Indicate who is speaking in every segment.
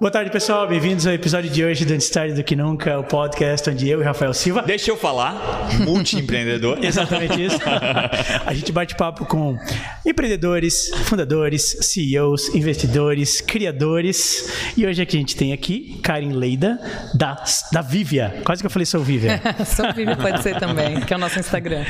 Speaker 1: Boa tarde, pessoal. Bem-vindos ao episódio de hoje do Antes Tarde do Que Nunca, o podcast onde eu e Rafael Silva.
Speaker 2: Deixa eu falar, multi-empreendedor.
Speaker 1: Exatamente isso. a gente bate papo com empreendedores, fundadores, CEOs, investidores, criadores. E hoje aqui a gente tem aqui Karen Leida, da, da Vivia. Quase que eu falei sou Vivia.
Speaker 3: sou Vivia pode ser também, que é o nosso Instagram.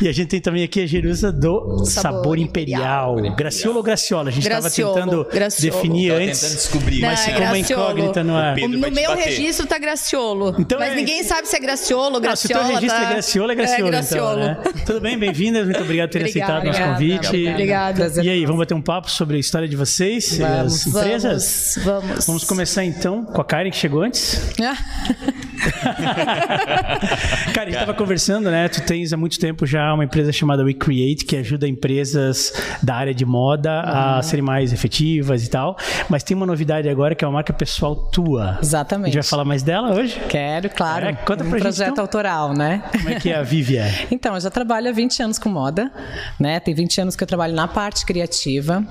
Speaker 1: E a gente tem também aqui a Jerusa do Sabor, Sabor Imperial. Imperial. Graciola ou Graciola? A gente estava tentando
Speaker 3: Graciolo.
Speaker 1: definir
Speaker 2: Tava
Speaker 1: antes.
Speaker 2: tentando descobrir.
Speaker 3: Não,
Speaker 1: Mas
Speaker 3: é
Speaker 1: ficou uma
Speaker 3: Graciolo.
Speaker 1: incógnita no ar.
Speaker 2: Pedro vai
Speaker 3: no
Speaker 2: te
Speaker 3: meu
Speaker 2: bater.
Speaker 3: registro tá Graciolo.
Speaker 1: Então
Speaker 3: mas
Speaker 1: é-
Speaker 3: ninguém sabe se é Graciolo,
Speaker 1: Ah, se o teu
Speaker 3: Graciola.
Speaker 1: registro
Speaker 3: tá...
Speaker 1: é Graciola, é Graciola,
Speaker 3: Graciolo.
Speaker 1: então, né? Tudo bem? Bem-vindas, muito obrigado por terem aceitado o nosso
Speaker 3: Obrigada,
Speaker 1: convite.
Speaker 3: Obrigada.
Speaker 1: E aí, vamos bater um papo sobre a história de vocês e as empresas?
Speaker 3: Vamos, vamos.
Speaker 1: Vamos começar então com a Karen que chegou antes. É? Karen, a gente estava conversando, né? Tu tens há muito tempo já uma empresa chamada We Create que ajuda empresas da área de moda
Speaker 4: Ah.
Speaker 1: a serem mais efetivas e tal. Mas tem uma novidade agora que é uma marca pessoal tua. A gente
Speaker 4: Exatamente.
Speaker 1: vai falar mais dela hoje?
Speaker 4: Quero, claro.
Speaker 1: É, conta
Speaker 4: um
Speaker 1: pra gente,
Speaker 4: projeto
Speaker 1: então.
Speaker 4: autoral, né?
Speaker 1: Como é que é a Vivian?
Speaker 4: Então, eu já trabalho há 20 anos com moda, né? Tem 20 anos que eu trabalho na parte criativa.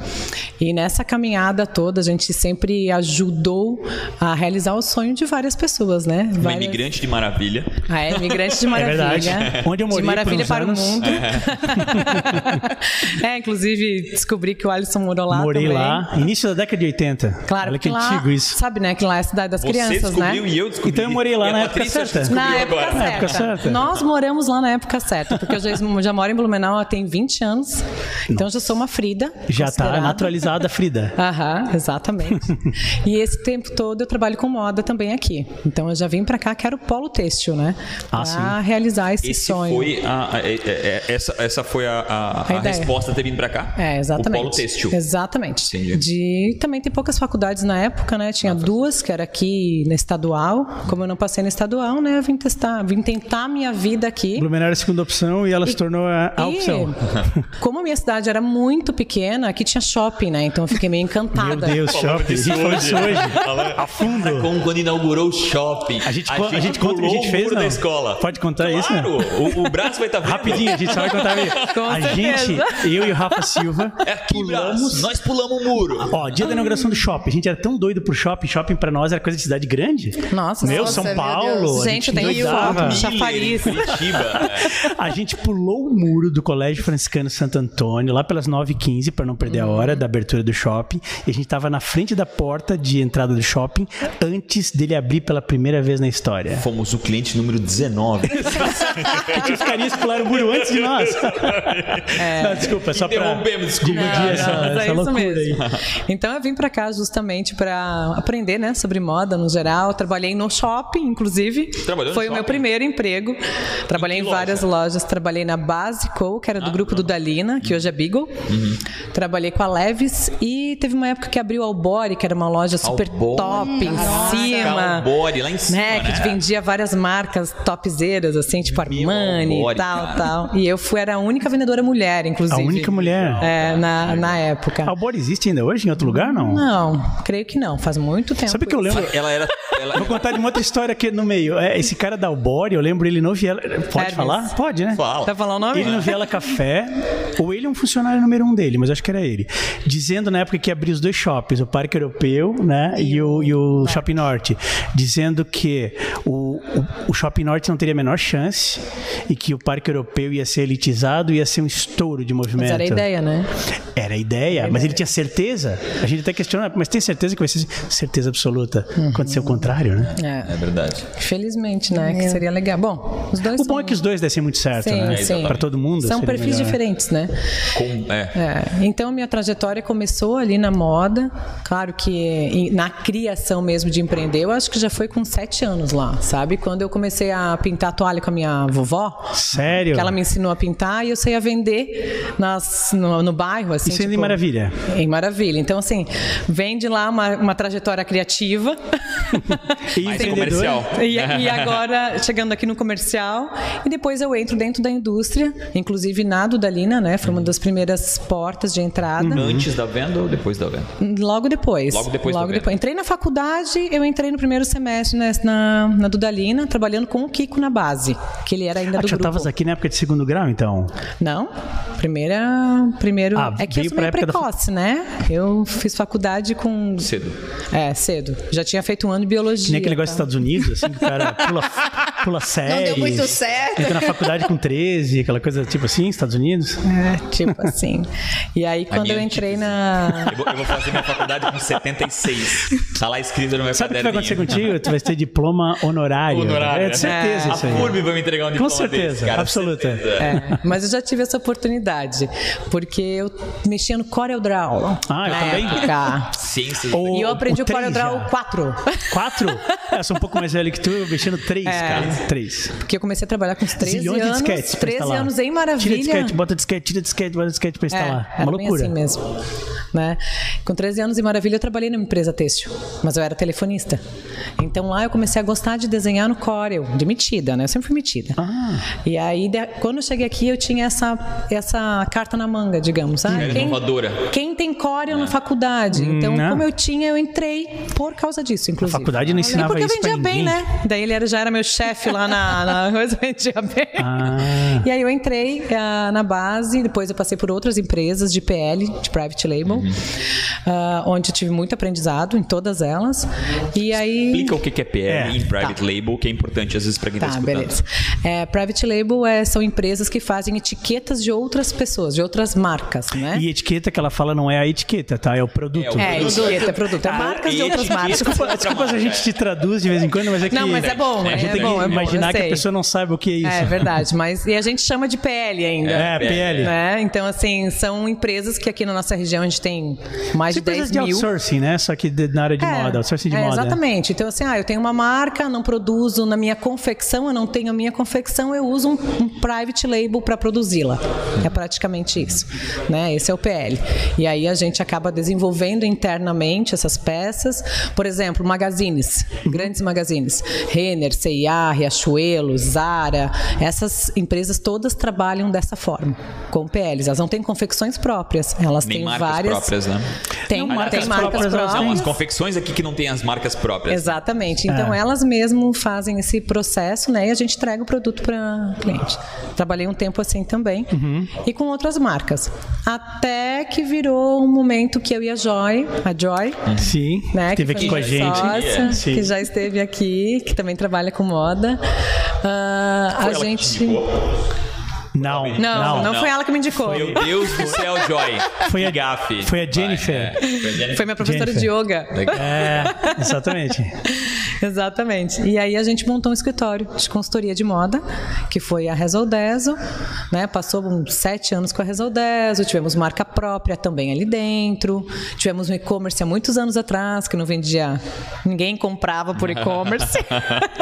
Speaker 4: E nessa caminhada toda, a gente sempre ajudou a realizar o sonho de várias pessoas, né?
Speaker 2: Uma
Speaker 4: Várias...
Speaker 2: imigrante de maravilha.
Speaker 4: Ah, é, imigrante de
Speaker 1: É verdade.
Speaker 4: maravilha.
Speaker 1: Onde eu morei
Speaker 4: De
Speaker 1: por
Speaker 4: maravilha
Speaker 1: uns
Speaker 4: para
Speaker 1: anos.
Speaker 4: o mundo. é, inclusive, descobri que o Alisson morou lá
Speaker 1: Morei
Speaker 4: também.
Speaker 1: lá, início da década de 80.
Speaker 4: Claro,
Speaker 1: Olha que
Speaker 4: porque lá,
Speaker 1: antigo isso.
Speaker 4: Sabe, né? Que lá é a cidade das
Speaker 2: Você
Speaker 4: crianças, né?
Speaker 2: descobriu e eu descobri.
Speaker 1: Então eu morei lá
Speaker 2: E a
Speaker 1: na época
Speaker 2: Patrícia acho que
Speaker 1: certa.
Speaker 2: descobriu
Speaker 4: Na época,
Speaker 2: agora.
Speaker 4: certa.
Speaker 1: Na época certa.
Speaker 4: Nós moramos lá na época certa, porque eu já, já moro em Blumenau há tem 20 anos. Então já sou uma Frida.
Speaker 1: Já tá
Speaker 4: considerada.
Speaker 1: naturalizada a Frida.
Speaker 4: Aham, exatamente. e esse tempo todo eu trabalho com moda também aqui. Então eu já vim pra cá, quero polo têxtil, né?
Speaker 1: Ah,
Speaker 4: pra
Speaker 1: sim.
Speaker 4: realizar esse,
Speaker 2: Esse
Speaker 4: sonho.
Speaker 2: foi a, a- é- é- é- essa, essa foi a, a,
Speaker 4: A
Speaker 2: a
Speaker 4: ideia.
Speaker 2: resposta ter vindo pra cá.
Speaker 4: É, exatamente.
Speaker 2: O polo têxtil.
Speaker 4: Exatamente.
Speaker 2: Entendi.
Speaker 4: De, também tem poucas faculdades na época, né?
Speaker 1: Ah, tá.
Speaker 4: Tinha duas, que era aqui na estadual. Como eu não passei na estadual, né? Eu vim testar, vim tentar minha vida aqui.
Speaker 1: Blumenau era a segunda opção e ela se tornou a, Hum, a
Speaker 4: E,
Speaker 1: opção.
Speaker 4: Como a minha cidade era muito pequena, aqui tinha shopping, né? Então eu fiquei meio
Speaker 1: Meu
Speaker 4: encantada.
Speaker 1: Deus, shopping. A gente falou isso hoje. A fundo.
Speaker 2: Como quando inaugurou o shopping.
Speaker 1: A gente, co- a gente conta o que a
Speaker 2: pulou
Speaker 1: gente fez,
Speaker 2: muro
Speaker 1: não?
Speaker 2: da escola.
Speaker 1: Pode contar isso, né?
Speaker 2: Claro, o, o braço vai estar vendo.
Speaker 1: Rapidinho, a gente só vai contar ali.
Speaker 4: Com
Speaker 1: A
Speaker 4: certeza.
Speaker 1: gente, eu e o Rafa Silva,
Speaker 2: É aqui, braço. Nós pulamos o muro.
Speaker 1: ó, dia da inauguração do shopping, a gente era tão doido pro shopping, shopping pra nós era coisa de cidade grande.
Speaker 4: Nossa,
Speaker 1: Meu,
Speaker 4: nossa,
Speaker 1: São
Speaker 4: meu
Speaker 1: Paulo.
Speaker 4: Deus.
Speaker 1: a
Speaker 4: Gente, eu tenho
Speaker 1: doidava.
Speaker 4: foto.
Speaker 2: Miller,
Speaker 4: Chafariz.
Speaker 2: Curitiba.
Speaker 1: A gente pulou o muro do Colégio Franciscano Santo Antônio, lá pelas 9h15, para não perder a hora da abertura do shopping. E a gente tava na frente da porta de entrada do shopping, antes dele abrir pela primeira vez na história.
Speaker 2: Fomos o cliente número 19.
Speaker 1: Porque os carinhas pularam o muro antes de nós. Não, desculpa, só pra
Speaker 2: É. Interrompemos, desculpa. é
Speaker 1: dividir essa,
Speaker 4: Não, mas
Speaker 1: essa é loucura aí.
Speaker 4: Então eu vim pra cá justamente pra aprender, né, sobre moda no geral. Eu trabalhei no shopping, inclusive.
Speaker 2: Trabalhou no
Speaker 4: Foi o meu
Speaker 2: shopping?
Speaker 4: primeiro emprego. Trabalhei
Speaker 2: Em
Speaker 4: em,
Speaker 2: que Ah,
Speaker 4: várias lojas. Trabalhei na Basico, que era do grupo do Dalina, que hoje é Beagle.
Speaker 2: Uhum.
Speaker 4: Trabalhei com a Levis e teve uma época que abriu a Albori, que era uma loja super
Speaker 2: Albori.
Speaker 4: top em cima.
Speaker 2: Calbore, Tá um lá em cima.
Speaker 4: né, que vendia várias marcas topzeiras, assim, tipo
Speaker 2: Meu
Speaker 4: Armani
Speaker 2: amor,
Speaker 4: e tal,
Speaker 2: cara.
Speaker 4: tal. E eu fui, era a única vendedora mulher,
Speaker 1: A
Speaker 4: inclusive.
Speaker 1: única mulher.
Speaker 4: É, na, na
Speaker 1: A
Speaker 4: época.
Speaker 1: Albora existe ainda hoje em outro lugar, não?
Speaker 4: Não, é, creio que não, faz muito tempo.
Speaker 1: Sabe o que eu lembro?
Speaker 2: Ela era. Ela...
Speaker 1: Vou contar de uma outra história aqui no meio. É, Esse cara da Albore, eu lembro ele no Viela. Pode
Speaker 4: Hermes.
Speaker 1: falar? Pode, né?
Speaker 2: Fala.
Speaker 4: Tá falando o nome?
Speaker 1: Ele no Viela Café, ou ele é um funcionário número um dele, mas acho que era ele. Dizendo na época que abriu os dois shoppings, o Parque Europeu né, e o, e o Shopping Norte. Dizendo que o, o, o Shopping Norte não teria a menor chance e que o Parque Europeu ia ser elitizado e ia ser um estouro de movimento.
Speaker 4: Mas era a ideia, né?
Speaker 1: Era a ideia, mas ele tinha certeza. A gente até questiona, mas tem certeza que vai ser certeza absoluta. Aconteceu o contrário, né?
Speaker 4: É.
Speaker 2: É verdade.
Speaker 4: Felizmente, né? Que seria legal. Bom, os dois
Speaker 1: O bom
Speaker 4: são-
Speaker 1: é que os dois dessem muito certo,
Speaker 4: Sim,
Speaker 1: né?
Speaker 4: sim.
Speaker 1: Pra todo mundo.
Speaker 4: São
Speaker 1: seria
Speaker 4: perfis
Speaker 1: melhor, né?
Speaker 4: diferentes, né?
Speaker 2: Com- é.
Speaker 4: É, então minha trajetória começou ali na moda, claro que em- na criação mesmo de empreender, eu acho que já foi com sete anos lá, sabe? Quando eu comecei a pintar toalha com a minha vovó,
Speaker 1: Sério?
Speaker 4: que ela me ensinou a pintar e eu saía vender nas, no, no bairro, assim.
Speaker 1: Isso ainda em
Speaker 4: tipo,
Speaker 1: maravilha.
Speaker 4: Em Maravilha. Então, assim, vem de lá uma, uma trajetória criativa.
Speaker 1: E
Speaker 2: Mais
Speaker 1: empreendedor?
Speaker 2: comercial.
Speaker 4: E, e agora, chegando aqui no comercial, e depois eu entro dentro da indústria, inclusive na Dudalina, né? Foi uma das primeiras portas de entrada.
Speaker 2: Uhum. Antes da venda ou depois? depois da UVM?
Speaker 4: Logo depois.
Speaker 2: Logo depois do evento.
Speaker 4: Entrei na faculdade, eu entrei no primeiro semestre né, na, na Dudalina, trabalhando com o Kiko na base, que ele era ainda
Speaker 1: Ah,
Speaker 4: do
Speaker 1: já
Speaker 4: grupo.
Speaker 1: estavas aqui na época de segundo grau, então?
Speaker 4: Não, primeira, primeiro...
Speaker 1: Ah,
Speaker 4: é que eu
Speaker 1: veio
Speaker 4: sou
Speaker 1: pra
Speaker 4: meio
Speaker 1: época da fa-
Speaker 4: precoce, né? Eu fiz faculdade com...
Speaker 2: Cedo.
Speaker 4: É, cedo. Já tinha feito um ano de biologia.
Speaker 1: Que nem aquele negócio dos
Speaker 4: tá?
Speaker 1: Estados Unidos, assim, que o cara pula, pula série.
Speaker 3: Não deu muito certo.
Speaker 1: Entra na faculdade com 13, aquela coisa tipo assim, Estados Unidos.
Speaker 4: É, tipo assim. E aí, quando eu
Speaker 2: minha
Speaker 4: entrei
Speaker 2: antítese.
Speaker 4: na...
Speaker 2: Eu vou, eu vou fazer minha faculdade com 76. Tá lá escrito no meu
Speaker 1: Sabe o que vai
Speaker 2: caderninho.
Speaker 1: acontecer contigo? Tu vai ter diploma honorário.
Speaker 2: Honorário,
Speaker 1: É de certeza
Speaker 4: né?
Speaker 1: isso
Speaker 2: A
Speaker 1: aí.
Speaker 2: FURB vai me entregar um diploma
Speaker 1: certeza,
Speaker 2: desse, cara.
Speaker 1: absoluta.
Speaker 2: Certeza.
Speaker 4: É, mas eu já tive essa oportunidade, porque eu mexia no Corel Draw.
Speaker 1: Ah, eu
Speaker 4: na
Speaker 1: também?
Speaker 4: época.
Speaker 2: Ciências.
Speaker 1: Ou
Speaker 4: E eu aprendi o,
Speaker 1: três
Speaker 4: Corel
Speaker 1: já.
Speaker 4: Draw 4.
Speaker 1: Quatro? É, eu sou um pouco mais velho que tu, eu mexendo três, cara. Três.
Speaker 4: Porque eu comecei a trabalhar com os 13
Speaker 1: Zilhões
Speaker 4: É. anos.
Speaker 1: de disquetes. pra
Speaker 4: 13
Speaker 1: instalar.
Speaker 4: anos em
Speaker 1: Tira
Speaker 4: maravilha.
Speaker 1: disquete, bota disquete, tira disquete, bota disquete pra instalar.
Speaker 4: era
Speaker 1: tá Uma
Speaker 4: bem
Speaker 1: loucura.
Speaker 4: assim mesmo. Né? Com 13 anos em Maravilha, eu trabalhei numa empresa têxtil, mas eu era telefonista. Então lá eu comecei a gostar de desenhar no Corel, de metida, né? Eu sempre fui metida.
Speaker 1: Ah.
Speaker 4: E aí, de- quando eu cheguei aqui, eu tinha essa, essa carta na manga, digamos. Ah,
Speaker 2: Era inovadora.
Speaker 4: quem tem Corel
Speaker 1: É.
Speaker 4: na faculdade? Então,
Speaker 1: né?
Speaker 4: como eu tinha, eu entrei por causa disso, inclusive.
Speaker 1: faculdade não ensinava
Speaker 4: E porque eu
Speaker 1: isso pra
Speaker 4: vendia bem,
Speaker 1: ninguém.
Speaker 4: né? Daí ele era- já era meu chefe lá na, na coisa, vendia bem.
Speaker 1: Ah.
Speaker 4: E aí eu entrei ah, na base, depois eu passei por outras empresas de PL, de private label,
Speaker 1: Uhum.
Speaker 4: ah, onde eu tive muito aprendizado em todas elas. E aí.
Speaker 2: Explica o que que é PL
Speaker 1: É.
Speaker 2: em private label, que é importante às vezes pra quem tá,
Speaker 4: Tá,
Speaker 2: escutando.
Speaker 4: beleza. É, private label é, são empresas que fazem etiquetas de outras pessoas, de outras marcas, né?
Speaker 1: E etiqueta que ela fala não é a etiqueta, tá? É o produto.
Speaker 4: É,
Speaker 2: Produto.
Speaker 4: etiqueta, produto. É
Speaker 2: Ah,
Speaker 4: marcas de
Speaker 2: etiqueta.
Speaker 4: outras marcas.
Speaker 2: Desculpa,
Speaker 1: Desculpa se a gente te traduz de vez em quando, mas é que.
Speaker 4: Não, mas é bom,
Speaker 1: A gente
Speaker 4: é
Speaker 1: tem
Speaker 4: bom,
Speaker 1: que
Speaker 4: é bom,
Speaker 1: imaginar
Speaker 4: eu
Speaker 1: que a
Speaker 4: sei.
Speaker 1: pessoa não sabe o que é isso.
Speaker 4: É verdade, mas e a gente chama de PL ainda.
Speaker 1: É, PL.
Speaker 4: Né? Então, assim, são empresas que aqui na nossa região a gente tem mais
Speaker 1: São
Speaker 4: de 10
Speaker 1: empresas é de
Speaker 4: mil.
Speaker 1: outsourcing, né? Só que de- na área de
Speaker 4: É,
Speaker 1: moda, outsourcing de
Speaker 4: é,
Speaker 1: moda.
Speaker 4: Exatamente. Então, assim, ah, eu tenho uma marca, não produzo na minha confecção, eu não tenho a minha confecção, eu uso um, um private label para produzi-la. É praticamente isso. Né? Esse é o PL. E aí a gente acaba desenvolvendo internamente essas peças. Por exemplo, magazines, grandes magazines. Renner, CIA, Riachuelo, Zara, essas empresas todas trabalham dessa forma, com PLs. Elas não têm confecções próprias, elas
Speaker 2: Nem
Speaker 4: têm
Speaker 2: marcas
Speaker 4: várias.
Speaker 2: próprias, né?
Speaker 4: Tem,
Speaker 1: Não,
Speaker 4: tem
Speaker 1: marcas próprias, é
Speaker 4: marcas
Speaker 1: um
Speaker 4: próprias.
Speaker 1: elas têm
Speaker 2: Não, as confecções aqui que não tem as marcas
Speaker 1: É.
Speaker 2: próprias.
Speaker 4: Exatamente. Então elas mesmo fazem esse processo, né? E a gente entrega o produto para cliente. Trabalhei um tempo assim também
Speaker 1: Uhum.
Speaker 4: e com outras marcas, até que virou um momento que eu e a Joy, a Joy,
Speaker 1: Sim,
Speaker 4: né,
Speaker 1: esteve Hum.
Speaker 4: que
Speaker 1: aqui com
Speaker 4: foi
Speaker 1: a
Speaker 4: minha
Speaker 1: gente.
Speaker 4: sócia,
Speaker 1: Sim.
Speaker 4: que já esteve aqui, que também trabalha com moda. Ah, a
Speaker 2: Ela que te
Speaker 4: gente
Speaker 2: indicou.
Speaker 1: Não, não,
Speaker 4: não, não,
Speaker 2: Não.
Speaker 4: foi ela que me indicou.
Speaker 2: Meu Deus do céu, Joy.
Speaker 1: Foi a-
Speaker 2: Que gafe.
Speaker 1: foi a Jennifer.
Speaker 2: Vai, é. Foi a Jennifer.
Speaker 4: Foi minha professora de
Speaker 1: Jennifer.
Speaker 4: yoga.
Speaker 2: Legal.
Speaker 1: É, exatamente.
Speaker 4: Exatamente. E aí a gente montou um escritório de consultoria de moda, que foi a Resoldeso, né? Passou uns sete anos com a Resoldeso, tivemos marca própria também ali dentro, tivemos um e-commerce há muitos anos atrás, que não vendia, ninguém comprava por e-commerce.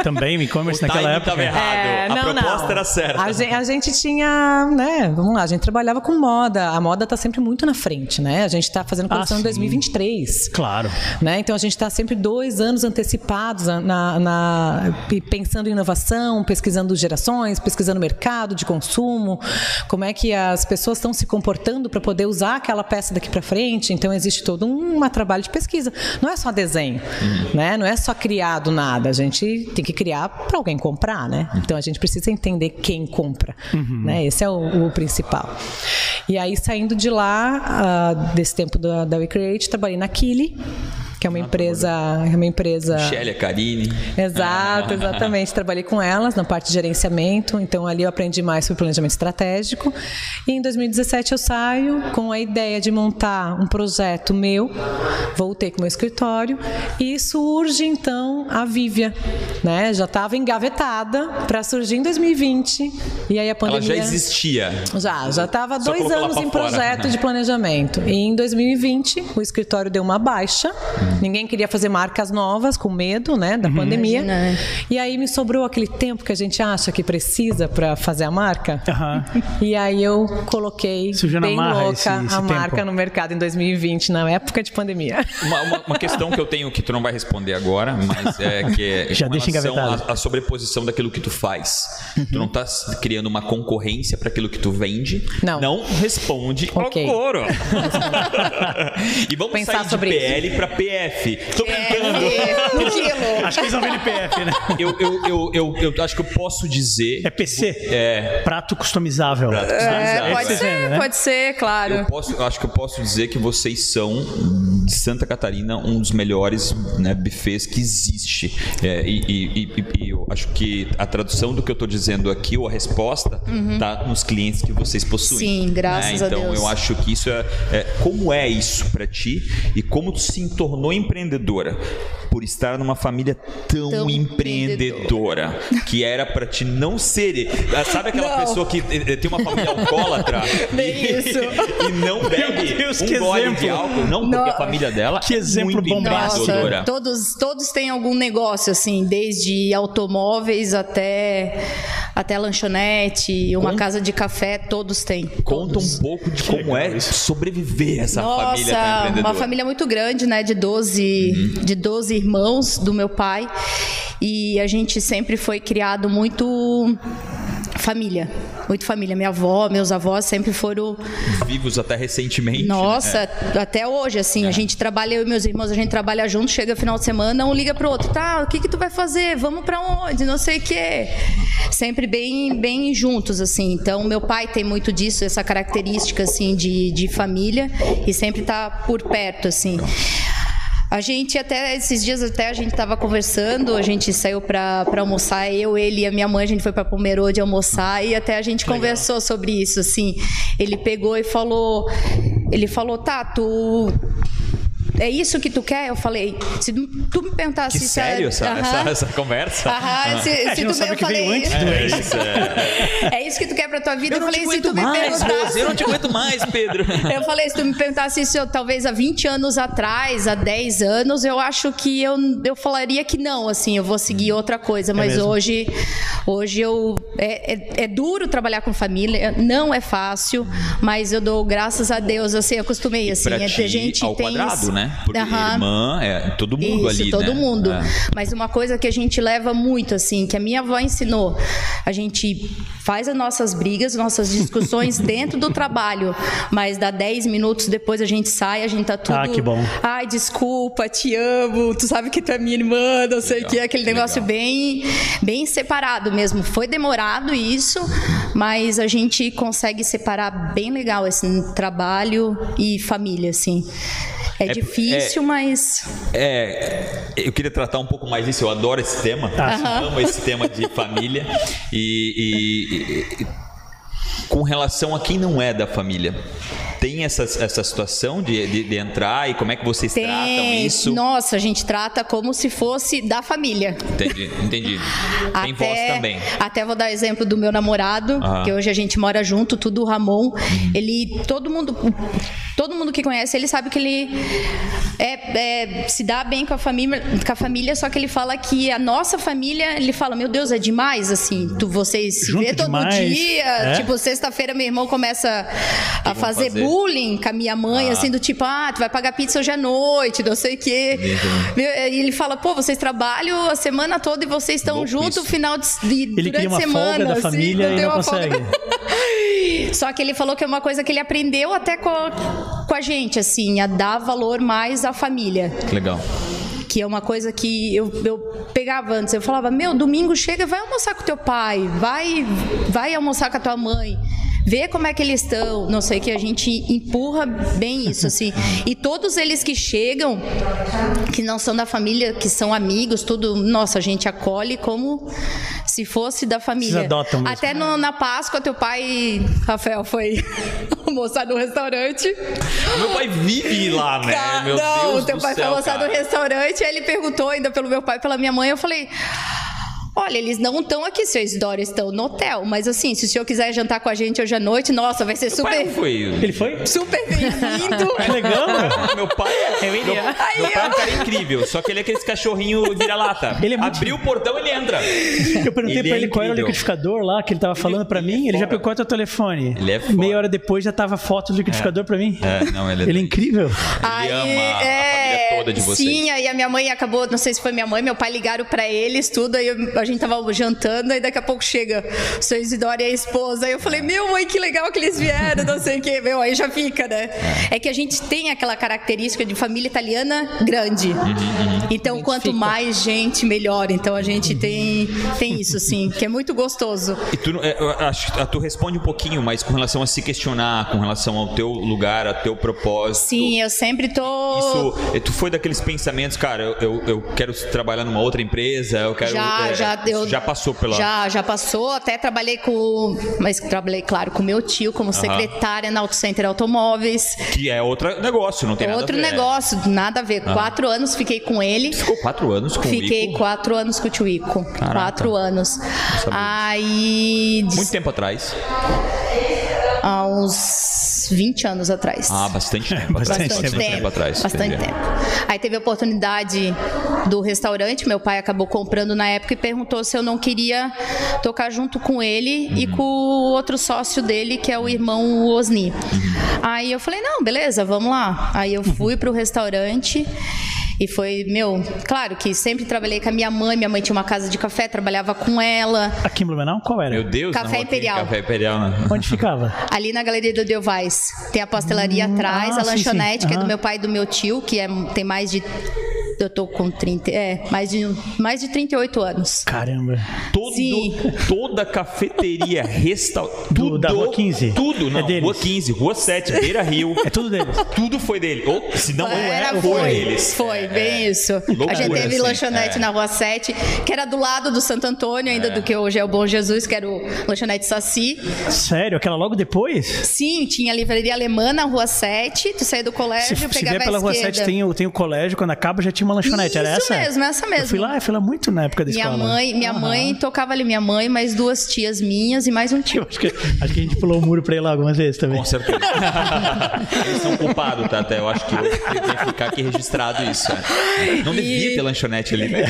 Speaker 1: Também, o e-commerce
Speaker 2: O
Speaker 1: naquela
Speaker 2: timing
Speaker 1: época.
Speaker 2: tava errado.
Speaker 4: É,
Speaker 2: Ah, a proposta era certa.
Speaker 4: A gen- a gente, tinha, né, vamos lá, a gente trabalhava com moda, a moda está sempre muito na frente, né? A gente está fazendo
Speaker 2: Ah,
Speaker 4: coleção
Speaker 1: sim.
Speaker 4: em 2023.
Speaker 1: Claro.
Speaker 4: Né? Então a gente está sempre dois anos antecipados a- na, na- e pensando em inovação, pesquisando gerações, pesquisando mercado de consumo, como é que as pessoas estão se comportando para poder usar aquela peça daqui para frente. Então existe todo um uma trabalho de pesquisa. Não é só desenho, né? não é só criar do nada. A gente tem que criar para alguém comprar, né? Então a gente precisa entender quem compra, né? Esse é o, o principal. E aí saindo de lá ah, desse tempo da, da We Create, trabalhei na Kili que é uma empresa, é uma empresa.
Speaker 2: Chélia, Karine.
Speaker 4: Exato, exatamente. Trabalhei com elas na parte de gerenciamento, então ali eu aprendi mais sobre planejamento estratégico. E em 2017 eu saio com a ideia de montar um projeto meu, voltei com o meu escritório e surge então a Vivia, né? Já estava engavetada para surgir em 2020 e aí a
Speaker 2: Ela
Speaker 4: pandemia
Speaker 2: já existia.
Speaker 4: já, já estava
Speaker 2: Né? Só
Speaker 4: dois
Speaker 2: colocou lá
Speaker 4: anos
Speaker 2: pra Uhum.
Speaker 4: em
Speaker 2: fora.
Speaker 4: projeto de planejamento. E em 2020, o escritório deu uma baixa,
Speaker 2: Uhum.
Speaker 4: Ninguém queria fazer marcas novas com medo, né, da pandemia.
Speaker 3: Imagina, né?
Speaker 4: E aí me sobrou aquele tempo que a gente acha que precisa para fazer a marca.
Speaker 1: Aham.
Speaker 4: E aí eu coloquei
Speaker 1: Surgiu na
Speaker 4: bem
Speaker 1: marra
Speaker 4: louca
Speaker 1: esse-
Speaker 4: a
Speaker 1: esse
Speaker 4: marca
Speaker 1: tempo.
Speaker 4: no mercado em 2020, na época de pandemia.
Speaker 2: Uma, uma- uma questão que eu tenho que tu não vai responder agora, mas é que é
Speaker 1: Já
Speaker 2: com
Speaker 1: deixa
Speaker 2: relação
Speaker 1: engavetado.
Speaker 2: à- à sobreposição daquilo que tu faz. Tu não tá s- criando uma concorrência para aquilo que tu vende.
Speaker 4: Não.
Speaker 2: Não responde
Speaker 4: Ok.
Speaker 2: ao couro. e vamos
Speaker 4: Pensar
Speaker 2: sair de
Speaker 4: sobre isso.
Speaker 2: PL para PF.
Speaker 3: É,
Speaker 2: Tô brincando.
Speaker 3: No gelo.
Speaker 1: Acho que eles não vendem PF, né?
Speaker 2: Eu, eu, eu, eu, eu acho que eu posso dizer.
Speaker 1: É PC? É. Prato customizável.
Speaker 3: É,
Speaker 2: Exato.
Speaker 3: pode
Speaker 1: Vocês
Speaker 3: ser,
Speaker 1: vendem, né?
Speaker 3: pode ser, claro.
Speaker 2: Eu, posso, eu acho que eu posso dizer que vocês são, de Santa Catarina, um dos melhores né, buffets que existe. É, e, e- e- e eu acho que a tradução do que eu estou dizendo aqui, ou a resposta, tá nos clientes que vocês possuem.
Speaker 3: Sim, graças a
Speaker 2: então,
Speaker 3: Deus.
Speaker 2: eu acho que isso é, é- Como é isso para ti e como tu se tornou empreendedora? Por estar numa família tão,
Speaker 3: Tão
Speaker 2: empreendedora, que era para ti não ser. ah, Sabe aquela
Speaker 3: Não.
Speaker 2: pessoa que eh, eh, tem uma família alcoólatra?
Speaker 3: Bem
Speaker 2: E-
Speaker 3: É isso.
Speaker 2: e não bebe
Speaker 1: Meu Deus,
Speaker 2: um
Speaker 1: que
Speaker 2: gole de
Speaker 1: exemplo.
Speaker 2: álcool, não, porque a
Speaker 3: Não.
Speaker 2: família dela
Speaker 1: Que
Speaker 2: é
Speaker 1: exemplo
Speaker 2: muito
Speaker 1: bombástico.
Speaker 2: empreendedora.
Speaker 3: todos, todos têm algum negócio, assim, desde automóveis até, até lanchonete, uma
Speaker 2: Com-
Speaker 3: casa de café, todos têm.
Speaker 2: Conta
Speaker 3: todos.
Speaker 2: um pouco de como é sobreviver essa família da
Speaker 3: Nossa,
Speaker 2: empreendedora. Uhum.
Speaker 3: uma família muito grande, né? De 12, de 12 irmãos do meu pai. E a gente sempre foi criado muito família. Muito família. Minha avó, meus avós sempre foram
Speaker 2: Vivos até recentemente.
Speaker 3: Nossa,
Speaker 2: né?
Speaker 3: até hoje, assim, a gente trabalha, eu e meus irmãos, a gente trabalha junto, chega final de semana, um liga pro outro, tá, o que que tu vai fazer? Vamos pra onde? Não sei o quê. Sempre bem, bem juntos, assim. Então, meu pai tem muito disso, essa característica, assim, de, de família e sempre tá por perto, assim. A gente até, esses dias até a gente tava conversando, a gente saiu pra pra almoçar, eu, ele e a minha mãe, a gente foi pra Pomerode almoçar e até a gente conversou sobre isso, assim. Ele pegou e falou, ele falou, tá, tu... É isso que tu quer? Eu falei, se tu me perguntasse
Speaker 2: Que
Speaker 3: se é
Speaker 2: sério essa,
Speaker 3: Aham.
Speaker 2: essa, Ah, essa conversa?
Speaker 3: Aham, se,
Speaker 1: É, A
Speaker 3: se
Speaker 1: gente
Speaker 3: tu
Speaker 1: não
Speaker 3: me-
Speaker 1: sabe
Speaker 3: eu
Speaker 1: o que veio
Speaker 3: falei-
Speaker 1: antes do
Speaker 2: É isso, é.
Speaker 3: É isso que tu quer pra tua vida?
Speaker 2: Eu
Speaker 3: Eu,
Speaker 2: não te
Speaker 3: falei, se
Speaker 2: aguento
Speaker 3: tu me
Speaker 2: mais,
Speaker 3: perguntasse.
Speaker 2: Rose, eu não te aguento mais, Pedro.
Speaker 3: Eu falei, se tu me perguntasse isso eu, talvez há 20 anos atrás, há 10 anos, eu acho que eu, eu falaria que não, assim, eu vou seguir outra
Speaker 2: É
Speaker 3: coisa. Mas
Speaker 1: mesmo?
Speaker 3: hoje, hoje eu. É, é- é duro trabalhar com família, não é fácil, mas eu dou graças a Deus, assim, eu acostumei, assim.
Speaker 2: pra
Speaker 3: é,
Speaker 2: ti,
Speaker 3: a gente
Speaker 2: ao
Speaker 3: tem
Speaker 2: quadrado,
Speaker 3: isso.
Speaker 2: né? Porque
Speaker 3: Aham.
Speaker 2: irmã, é todo mundo
Speaker 3: Isso,
Speaker 2: ali,
Speaker 3: todo
Speaker 2: né?
Speaker 3: mundo.
Speaker 2: É.
Speaker 3: Mas uma coisa que a gente leva muito, assim, que a minha avó ensinou, a gente faz as nossas brigas, nossas discussões dentro do trabalho, mas dá 10 minutos depois a gente sai, a gente tá tudo...
Speaker 1: Ah, que bom.
Speaker 3: Ai, desculpa, te amo, tu sabe que tu é minha irmã, não sei o que, aquele negócio bem, bem separado mesmo. Foi demorado isso, mas a gente consegue separar bem legal esse trabalho e família, assim. É,
Speaker 2: é-
Speaker 3: difícil, mas...
Speaker 2: É, eu queria tratar um pouco mais disso. Eu adoro esse tema.
Speaker 3: Tá.
Speaker 2: Eu amo esse tema de família. E, e- e- e- com relação a quem não é da família, tem essa, essa situação de, de- de entrar e como é que vocês tratam isso?
Speaker 3: Nossa, a gente trata como se fosse da família.
Speaker 2: Entendi, entendi. Tem voz também.
Speaker 3: Até vou dar exemplo do meu namorado,
Speaker 2: Aham. Uhum.
Speaker 3: que hoje a gente mora junto, tudo o Ramon. Ele, todo mundo, todo mundo que conhece, ele sabe que ele é, é, se dá bem com a família, com a família, só que ele fala que a nossa família, ele fala, meu Deus, é demais, assim, tu, vocês se
Speaker 1: Junto
Speaker 3: vê todo
Speaker 1: demais,
Speaker 3: dia,
Speaker 1: é.
Speaker 3: tipo, sexta-feira meu irmão começa a
Speaker 2: vão
Speaker 3: fazer,
Speaker 2: fazer?
Speaker 3: bullying com a minha mãe, assim, do tipo, ah, tu vai pagar pizza hoje à noite, não sei o quê.
Speaker 2: né?
Speaker 3: Meu, E ele fala, pô, vocês trabalham a semana toda e vocês estão
Speaker 2: Louco
Speaker 3: juntos
Speaker 2: isso.
Speaker 3: final de, de
Speaker 1: Ele
Speaker 3: durante
Speaker 1: queria uma
Speaker 3: semana,
Speaker 1: folga da
Speaker 3: assim,
Speaker 1: família e
Speaker 3: tem
Speaker 1: não
Speaker 3: uma folga.
Speaker 1: consegue.
Speaker 3: Só que ele falou que é uma coisa que ele aprendeu até com a, com a gente, assim, a dar valor mais à família.
Speaker 2: Legal.
Speaker 3: Que é uma coisa que eu, eu pegava antes. Eu falava, meu, domingo chega, vai almoçar com teu pai, vai, vai almoçar com a tua mãe. Vê como é que eles estão, não sei o que, a gente empurra bem isso, assim. E todos eles que chegam, que não são da família, que são amigos, tudo, nossa, a gente acolhe como se fosse da família.
Speaker 1: Vocês adotam mesmo.
Speaker 3: Até no- na Páscoa, teu pai, Rafael, foi almoçar no restaurante.
Speaker 2: Meu pai vive lá, né?
Speaker 3: Cara,
Speaker 2: Meu
Speaker 3: não,
Speaker 2: Deus
Speaker 3: teu
Speaker 2: do
Speaker 3: pai
Speaker 2: céu,
Speaker 3: foi almoçar no
Speaker 2: cara.
Speaker 3: restaurante, aí ele perguntou ainda pelo meu pai e pela minha mãe, eu falei. Olha, eles não estão aqui, seu Isidoro, estão no hotel. Mas assim, se o senhor quiser jantar com a gente hoje à noite, nossa, vai ser super,
Speaker 2: Pai, é um não foi.
Speaker 1: Ele foi?
Speaker 3: super
Speaker 2: né?
Speaker 3: bem-vindo.
Speaker 2: Tá
Speaker 1: Que legal, mano.
Speaker 2: Meu pai é. Meu, meu
Speaker 3: Então, Aí,
Speaker 2: pai é um cara incrível, só que ele é aquele cachorrinho vira-lata.
Speaker 1: Ele é muito-
Speaker 2: Abriu o portão, ele entra.
Speaker 1: Eu perguntei
Speaker 2: Ele
Speaker 1: pra
Speaker 2: é
Speaker 1: ele qual era o
Speaker 2: incrível.
Speaker 1: liquidificador lá que ele tava falando pra mim.
Speaker 2: é
Speaker 1: Ele já
Speaker 2: foda.
Speaker 1: pegou até o telefone.
Speaker 2: Ele é foda.
Speaker 1: Meia hora depois já tava foto do liquidificador pra mim.
Speaker 2: É, não, ele é
Speaker 1: Ele é
Speaker 2: doido.
Speaker 1: incrível.
Speaker 2: Ele ama a família toda de vocês.
Speaker 3: é, Sim, aí a minha mãe acabou, não sei se foi minha mãe, meu pai ligaram pra eles, tudo, aí eu- a gente tava jantando, aí daqui a pouco chega o seu Isidoro e a esposa. Aí eu falei, meu mãe, que legal que eles vieram, não sei o quê, meu, aí já fica, né? É que a gente tem aquela característica de família italiana grande.
Speaker 2: Uhum,
Speaker 3: Então, quanto mais gente, melhor. Então a gente tem, tem isso, assim, que é muito gostoso.
Speaker 2: E tu, não- é, eu acho que tu responde um pouquinho, mas com relação a se questionar, com relação ao teu lugar, ao teu propósito.
Speaker 3: Sim, eu sempre tô.
Speaker 2: Isso, é, tu foi daqueles pensamentos, cara, eu, eu, eu quero trabalhar numa outra empresa, eu quero.
Speaker 3: já,
Speaker 2: é,
Speaker 3: já, eu,
Speaker 2: já passou pela.
Speaker 3: Já, já passou. Até trabalhei com. Mas trabalhei, claro, com meu tio como secretária na Auto Center Automóveis.
Speaker 2: Que é outro negócio, não tem
Speaker 3: Outro
Speaker 2: nada a ver.
Speaker 3: negócio, nada a ver. Quatro anos fiquei com ele.
Speaker 2: Ficou quatro anos com
Speaker 3: Fiquei
Speaker 2: o Ico,
Speaker 3: quatro anos com o tio Ico.
Speaker 2: Caraca.
Speaker 3: Quatro anos.
Speaker 2: sabia.
Speaker 3: Aí. de-
Speaker 2: Muito tempo atrás.
Speaker 3: Há uns 20 anos atrás.
Speaker 2: Ah, bastante tempo. atrás,
Speaker 1: bastante
Speaker 2: bastante tempo atrás.
Speaker 3: Bastante
Speaker 2: entendi.
Speaker 3: tempo. Aí teve a oportunidade do restaurante, meu pai acabou comprando na época e perguntou se eu não queria tocar junto com ele e
Speaker 2: Uhum.
Speaker 3: com o outro sócio dele, que é o irmão Osni.
Speaker 2: Uhum.
Speaker 3: Aí eu falei, não, beleza, vamos lá. Aí eu fui pro restaurante. E foi, meu, claro que sempre trabalhei com a minha mãe, minha mãe tinha uma casa de café, trabalhava com ela,
Speaker 1: Aqui em Blumenau, qual era?
Speaker 2: Meu Deus,
Speaker 3: Café
Speaker 2: não, aqui,
Speaker 3: Imperial.
Speaker 2: Café Imperial, né?
Speaker 1: Onde ficava?
Speaker 3: Ali na Galeria do Delvais. Tem a pastelaria atrás,
Speaker 1: ah,
Speaker 3: a
Speaker 1: sim,
Speaker 3: lanchonete,
Speaker 1: sim.
Speaker 3: que é do
Speaker 1: Aham.
Speaker 3: meu pai e do meu tio, que é, tem mais de. Eu tô com 30. É, mais de, mais de 38 anos.
Speaker 1: Caramba.
Speaker 2: Todo,
Speaker 3: Sim.
Speaker 2: Toda cafeteria, restaurante.
Speaker 1: Do-
Speaker 2: Tudo.
Speaker 1: da Rua 15?
Speaker 2: Tudo, não.
Speaker 1: É deles.
Speaker 2: Rua 15, Rua 7, Beira Rio.
Speaker 1: É tudo deles.
Speaker 2: Tudo foi dele. Ou, se não
Speaker 3: Era,
Speaker 2: era,
Speaker 3: foi,
Speaker 2: foi deles.
Speaker 3: Foi,
Speaker 2: É,
Speaker 3: bem isso.
Speaker 2: Loucura,
Speaker 3: a gente teve
Speaker 2: assim,
Speaker 3: lanchonete
Speaker 2: é.
Speaker 3: na Rua 7, que era do lado do Santo Antônio, ainda do que hoje é o Bom Jesus, que era o lanchonete Saci.
Speaker 1: Sério? Aquela logo depois?
Speaker 3: Sim, tinha a livraria alemã na Rua 7, tu saía do
Speaker 1: Se,
Speaker 3: colégio,
Speaker 1: se
Speaker 3: pegava
Speaker 1: vier
Speaker 3: a
Speaker 1: pela Rua
Speaker 3: esquerda.
Speaker 1: 7, tem o, tem o colégio, quando acaba já tinha uma lanchonete. era
Speaker 3: Isso
Speaker 1: essa?
Speaker 3: mesmo, essa mesmo.
Speaker 1: Eu fui lá, eu fui lá muito na época da
Speaker 3: Minha
Speaker 1: escola. né?
Speaker 3: mãe, minha
Speaker 1: Aham.
Speaker 3: mãe tocava ali, minha mãe, mais duas tias minhas e mais um tio.
Speaker 1: Eu acho, que, acho que a gente pulou o muro pra ir lá algumas vezes também.
Speaker 3: Tá
Speaker 2: Com certeza. Eles são culpados, tá? Até eu acho que vai ficar aqui registrado isso. é. Não devia
Speaker 3: E-
Speaker 2: ter lanchonete ali, né?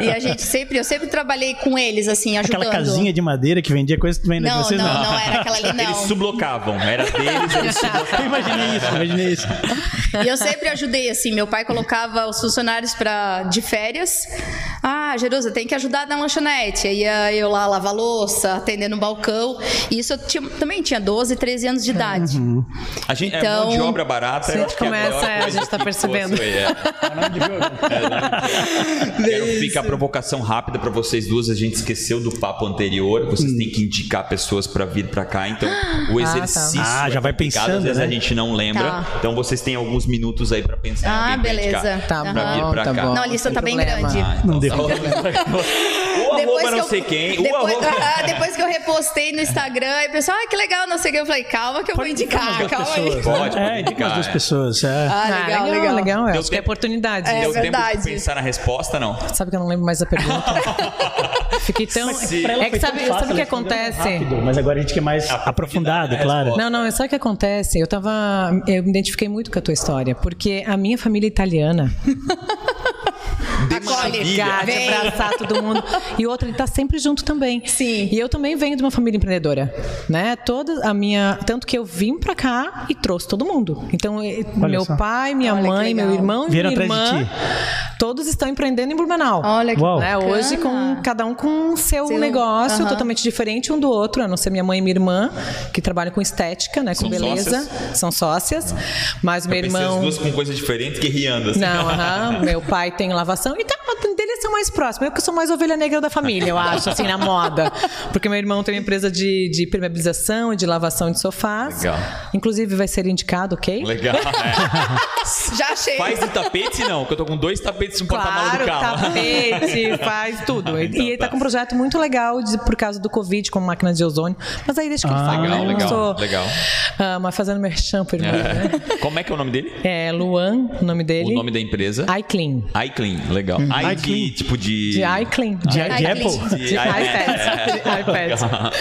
Speaker 3: E a gente sempre, eu sempre trabalhei com eles, assim, ajudando.
Speaker 1: Aquela casinha de madeira que vendia coisa também
Speaker 3: não,
Speaker 1: de vocês,
Speaker 3: não, não era aquela ali,
Speaker 2: Eles
Speaker 3: não.
Speaker 2: sublocavam. Era deles, eles sublocavam.
Speaker 1: Eu imaginei isso, eu imaginei isso.
Speaker 3: E eu sempre ajudei, assim, meu pai colocava os funcionários pra, de férias. Ah, Jerusa, tem que ajudar na lanchonete. Aí ah, eu lá lavar louça, atender no balcão. E isso eu tinha- também tinha 12, 13 anos de idade.
Speaker 1: Uhum.
Speaker 2: A gente é
Speaker 3: Então-
Speaker 2: mão de obra barata.
Speaker 4: A
Speaker 2: eu
Speaker 4: gente
Speaker 2: acho que a
Speaker 4: começa,
Speaker 2: melhor
Speaker 4: é, a
Speaker 2: coisa
Speaker 4: gente tá
Speaker 2: que
Speaker 4: percebendo.
Speaker 2: fosse, é. É, Quero ficar a provocação rápida pra vocês duas. A gente esqueceu do papo anterior. Vocês têm que indicar pessoas pra vir pra cá. Então, o exercício.
Speaker 1: Ah,
Speaker 2: é
Speaker 1: já vai
Speaker 2: complicado,
Speaker 1: pensando,
Speaker 2: Às vezes
Speaker 1: né?
Speaker 2: a gente não lembra.
Speaker 3: Tá.
Speaker 2: Então, vocês têm alguns minutos aí pra pensar. em
Speaker 3: Ah,
Speaker 2: alguém pra indicar.
Speaker 3: beleza.
Speaker 4: Tá
Speaker 3: Aham.
Speaker 2: Pra vir
Speaker 4: bom,
Speaker 2: pra
Speaker 4: tá
Speaker 2: cá.
Speaker 4: bom.
Speaker 3: Não, a lista
Speaker 4: sem
Speaker 3: tá bem
Speaker 4: problema.
Speaker 3: grande.
Speaker 2: Ah, então
Speaker 1: Não deu.
Speaker 2: tá bom. O
Speaker 3: Depois
Speaker 2: arroba
Speaker 3: que
Speaker 2: não
Speaker 3: eu,
Speaker 2: sei quem. O
Speaker 3: Depois,
Speaker 2: arroba.
Speaker 3: ah, depois que eu repostei no Instagram, e o pessoal, ah, que legal, não sei o que. Eu falei, calma que eu vou indicar, calma aí.
Speaker 2: Pode, pode
Speaker 1: É, indica umas
Speaker 2: indicar,
Speaker 1: duas
Speaker 2: é.
Speaker 1: pessoas. é.
Speaker 3: Ah,
Speaker 4: Ah, legal, legal, legal. Eu
Speaker 2: Deu
Speaker 4: Acho que é
Speaker 2: tempo.
Speaker 4: oportunidade.
Speaker 3: É
Speaker 2: Deu tempo
Speaker 3: verdade.
Speaker 2: de pensar na resposta, não?
Speaker 4: Sabe que eu não lembro mais a pergunta. Fiquei tão.
Speaker 2: se-
Speaker 1: Pra ela
Speaker 4: É que
Speaker 1: foi tão
Speaker 4: sabe,
Speaker 1: fácil,
Speaker 4: sabe o
Speaker 1: ela
Speaker 4: que
Speaker 1: respondeu
Speaker 4: acontece?
Speaker 1: rápido, mas agora a gente quer mais aprofundado,
Speaker 2: é,
Speaker 1: claro.
Speaker 4: Não, não, sabe o que acontece? Eu tava. Eu me identifiquei muito com a tua história, porque a minha família é italiana.
Speaker 2: De
Speaker 3: Tá
Speaker 4: Obrigada, de
Speaker 3: Vem.
Speaker 4: abraçar todo mundo. E outra, ele tá sempre junto também.
Speaker 3: Sim.
Speaker 4: E eu também venho de uma família empreendedora, né? Toda a minha, tanto que eu vim pra cá e trouxe todo mundo. Então, eh,
Speaker 1: Olha
Speaker 4: meu
Speaker 1: só.
Speaker 4: pai, minha
Speaker 3: Olha que
Speaker 4: mãe, meu
Speaker 3: legal.
Speaker 4: irmão e
Speaker 1: Vieram
Speaker 4: minha
Speaker 1: atrás de
Speaker 4: irmã,
Speaker 1: ti.
Speaker 4: todos estão empreendendo em Blumenau.
Speaker 3: Olha que
Speaker 1: Uau.
Speaker 4: Né?
Speaker 3: bacana.
Speaker 4: Hoje, com cada um com o seu,
Speaker 3: Seu-
Speaker 4: negócio,
Speaker 3: Aham.
Speaker 4: totalmente diferente um do outro, a não ser minha mãe e minha irmã, que trabalham com estética, né? Com
Speaker 2: São
Speaker 4: beleza. São sócias. Mas meu
Speaker 2: Eu pensei as
Speaker 4: irmão.
Speaker 2: duas com coisa diferente, guerreando. Assim.
Speaker 4: Não, aham, meu pai tem lavação. E tá, deles são mais próximos. Eu que sou mais ovelha negra da família, eu acho, assim, na moda. Porque meu irmão tem uma empresa de, de impermeabilização e de lavação de sofás.
Speaker 2: Legal.
Speaker 4: Inclusive, vai ser indicado, ok?
Speaker 2: Legal. é.
Speaker 3: Já achei.
Speaker 2: Faz de tapete, não, que eu tô com dois tapetes no porta-malas do
Speaker 4: Claro,
Speaker 2: carro.
Speaker 4: tapete, faz tudo. E-
Speaker 2: Então
Speaker 4: e ele
Speaker 2: tá.
Speaker 4: tá com um projeto muito legal de- por causa do Covid, com máquina de ozônio. Mas aí deixa que ele
Speaker 1: Ah,
Speaker 4: fale.
Speaker 2: legal,
Speaker 4: né? Eu não
Speaker 2: legal,
Speaker 4: sou-
Speaker 2: legal.
Speaker 4: Ah, mas fazendo merchan pro irmão, né?
Speaker 2: É. Como é que é o nome dele?
Speaker 4: É Luan, o nome dele.
Speaker 2: O nome da empresa?
Speaker 4: iClean.
Speaker 2: iClean, legal. iClean. que tipo de.
Speaker 4: De iClean.
Speaker 1: De, de
Speaker 3: Ai,
Speaker 1: Apple?
Speaker 3: Clean.
Speaker 2: De
Speaker 4: De
Speaker 2: iPad.
Speaker 4: iPad. De iPad.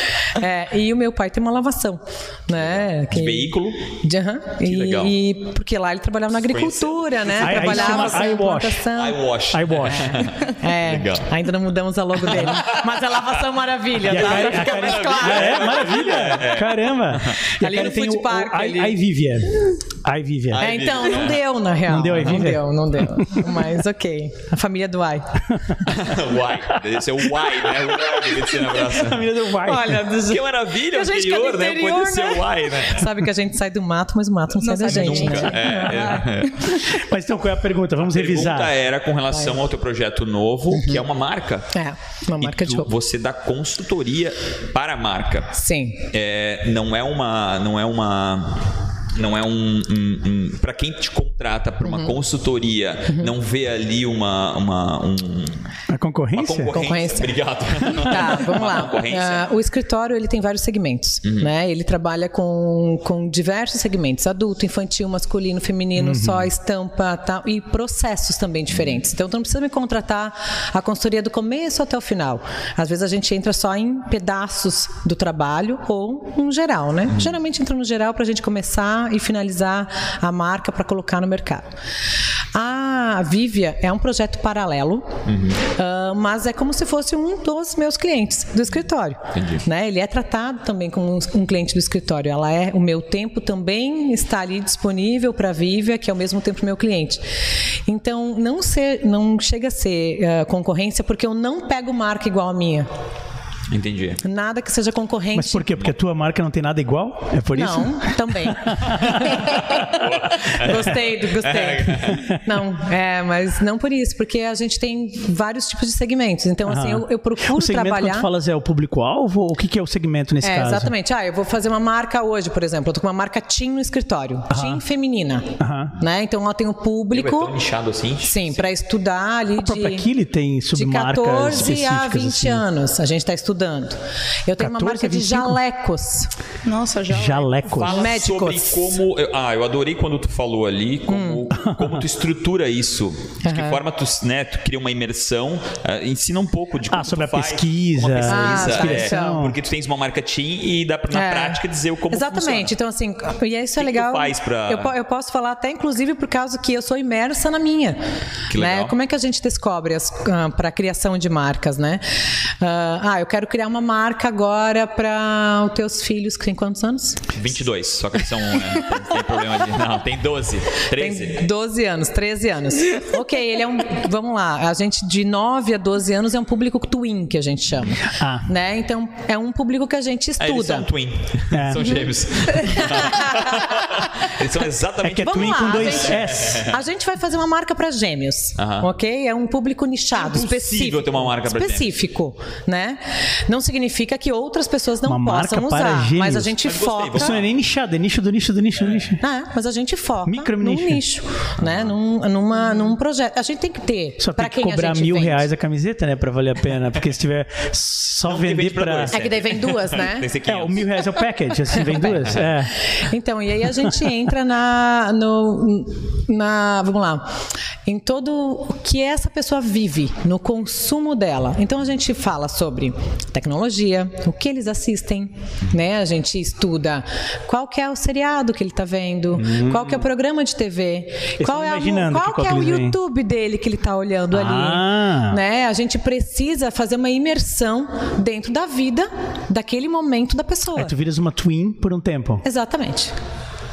Speaker 4: É, e o meu pai tem uma lavação, né?
Speaker 2: De
Speaker 4: que-
Speaker 2: veículo.
Speaker 4: De, aham. e,
Speaker 2: legal.
Speaker 4: e porque lá ele trabalhava na agricultura, né?
Speaker 1: Aí- aí
Speaker 4: trabalhava
Speaker 1: chama
Speaker 4: com
Speaker 1: iWash.
Speaker 4: plantação.
Speaker 2: iWash.
Speaker 1: I wash.
Speaker 4: É,
Speaker 2: Legal.
Speaker 4: ainda não mudamos a logo dele. Mas a lavação maravilha,
Speaker 1: E a
Speaker 4: tá?
Speaker 1: Karen-
Speaker 4: Pra
Speaker 1: a
Speaker 4: ficar
Speaker 1: Karen-
Speaker 4: mais claro.
Speaker 1: Ah, é? Maravilha! Caramba! E
Speaker 4: Ali no Food Park, ali.
Speaker 1: I, Vivian. I Vivian.
Speaker 4: É,
Speaker 2: Aí,
Speaker 4: então,
Speaker 2: Vivi,
Speaker 4: não
Speaker 2: é.
Speaker 4: deu, na real.
Speaker 1: Não deu aí,
Speaker 4: Não
Speaker 1: Vivi?
Speaker 4: deu, não deu. Mas ok. A família do Ai.
Speaker 2: Uai. Deve ser o uai, né? Uai, deve ser na
Speaker 1: A um
Speaker 2: praça.
Speaker 1: família do Vai.
Speaker 4: Olha, do
Speaker 2: Que
Speaker 4: jeito-
Speaker 2: maravilha, o
Speaker 4: A gente que é do
Speaker 2: interior, né?
Speaker 4: interior,
Speaker 2: Pode ser
Speaker 4: né?
Speaker 2: o uai, né?
Speaker 4: Sabe que a gente sai do mato, mas o mato não, sai da
Speaker 3: sai da
Speaker 4: gente.
Speaker 3: gente.
Speaker 4: né?
Speaker 2: É, é, é.
Speaker 1: Mas então qual é a pergunta? Vamos
Speaker 2: pergunta
Speaker 1: revisar.
Speaker 2: era com relação ao teu projeto novo,
Speaker 4: Uhum.
Speaker 2: que é uma marca.
Speaker 4: É, uma
Speaker 2: E
Speaker 4: marca de
Speaker 2: tu-
Speaker 4: roupa.
Speaker 2: Você dá consultoria para a marca.
Speaker 4: Sim.
Speaker 2: É, não é uma. Não é uma. Não é um. um, para quem te contrata para
Speaker 4: Uhum.
Speaker 2: uma consultoria, não vê ali uma. uma um,
Speaker 1: A concorrência?
Speaker 2: uma concorrência.
Speaker 4: é Concorrência.
Speaker 2: Obrigado.
Speaker 4: Tá, vamos
Speaker 2: Uma
Speaker 4: lá.
Speaker 2: concorrência.
Speaker 4: Ah, o escritório ele tem vários segmentos, né? Ele trabalha com, com diversos segmentos: adulto, infantil, masculino, feminino, só estampa, tal, e processos também diferentes. Então, tu não precisa me contratar a consultoria do começo até o final. Às vezes a gente entra só em pedaços do trabalho ou um geral, né? Geralmente entra no geral para a gente começar e finalizar a marca para colocar no mercado. A Vivia é um projeto paralelo,
Speaker 1: Uhum.
Speaker 4: ah, mas é como se fosse um dos meus clientes do escritório. Né? Ele é tratado também como um- um cliente do escritório. Ela é o meu tempo também está ali disponível para a Vivia, que é ao mesmo tempo meu cliente. Então não ser, não chega a ser ah, concorrência porque eu não pego marca igual a minha.
Speaker 2: Entendi.
Speaker 4: Nada que seja concorrente.
Speaker 1: Mas por quê? Porque a tua marca não tem nada igual? É por isso?
Speaker 4: Não, também. gostei, do- gostei. Não, é, mas não por isso, porque a gente tem vários tipos de segmentos. Então, assim, eu, eu procuro
Speaker 1: o segmento
Speaker 4: trabalhar.
Speaker 1: que tu falas é o público-alvo? O que, que é o segmento nesse
Speaker 4: É,
Speaker 1: caso?
Speaker 4: exatamente. Ah, eu vou fazer uma marca hoje, por exemplo. Eu tô com uma marca Tim no escritório. Tim feminina.
Speaker 1: Aham.
Speaker 4: Né? Então ela tem o
Speaker 2: É tão
Speaker 4: público.
Speaker 2: nichado assim?
Speaker 4: Sim, para estudar ali
Speaker 1: A própria
Speaker 4: de.
Speaker 1: Kili tem
Speaker 4: De
Speaker 1: submarcas
Speaker 4: 14 a 20
Speaker 1: específicas, assim.
Speaker 4: anos, a gente está estudando. Eu tenho uma
Speaker 1: 14 a
Speaker 4: marca de
Speaker 1: 25?
Speaker 4: jalecos.
Speaker 3: Nossa, já.
Speaker 1: Jalecos.
Speaker 2: Fala
Speaker 4: Médicos.
Speaker 2: sobre como. Ah, eu adorei quando tu falou ali como,
Speaker 1: Hum.
Speaker 2: como tu estrutura isso. De que
Speaker 4: Aham.
Speaker 2: forma tu, né, tu cria uma imersão. ah, ensina um pouco de como.
Speaker 1: Ah, sobre
Speaker 2: tu
Speaker 1: a
Speaker 2: faz,
Speaker 1: pesquisa,
Speaker 2: como a
Speaker 4: Ah, tá,
Speaker 2: pesquisa.
Speaker 4: então.
Speaker 2: é, porque tu tens uma marca team e dá pra, na
Speaker 4: É.
Speaker 2: prática dizer o como
Speaker 4: Exatamente.
Speaker 2: funciona.
Speaker 4: Então, assim, e isso
Speaker 2: que
Speaker 4: é legal.
Speaker 2: tu faz pra-
Speaker 4: eu, po- eu posso falar até, inclusive, por causa que eu sou imersa na minha.
Speaker 2: Que
Speaker 4: né?
Speaker 2: legal.
Speaker 4: Como é que a gente descobre para a criação de marcas, né? Ah, ah, eu quero criar uma marca agora para os teus filhos que têm quantos anos?
Speaker 2: 22, só que eles são. é, não tem problema de. Não, tem 12, 13.
Speaker 4: Tem 12 anos, 13 anos. ok, ele é um. Vamos lá, a gente de 9 a 12 anos é um público twin que a gente chama.
Speaker 1: Ah.
Speaker 4: Né? Então, é um público que a gente
Speaker 2: Ah, eles
Speaker 4: estuda.
Speaker 2: são twin.
Speaker 1: É.
Speaker 2: São gêmeos. eles são
Speaker 1: É
Speaker 2: exatamente
Speaker 1: que é
Speaker 4: Vamos
Speaker 1: Twin
Speaker 4: lá,
Speaker 1: com dois
Speaker 4: gente.
Speaker 1: S.
Speaker 4: A gente vai fazer uma marca para gêmeos,
Speaker 2: Aham.
Speaker 4: ok? É um público nichado,
Speaker 2: É impossível
Speaker 4: específico.
Speaker 2: ter uma marca pra
Speaker 4: específico, né? Não significa que outras pessoas não
Speaker 1: Uma
Speaker 4: possam
Speaker 1: marca para
Speaker 4: usar,
Speaker 1: gêmeos.
Speaker 4: mas a gente
Speaker 2: Mas gostei,
Speaker 4: foca.
Speaker 1: Isso não é nem nichado, é nicho do nicho do nicho do nicho.
Speaker 4: Ah, mas a gente foca
Speaker 1: Micro
Speaker 4: num
Speaker 1: nicho.
Speaker 4: nicho, né? Num, numa, num projeto. A gente tem que ter
Speaker 1: Só
Speaker 4: para
Speaker 1: tem que
Speaker 4: quem a
Speaker 1: cobrar
Speaker 4: gente
Speaker 1: mil
Speaker 4: vende.
Speaker 1: reais a camiseta, né? Pra valer a pena. Porque se tiver só
Speaker 2: Não, que
Speaker 1: vender
Speaker 2: vende pra
Speaker 1: pra.
Speaker 2: dois.
Speaker 4: É que daí vem duas, né?
Speaker 2: Tem que ser
Speaker 1: É, o
Speaker 2: 500.
Speaker 1: mil reais é o package, assim, vem duas. É.
Speaker 4: Então, e aí a gente entra na, no, na. Vamos lá. Em todo o que essa pessoa vive, no consumo dela. Então a gente fala sobre tecnologia, o que eles assistem, né? A gente estuda qual que é o seriado que ele está vendo, qual que é o programa de TV,
Speaker 1: estão
Speaker 4: qual é, o,
Speaker 1: Hum. imaginando que
Speaker 4: qual que é
Speaker 1: qual
Speaker 4: o
Speaker 1: que eles veem.
Speaker 4: YouTube dele que ele está olhando ali.
Speaker 1: Ah.
Speaker 4: Né? A gente precisa fazer uma imersão dentro da vida, daquele momento da pessoa.
Speaker 1: Aí É, tu viras uma twin por um tempo.
Speaker 4: Exatamente.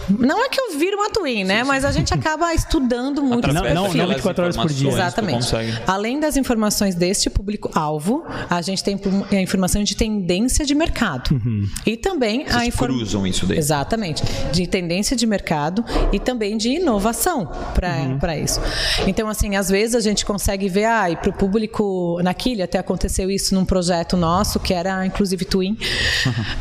Speaker 4: Não é que eu viro uma twin, né? Mas a gente acaba estudando muito.
Speaker 2: Através
Speaker 1: Não, não, não
Speaker 2: daquelas
Speaker 1: 24 horas por dia.
Speaker 2: informações, tu
Speaker 4: Exatamente.
Speaker 2: consegue.
Speaker 4: Além das informações deste público-alvo, a gente tem pum- é, informação de tendência de mercado. E também a
Speaker 2: Vocês
Speaker 4: informação.
Speaker 2: cruzam isso daí.
Speaker 4: Exatamente. De tendência de mercado e também de inovação para isso. Então, assim, às vezes a gente consegue ver, ah, para o público, na Quilha até aconteceu isso num projeto nosso, que era inclusive Twin,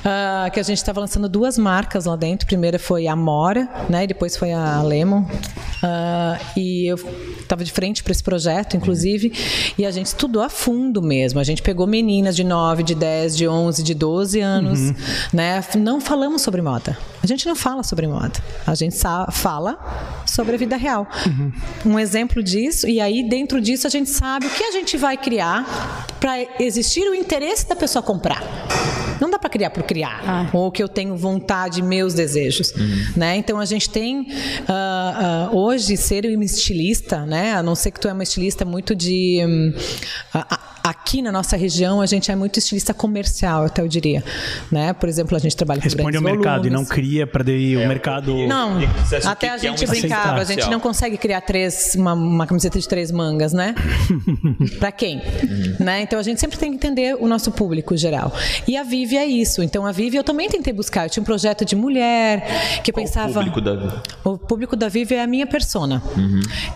Speaker 4: ah, que a gente estava lançando duas marcas lá dentro. Primeira foi a Mora, né? E depois foi a Lemon. Ah, e eu estava de frente para esse projeto, inclusive, e a gente estudou a fundo mesmo. A gente pegou meninas de 9, de 10, de 11, de 12 anos, né? Não falamos sobre moda. A gente não fala sobre moda. A gente sa- fala sobre a vida real. Um exemplo disso, e aí dentro disso a gente sabe o que a gente vai criar para existir o interesse da pessoa comprar. Não dá para criar por criar,
Speaker 3: Ah.
Speaker 4: ou que eu tenho vontade, meus desejos, né? Então a gente tem ah, ah, hoje ser um estilista, né? A não ser que tu é uma estilista muito de hum, a- a- aqui na nossa região a gente é muito estilista comercial, até eu diria, né? Por exemplo, a gente trabalha com
Speaker 1: Responde
Speaker 4: grandes
Speaker 1: ao mercado e não
Speaker 4: volumes.
Speaker 1: cria para daí
Speaker 2: É,
Speaker 1: o mercado.
Speaker 4: Não,
Speaker 2: E que dissesse o
Speaker 4: até
Speaker 2: que
Speaker 4: a
Speaker 2: que é um
Speaker 4: gente
Speaker 2: estilista
Speaker 4: brincava, a gente
Speaker 2: comercial.
Speaker 4: não consegue criar três, uma, uma camiseta de três mangas, né? pra quem? Né? Então a gente sempre tem que entender o nosso público geral. E a Vive é isso. Então a Vive eu também tentei buscar. Eu tinha um projeto de mulher que eu
Speaker 2: O
Speaker 4: pensava.
Speaker 2: público da...
Speaker 4: O público da Vive é a minha persona.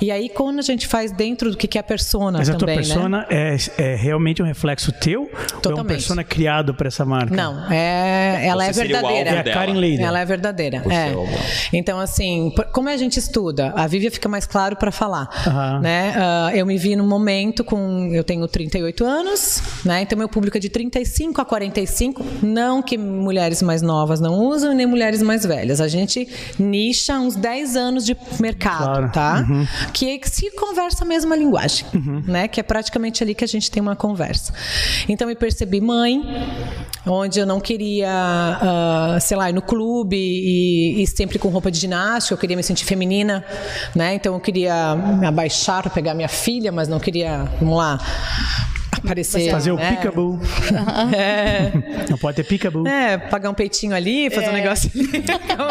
Speaker 4: E aí, quando a gente faz dentro do que que é a persona
Speaker 1: Uhum. Mas a tua
Speaker 4: também, né?
Speaker 1: persona é, é realmente um reflexo teu? Ou é uma
Speaker 4: Totalmente.
Speaker 1: persona criado para essa marca?
Speaker 4: Não, é, ela
Speaker 2: Você
Speaker 4: é
Speaker 2: seria o alvo
Speaker 4: verdadeira.
Speaker 1: É a
Speaker 2: dela.
Speaker 1: Karen Leider.
Speaker 4: Ela é verdadeira.
Speaker 2: Você
Speaker 4: é.
Speaker 2: é o bom.
Speaker 4: Então, assim, por- como a gente estuda, a Vivian fica mais claro para falar.
Speaker 1: Aham.
Speaker 4: Né? Ah, eu me vi num momento com. Eu tenho 38 anos, né? Então, meu público é de 35 a 45. Não que mulheres mais novas não usam, nem mulheres mais velhas. A gente nicha uns 10 anos de mercado,
Speaker 1: Claro. Uhum.
Speaker 4: tá? Que é que se conversa a mesma linguagem, né? Que é praticamente ali que a gente tem uma conversa. Então, eu percebi mãe, onde eu não queria, ah, sei lá, ir no clube e, e sempre com roupa de ginástica, eu queria me sentir feminina, né? Então, eu queria me abaixar para pegar minha filha, mas não queria, vamos lá, aparecer.
Speaker 1: Fazer o
Speaker 4: né?
Speaker 1: peekaboo.
Speaker 4: É.
Speaker 1: Não pode ter peekaboo.
Speaker 4: É, pagar um peitinho ali, fazer um negócio ali,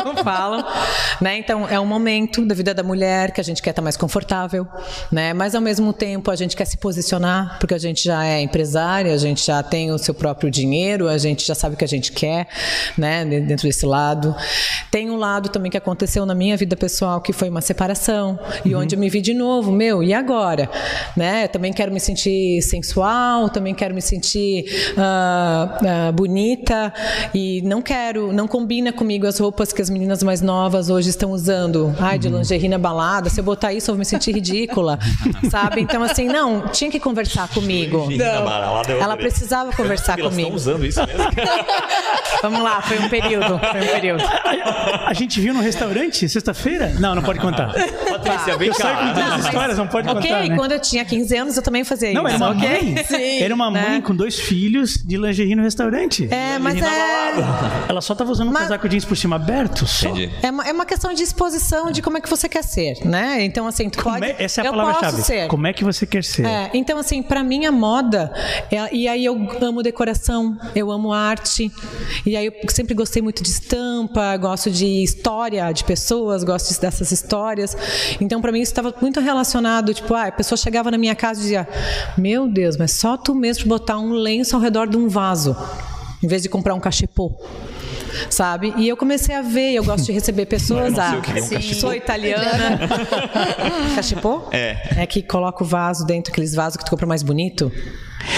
Speaker 4: como falam. Né? Então, é um momento da vida da mulher que a gente quer estar mais confortável, né? Mas, ao mesmo tempo, a gente quer se posicionar, porque a gente já é empresária, a gente já tem o seu próprio dinheiro, a gente já sabe o que a gente quer, né? De- Dentro desse lado. Tem um lado também que aconteceu na minha vida pessoal, que foi uma separação, e
Speaker 1: Uhum.
Speaker 4: onde eu me vi de novo, meu, e agora? Né? Eu também quero me sentir sensual, também quero me sentir ah, ah, bonita e não quero, não combina comigo as roupas que as meninas mais novas hoje estão usando. Ai,
Speaker 1: Uhum.
Speaker 4: de lingerie na balada, se eu botar isso eu vou me sentir ridícula, sabe? Então assim, não, tinha que conversar comigo.
Speaker 2: Não. Balada, eu
Speaker 4: Ela
Speaker 2: adorei.
Speaker 4: precisava conversar
Speaker 2: Elas estão
Speaker 4: comigo.
Speaker 2: usando isso mesmo?
Speaker 4: Vamos lá, foi um período, foi um período.
Speaker 1: A gente viu no restaurante sexta-feira? Não, não pode contar.
Speaker 2: Patrícia, vem
Speaker 1: Eu saio
Speaker 2: cá.
Speaker 1: com todas as
Speaker 4: mas-
Speaker 1: histórias, não pode
Speaker 4: Ok,
Speaker 1: contar, né?
Speaker 4: quando eu tinha 15 anos eu também fazia
Speaker 1: Não,
Speaker 4: isso.
Speaker 1: era uma
Speaker 4: ok?
Speaker 1: mãe. era uma
Speaker 4: né?
Speaker 1: mãe com dois filhos de lingerie no restaurante.
Speaker 4: É, mas
Speaker 2: na
Speaker 4: é,
Speaker 1: Ela só tava usando um
Speaker 4: Mas-
Speaker 1: casaco jeans por cima aberto. Só.
Speaker 2: Entendi.
Speaker 4: É uma, é uma questão de exposição de como é que você quer ser, né? Então, assim, tu
Speaker 1: Como
Speaker 4: pode.
Speaker 1: é- essa é a
Speaker 4: eu posso
Speaker 1: palavra-chave.
Speaker 4: ser.
Speaker 1: Como é que você quer ser?
Speaker 4: É, então, assim, pra mim a moda, é- e aí eu amo decoração, eu amo arte, e aí eu sempre gostei muito de estampa, gosto de história de pessoas, gosto de- dessas histórias. Então, pra mim isso estava muito relacionado, tipo, ah, a pessoa chegava na minha casa e dizia: Meu Deus, mas só tu mesmo botar um lenço ao redor de um vaso, em vez de comprar um cachepô. Sabe? E eu comecei a ver, eu gosto de receber pessoas.
Speaker 2: não sei o
Speaker 4: ah,
Speaker 2: que é um Sim. cachepô.
Speaker 4: sou italiana. cachepô?
Speaker 2: É.
Speaker 4: É que coloca o vaso dentro, aqueles vasos que tu compra mais bonito.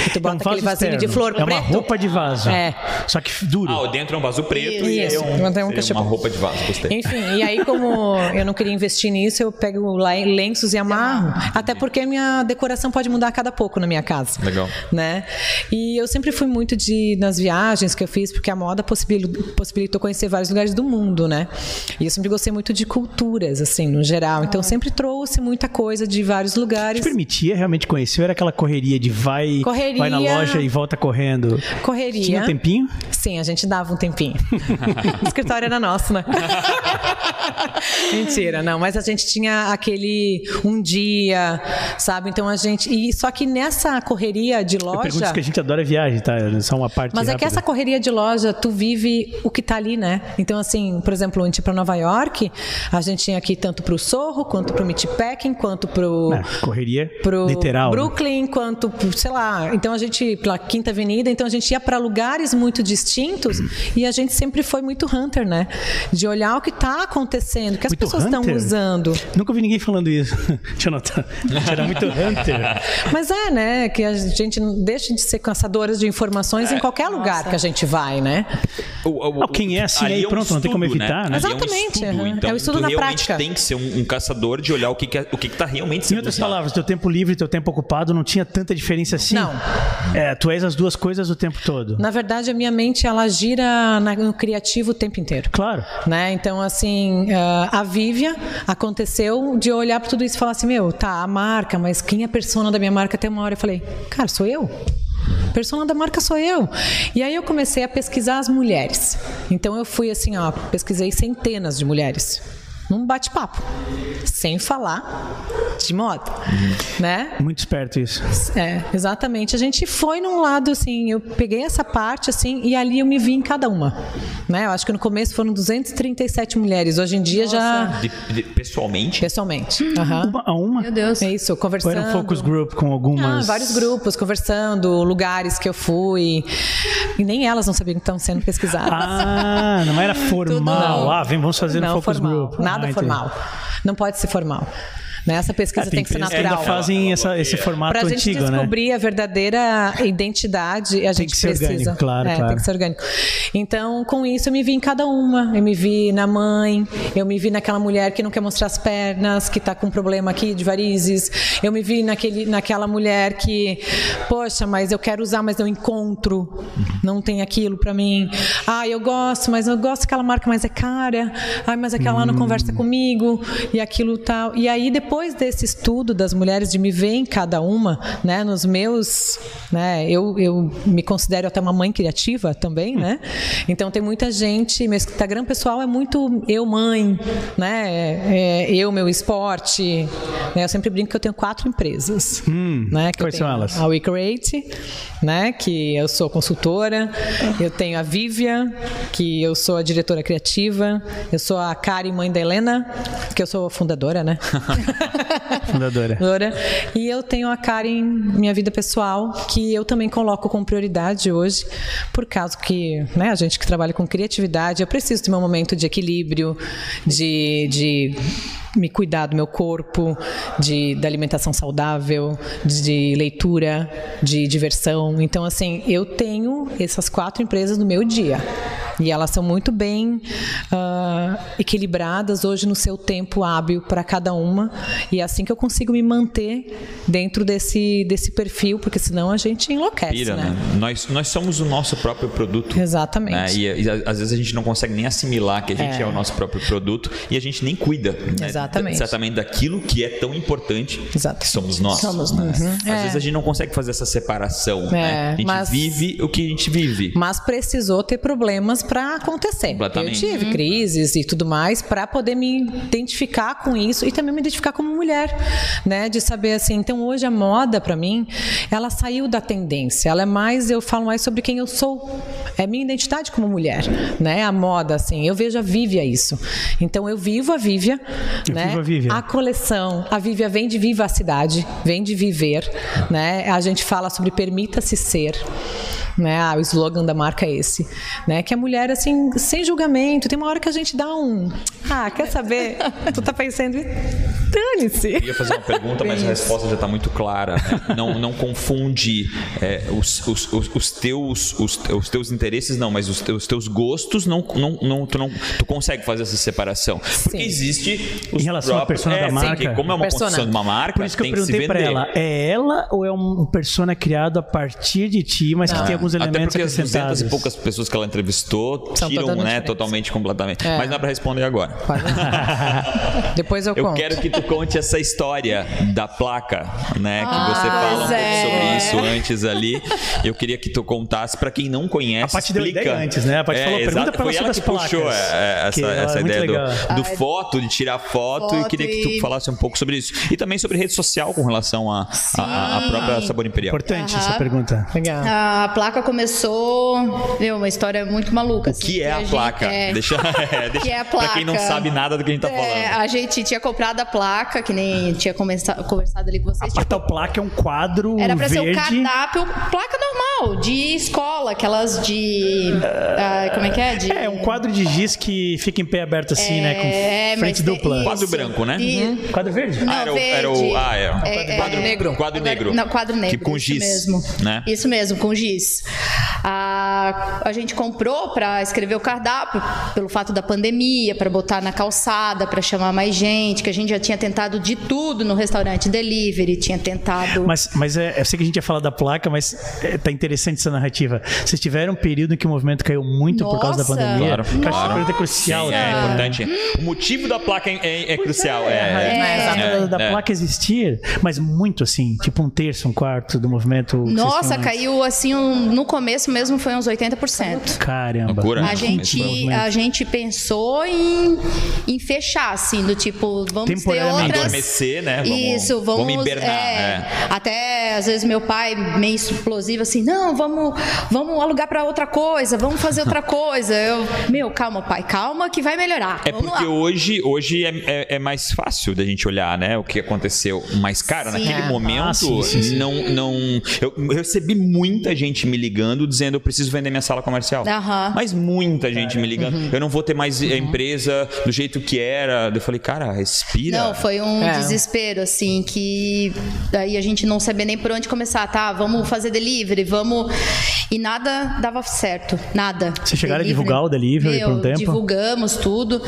Speaker 4: E tu
Speaker 1: É um
Speaker 4: bota
Speaker 1: vaso
Speaker 4: aquele vasinho de
Speaker 1: externo.
Speaker 4: flor
Speaker 1: É
Speaker 4: preto.
Speaker 1: uma roupa de vaso.
Speaker 4: É.
Speaker 1: Só que duro.
Speaker 2: Ah, dentro é um vaso preto e é
Speaker 4: Isso,
Speaker 2: um,
Speaker 4: mantém um
Speaker 2: seria
Speaker 4: cachepô.
Speaker 2: uma roupa de vaso, gostei.
Speaker 4: Enfim, e aí como eu não queria investir nisso, eu pego lá em lenços e amarro. Até porque minha decoração pode mudar a cada pouco na minha casa.
Speaker 2: Legal.
Speaker 4: Né? E eu sempre fui muito de nas viagens que eu fiz, porque a moda possibil- possibilitou conhecer vários lugares do mundo, né? E eu sempre gostei muito de culturas, assim, no geral.
Speaker 1: Ah.
Speaker 4: Então sempre trouxe muita coisa de vários
Speaker 1: te
Speaker 4: lugares.
Speaker 1: permitia realmente conhecer? Ou era aquela correria de vai,
Speaker 4: Correria.
Speaker 1: vai na loja e volta correndo?
Speaker 4: Correria.
Speaker 1: Tinha um tempinho?
Speaker 4: Sim, a gente dava um tempinho. o escritório era nosso, né? Mentira, não. Mas a gente tinha aquele um dia, sabe? Então a gente. E só que nessa correria de
Speaker 1: Eu pergunto
Speaker 4: loja.
Speaker 1: isso que a gente adora viagem, tá? Só uma parte
Speaker 4: Mas é que
Speaker 1: rápida.
Speaker 4: essa correria de loja, tu vive o que tá ali, né? Então, assim, por exemplo, a gente ia pra Nova York, a gente tinha aqui tanto pro Sorro, quanto pro Meatpacking, quanto pro,
Speaker 1: É, correria
Speaker 4: pro
Speaker 1: literal. né?
Speaker 4: Brooklyn, quanto, pro- sei lá. Então a gente pela Quinta Avenida, então a gente ia para lugares muito distintos e a gente sempre foi muito hunter, né? De olhar o que está acontecendo acontecendo? O que as
Speaker 1: Muito
Speaker 4: pessoas estão
Speaker 1: hunter?
Speaker 4: usando?
Speaker 1: Nunca vi ninguém falando isso. Deixa eu anotar. Gente, Era muito hunter.
Speaker 4: Mas é, né? Que a gente não deixa de ser caçadoras de informações em qualquer lugar que a gente vai, né?
Speaker 2: O- o-
Speaker 1: Ah, quem é assim,
Speaker 2: ali um
Speaker 1: aí pronto, não tem como evitar, né?
Speaker 2: Ali
Speaker 4: Exatamente,
Speaker 2: É um estudo,
Speaker 4: aham.
Speaker 2: então,
Speaker 4: É o estudo
Speaker 2: tu
Speaker 4: na
Speaker 2: realmente
Speaker 4: prática.
Speaker 2: tem que ser um, um caçador de olhar o que que, é- o que que tá realmente
Speaker 1: Em
Speaker 2: sendo
Speaker 1: outras
Speaker 2: usado.
Speaker 1: palavras, teu tempo livre e teu tempo ocupado não tinha tanta diferença assim?
Speaker 4: Não.
Speaker 1: É, tu és as duas coisas o tempo todo.
Speaker 4: Na verdade, a minha mente ela gira na- no criativo o tempo inteiro.
Speaker 1: Claro.
Speaker 4: Né? Então, assim, ah, a Vívia aconteceu de eu olhar para tudo isso e falar assim: meu, tá, a marca, mas quem é a persona da minha marca? Até uma hora eu falei: cara, sou eu. Persona da marca sou eu. E aí eu comecei a pesquisar as mulheres. Então eu fui assim, ó, pesquisei centenas de mulheres. Num bate-papo. Sem falar de moda. Né?
Speaker 1: Muito esperto isso.
Speaker 4: É, exatamente. A gente foi num lado assim, eu peguei essa parte assim e ali eu me vi em cada uma, né? Eu acho que no começo foram 237 mulheres, hoje em dia já
Speaker 2: De- de- pessoalmente,
Speaker 4: pessoalmente. Aham.
Speaker 1: Uma a uma?
Speaker 3: Meu Deus.
Speaker 4: É isso,
Speaker 1: Ou
Speaker 4: conversando.
Speaker 1: era um focus group com algumas...
Speaker 4: Ah, vários grupos conversando, lugares que eu fui. E nem elas não sabiam que estão sendo pesquisadas.
Speaker 1: Ah, não era formal.
Speaker 4: Tudo-
Speaker 1: Ah, vem, vamos fazer um
Speaker 4: não
Speaker 1: focus
Speaker 4: formal,
Speaker 1: group.
Speaker 4: nada
Speaker 1: Ah, entendi.
Speaker 4: formal. Não pode ser formal. Né? Essa pesquisa
Speaker 1: É,
Speaker 4: tem que ser
Speaker 1: empresas ainda
Speaker 4: natural.
Speaker 1: fazem essa- esse formato
Speaker 4: Para a gente
Speaker 1: antigo, né?
Speaker 4: descobrir a verdadeira identidade, a gente
Speaker 1: que ser
Speaker 4: precisa.
Speaker 1: orgânico, claro,
Speaker 4: É,
Speaker 1: claro.
Speaker 4: Tem que ser orgânico. Então, com isso, eu me vi em cada uma. Eu me vi na mãe, eu me vi naquela mulher que não quer mostrar as pernas, que está com um problema aqui de varizes. Eu me vi naquele, naquela mulher que, poxa, mas eu quero usar, mas não encontro. Não tem aquilo para mim. Ah, eu gosto, mas eu gosto daquela marca, mas é cara. Ai, mas aquela
Speaker 1: Hum.
Speaker 4: lá não conversa comigo. E aquilo tal. E aí, depois desse estudo das mulheres, de me ver em cada uma, né, nos meus, né, eu, eu me considero até uma mãe criativa também, né? Então tem muita gente, meu Instagram pessoal é muito eu mãe, né? É, eu meu esporte, né? Eu sempre brinco que eu tenho quatro empresas, né? que
Speaker 1: Hum,
Speaker 4: eu
Speaker 1: quais são
Speaker 4: tenho
Speaker 1: elas?
Speaker 4: A We Create, né? Que eu sou consultora, eu tenho a Vivian, que eu sou a diretora criativa, eu sou a Karen, mãe da Helena, que eu sou a fundadora, né?
Speaker 1: Fundadora.
Speaker 4: Loura. E eu tenho a Karen, minha vida pessoal, que eu também coloco como prioridade hoje, por causa que né, a gente que trabalha com criatividade, eu preciso de um momento de equilíbrio, de, de me cuidar do meu corpo, de, da alimentação saudável, de leitura, de diversão. Então, assim, eu tenho essas quatro empresas no meu dia. E elas são muito bem ah, equilibradas hoje no seu tempo hábil para cada uma. E é assim que eu consigo me manter dentro desse, desse perfil, porque senão a gente enlouquece,
Speaker 2: pira,
Speaker 4: né?
Speaker 2: né? Nós, nós somos o nosso próprio produto.
Speaker 4: Exatamente.
Speaker 2: né? E, e, às vezes a gente não consegue nem assimilar que a gente é, o nosso próprio produto e a gente nem cuida né?
Speaker 4: Exatamente.
Speaker 2: exatamente daquilo que é tão importante
Speaker 4: Exatamente.
Speaker 2: que somos nós.
Speaker 4: Somos
Speaker 2: né?
Speaker 4: nós. Uhum.
Speaker 2: Às
Speaker 4: É.
Speaker 2: vezes a gente não consegue fazer essa separação. né?
Speaker 4: É,
Speaker 2: A gente
Speaker 4: mas-
Speaker 2: vive o que a gente vive.
Speaker 4: Mas precisou ter problemas para acontecer. Eu
Speaker 2: Completamente.
Speaker 1: Uhum.
Speaker 4: tive crises e tudo mais para poder me identificar com isso e também me identificar como mulher, né? De saber assim, então hoje a moda para mim, ela saiu da tendência. Ela é mais, eu falo mais sobre quem eu sou. É minha identidade como mulher, né? A moda assim, eu vejo a Vívia isso. Então eu vivo a Vívia,
Speaker 1: Eu
Speaker 4: né?
Speaker 1: vivo a Vívia.
Speaker 4: A coleção, a Vívia vem de vivacidade, vem de viver, né? A gente fala sobre permita-se ser, né? Ah, o slogan da marca é esse, né? Que a mulher assim, sem julgamento, tem uma hora que a gente dá um, ah, quer saber? tu tá pensando, e
Speaker 2: Eu
Speaker 4: dane-se.
Speaker 2: ia fazer uma pergunta, mas a resposta já está muito clara. né? Não, não confunde é, os, os, os, os teus, os, te- os teus interesses, não, mas os teus, os teus gostos, não, não, não, tu não tu consegue fazer essa separação. Porque
Speaker 4: Sim.
Speaker 2: existe os
Speaker 1: Em relação à
Speaker 2: próprios-
Speaker 1: persona da
Speaker 2: é, sim,
Speaker 1: marca.
Speaker 2: que como é uma
Speaker 4: Persona.
Speaker 2: construção de uma marca,
Speaker 1: Por isso que eu
Speaker 2: tem que se
Speaker 1: perguntei
Speaker 2: vender.
Speaker 1: pra ela, é ela ou é um persona criado a partir de ti, mas
Speaker 4: Ah.
Speaker 1: que tem alguns
Speaker 2: Até
Speaker 1: elementos
Speaker 2: porque as 200
Speaker 1: acrescentados?
Speaker 2: e poucas pessoas que ela entrevistou
Speaker 4: São
Speaker 2: tiram,
Speaker 4: totalmente
Speaker 2: né,
Speaker 4: diferentes.
Speaker 2: totalmente, completamente.
Speaker 4: É.
Speaker 2: Mas não é pra responder agora.
Speaker 4: Pode- Depois eu,
Speaker 2: Eu
Speaker 4: conto.
Speaker 2: quero que tu conte essa história da placa, né? Que
Speaker 4: Ah,
Speaker 2: você fala um
Speaker 3: pois
Speaker 2: pouco
Speaker 3: é.
Speaker 2: sobre isso antes ali. Eu queria que tu contasse pra quem não conhece.
Speaker 1: A Paty deu
Speaker 2: explica. É,
Speaker 1: ideia antes, né? A Paty falou,
Speaker 2: exato.
Speaker 1: "Pergunta pra
Speaker 2: Foi
Speaker 1: ela
Speaker 2: ela que
Speaker 1: sobre as
Speaker 2: puxou
Speaker 1: placas",
Speaker 2: é, essa,
Speaker 1: que ela é
Speaker 2: essa
Speaker 1: muito
Speaker 2: ideia do,
Speaker 1: legal.
Speaker 2: do foto, de tirar foto. e
Speaker 3: Foto
Speaker 2: queria que tu
Speaker 3: e-
Speaker 2: falasse um pouco sobre isso. E também sobre rede social com relação à a, a, a própria Sabor Imperial.
Speaker 1: Importante essa pergunta.
Speaker 4: Legal.
Speaker 3: A placa começou. Meu, uma história muito maluca.
Speaker 2: O que
Speaker 3: assim,
Speaker 2: é a
Speaker 3: gente-
Speaker 2: placa?
Speaker 3: é,
Speaker 2: Deixa, é, deixa
Speaker 3: Que é a
Speaker 2: Pra quem não
Speaker 3: placa.
Speaker 2: sabe nada do que a gente tá
Speaker 3: é,
Speaker 2: falando. Uhum.
Speaker 3: a gente tinha comprado a placa placa, que nem tinha conversa- conversado ali com
Speaker 1: A
Speaker 3: vocês. tinha
Speaker 1: Patal Placa é um quadro
Speaker 3: Era pra ser o
Speaker 1: verde.
Speaker 3: cardápio, placa normal, de escola, aquelas de. ah, como é que é? De,
Speaker 1: É, um quadro de giz que fica em pé aberto assim, né? Com
Speaker 3: É, mas
Speaker 1: frente
Speaker 3: tem-
Speaker 1: dupla. Uhum.
Speaker 2: Quadro branco, né?
Speaker 3: De-
Speaker 1: Quadro verde?
Speaker 3: Não,
Speaker 2: Ah, era, o-
Speaker 3: verde.
Speaker 2: era o. Ah, é.
Speaker 3: É,
Speaker 2: quadro
Speaker 3: é,
Speaker 2: negro. Quadro
Speaker 3: Agora-
Speaker 2: negro.
Speaker 3: Não, quadro negro.
Speaker 2: Que com
Speaker 3: isso
Speaker 2: giz.
Speaker 3: Mesmo.
Speaker 2: Né?
Speaker 3: Isso mesmo, com giz. Ah, A, a gente comprou para escrever o cardápio, pelo fato da pandemia, para botar na calçada, para chamar mais gente, que a gente já tinha tentado de tudo no restaurante delivery, tinha tentado.
Speaker 1: Mas, mas é, eu sei que a gente ia falar da placa, mas é, tá interessante essa narrativa. Vocês tiveram um período em que o movimento caiu muito por causa da
Speaker 3: Nossa.
Speaker 1: pandemia.
Speaker 2: Claro,
Speaker 1: que eu acho
Speaker 2: claro.
Speaker 1: super crucial,
Speaker 2: Sim,
Speaker 1: né?
Speaker 2: É importante. O motivo da placa é, é- é crucial. É,
Speaker 1: A
Speaker 4: É.
Speaker 1: razão
Speaker 2: É,
Speaker 1: da
Speaker 2: é.
Speaker 1: placa existir, mas muito assim, tipo um terço, um quarto do movimento. que vocês
Speaker 3: Nossa,
Speaker 1: tinham né? antes.
Speaker 3: caiu assim, um- no começo mesmo foi uns 80%.
Speaker 1: Caramba.
Speaker 2: Loucura. né?
Speaker 3: A
Speaker 2: Esse
Speaker 3: gente,
Speaker 1: movimento.
Speaker 3: a gente pensou em, em fechar, assim, do tipo, vamos ter
Speaker 1: Temporariamente.
Speaker 3: outras...
Speaker 2: Adormecer, né? Vamos-
Speaker 3: Isso, vamos...
Speaker 2: vamos hibernar,
Speaker 3: é. Até, às vezes, meu pai, meio explosivo, assim, não, vamos, vamos alugar pra outra coisa, vamos fazer outra coisa. Eu, meu, calma, pai, calma que vai melhorar.
Speaker 2: É
Speaker 3: vamos
Speaker 2: porque
Speaker 3: lá.
Speaker 2: hoje, hoje é, é- é mais fácil da gente olhar, né? O que aconteceu. Mas, cara,
Speaker 3: Sim.
Speaker 2: naquele
Speaker 3: Ah,
Speaker 2: momento,
Speaker 1: sim, sim, sim.
Speaker 2: não. não eu, eu recebi muita gente me ligando dizendo eu preciso vender minha sala comercial.
Speaker 3: Aham.
Speaker 2: Mas muita gente me ligando.
Speaker 3: Uhum.
Speaker 2: Eu não vou ter mais a empresa do jeito que era. Eu falei, cara, respira.
Speaker 3: Não, foi um
Speaker 4: É.
Speaker 3: desespero, assim, que daí a gente não sabia nem por onde começar, tá? Vamos fazer delivery, vamos. E nada dava certo, nada.
Speaker 1: Vocês chegaram a divulgar o delivery
Speaker 3: Meu,
Speaker 1: por um tempo?
Speaker 3: Divulgamos tudo.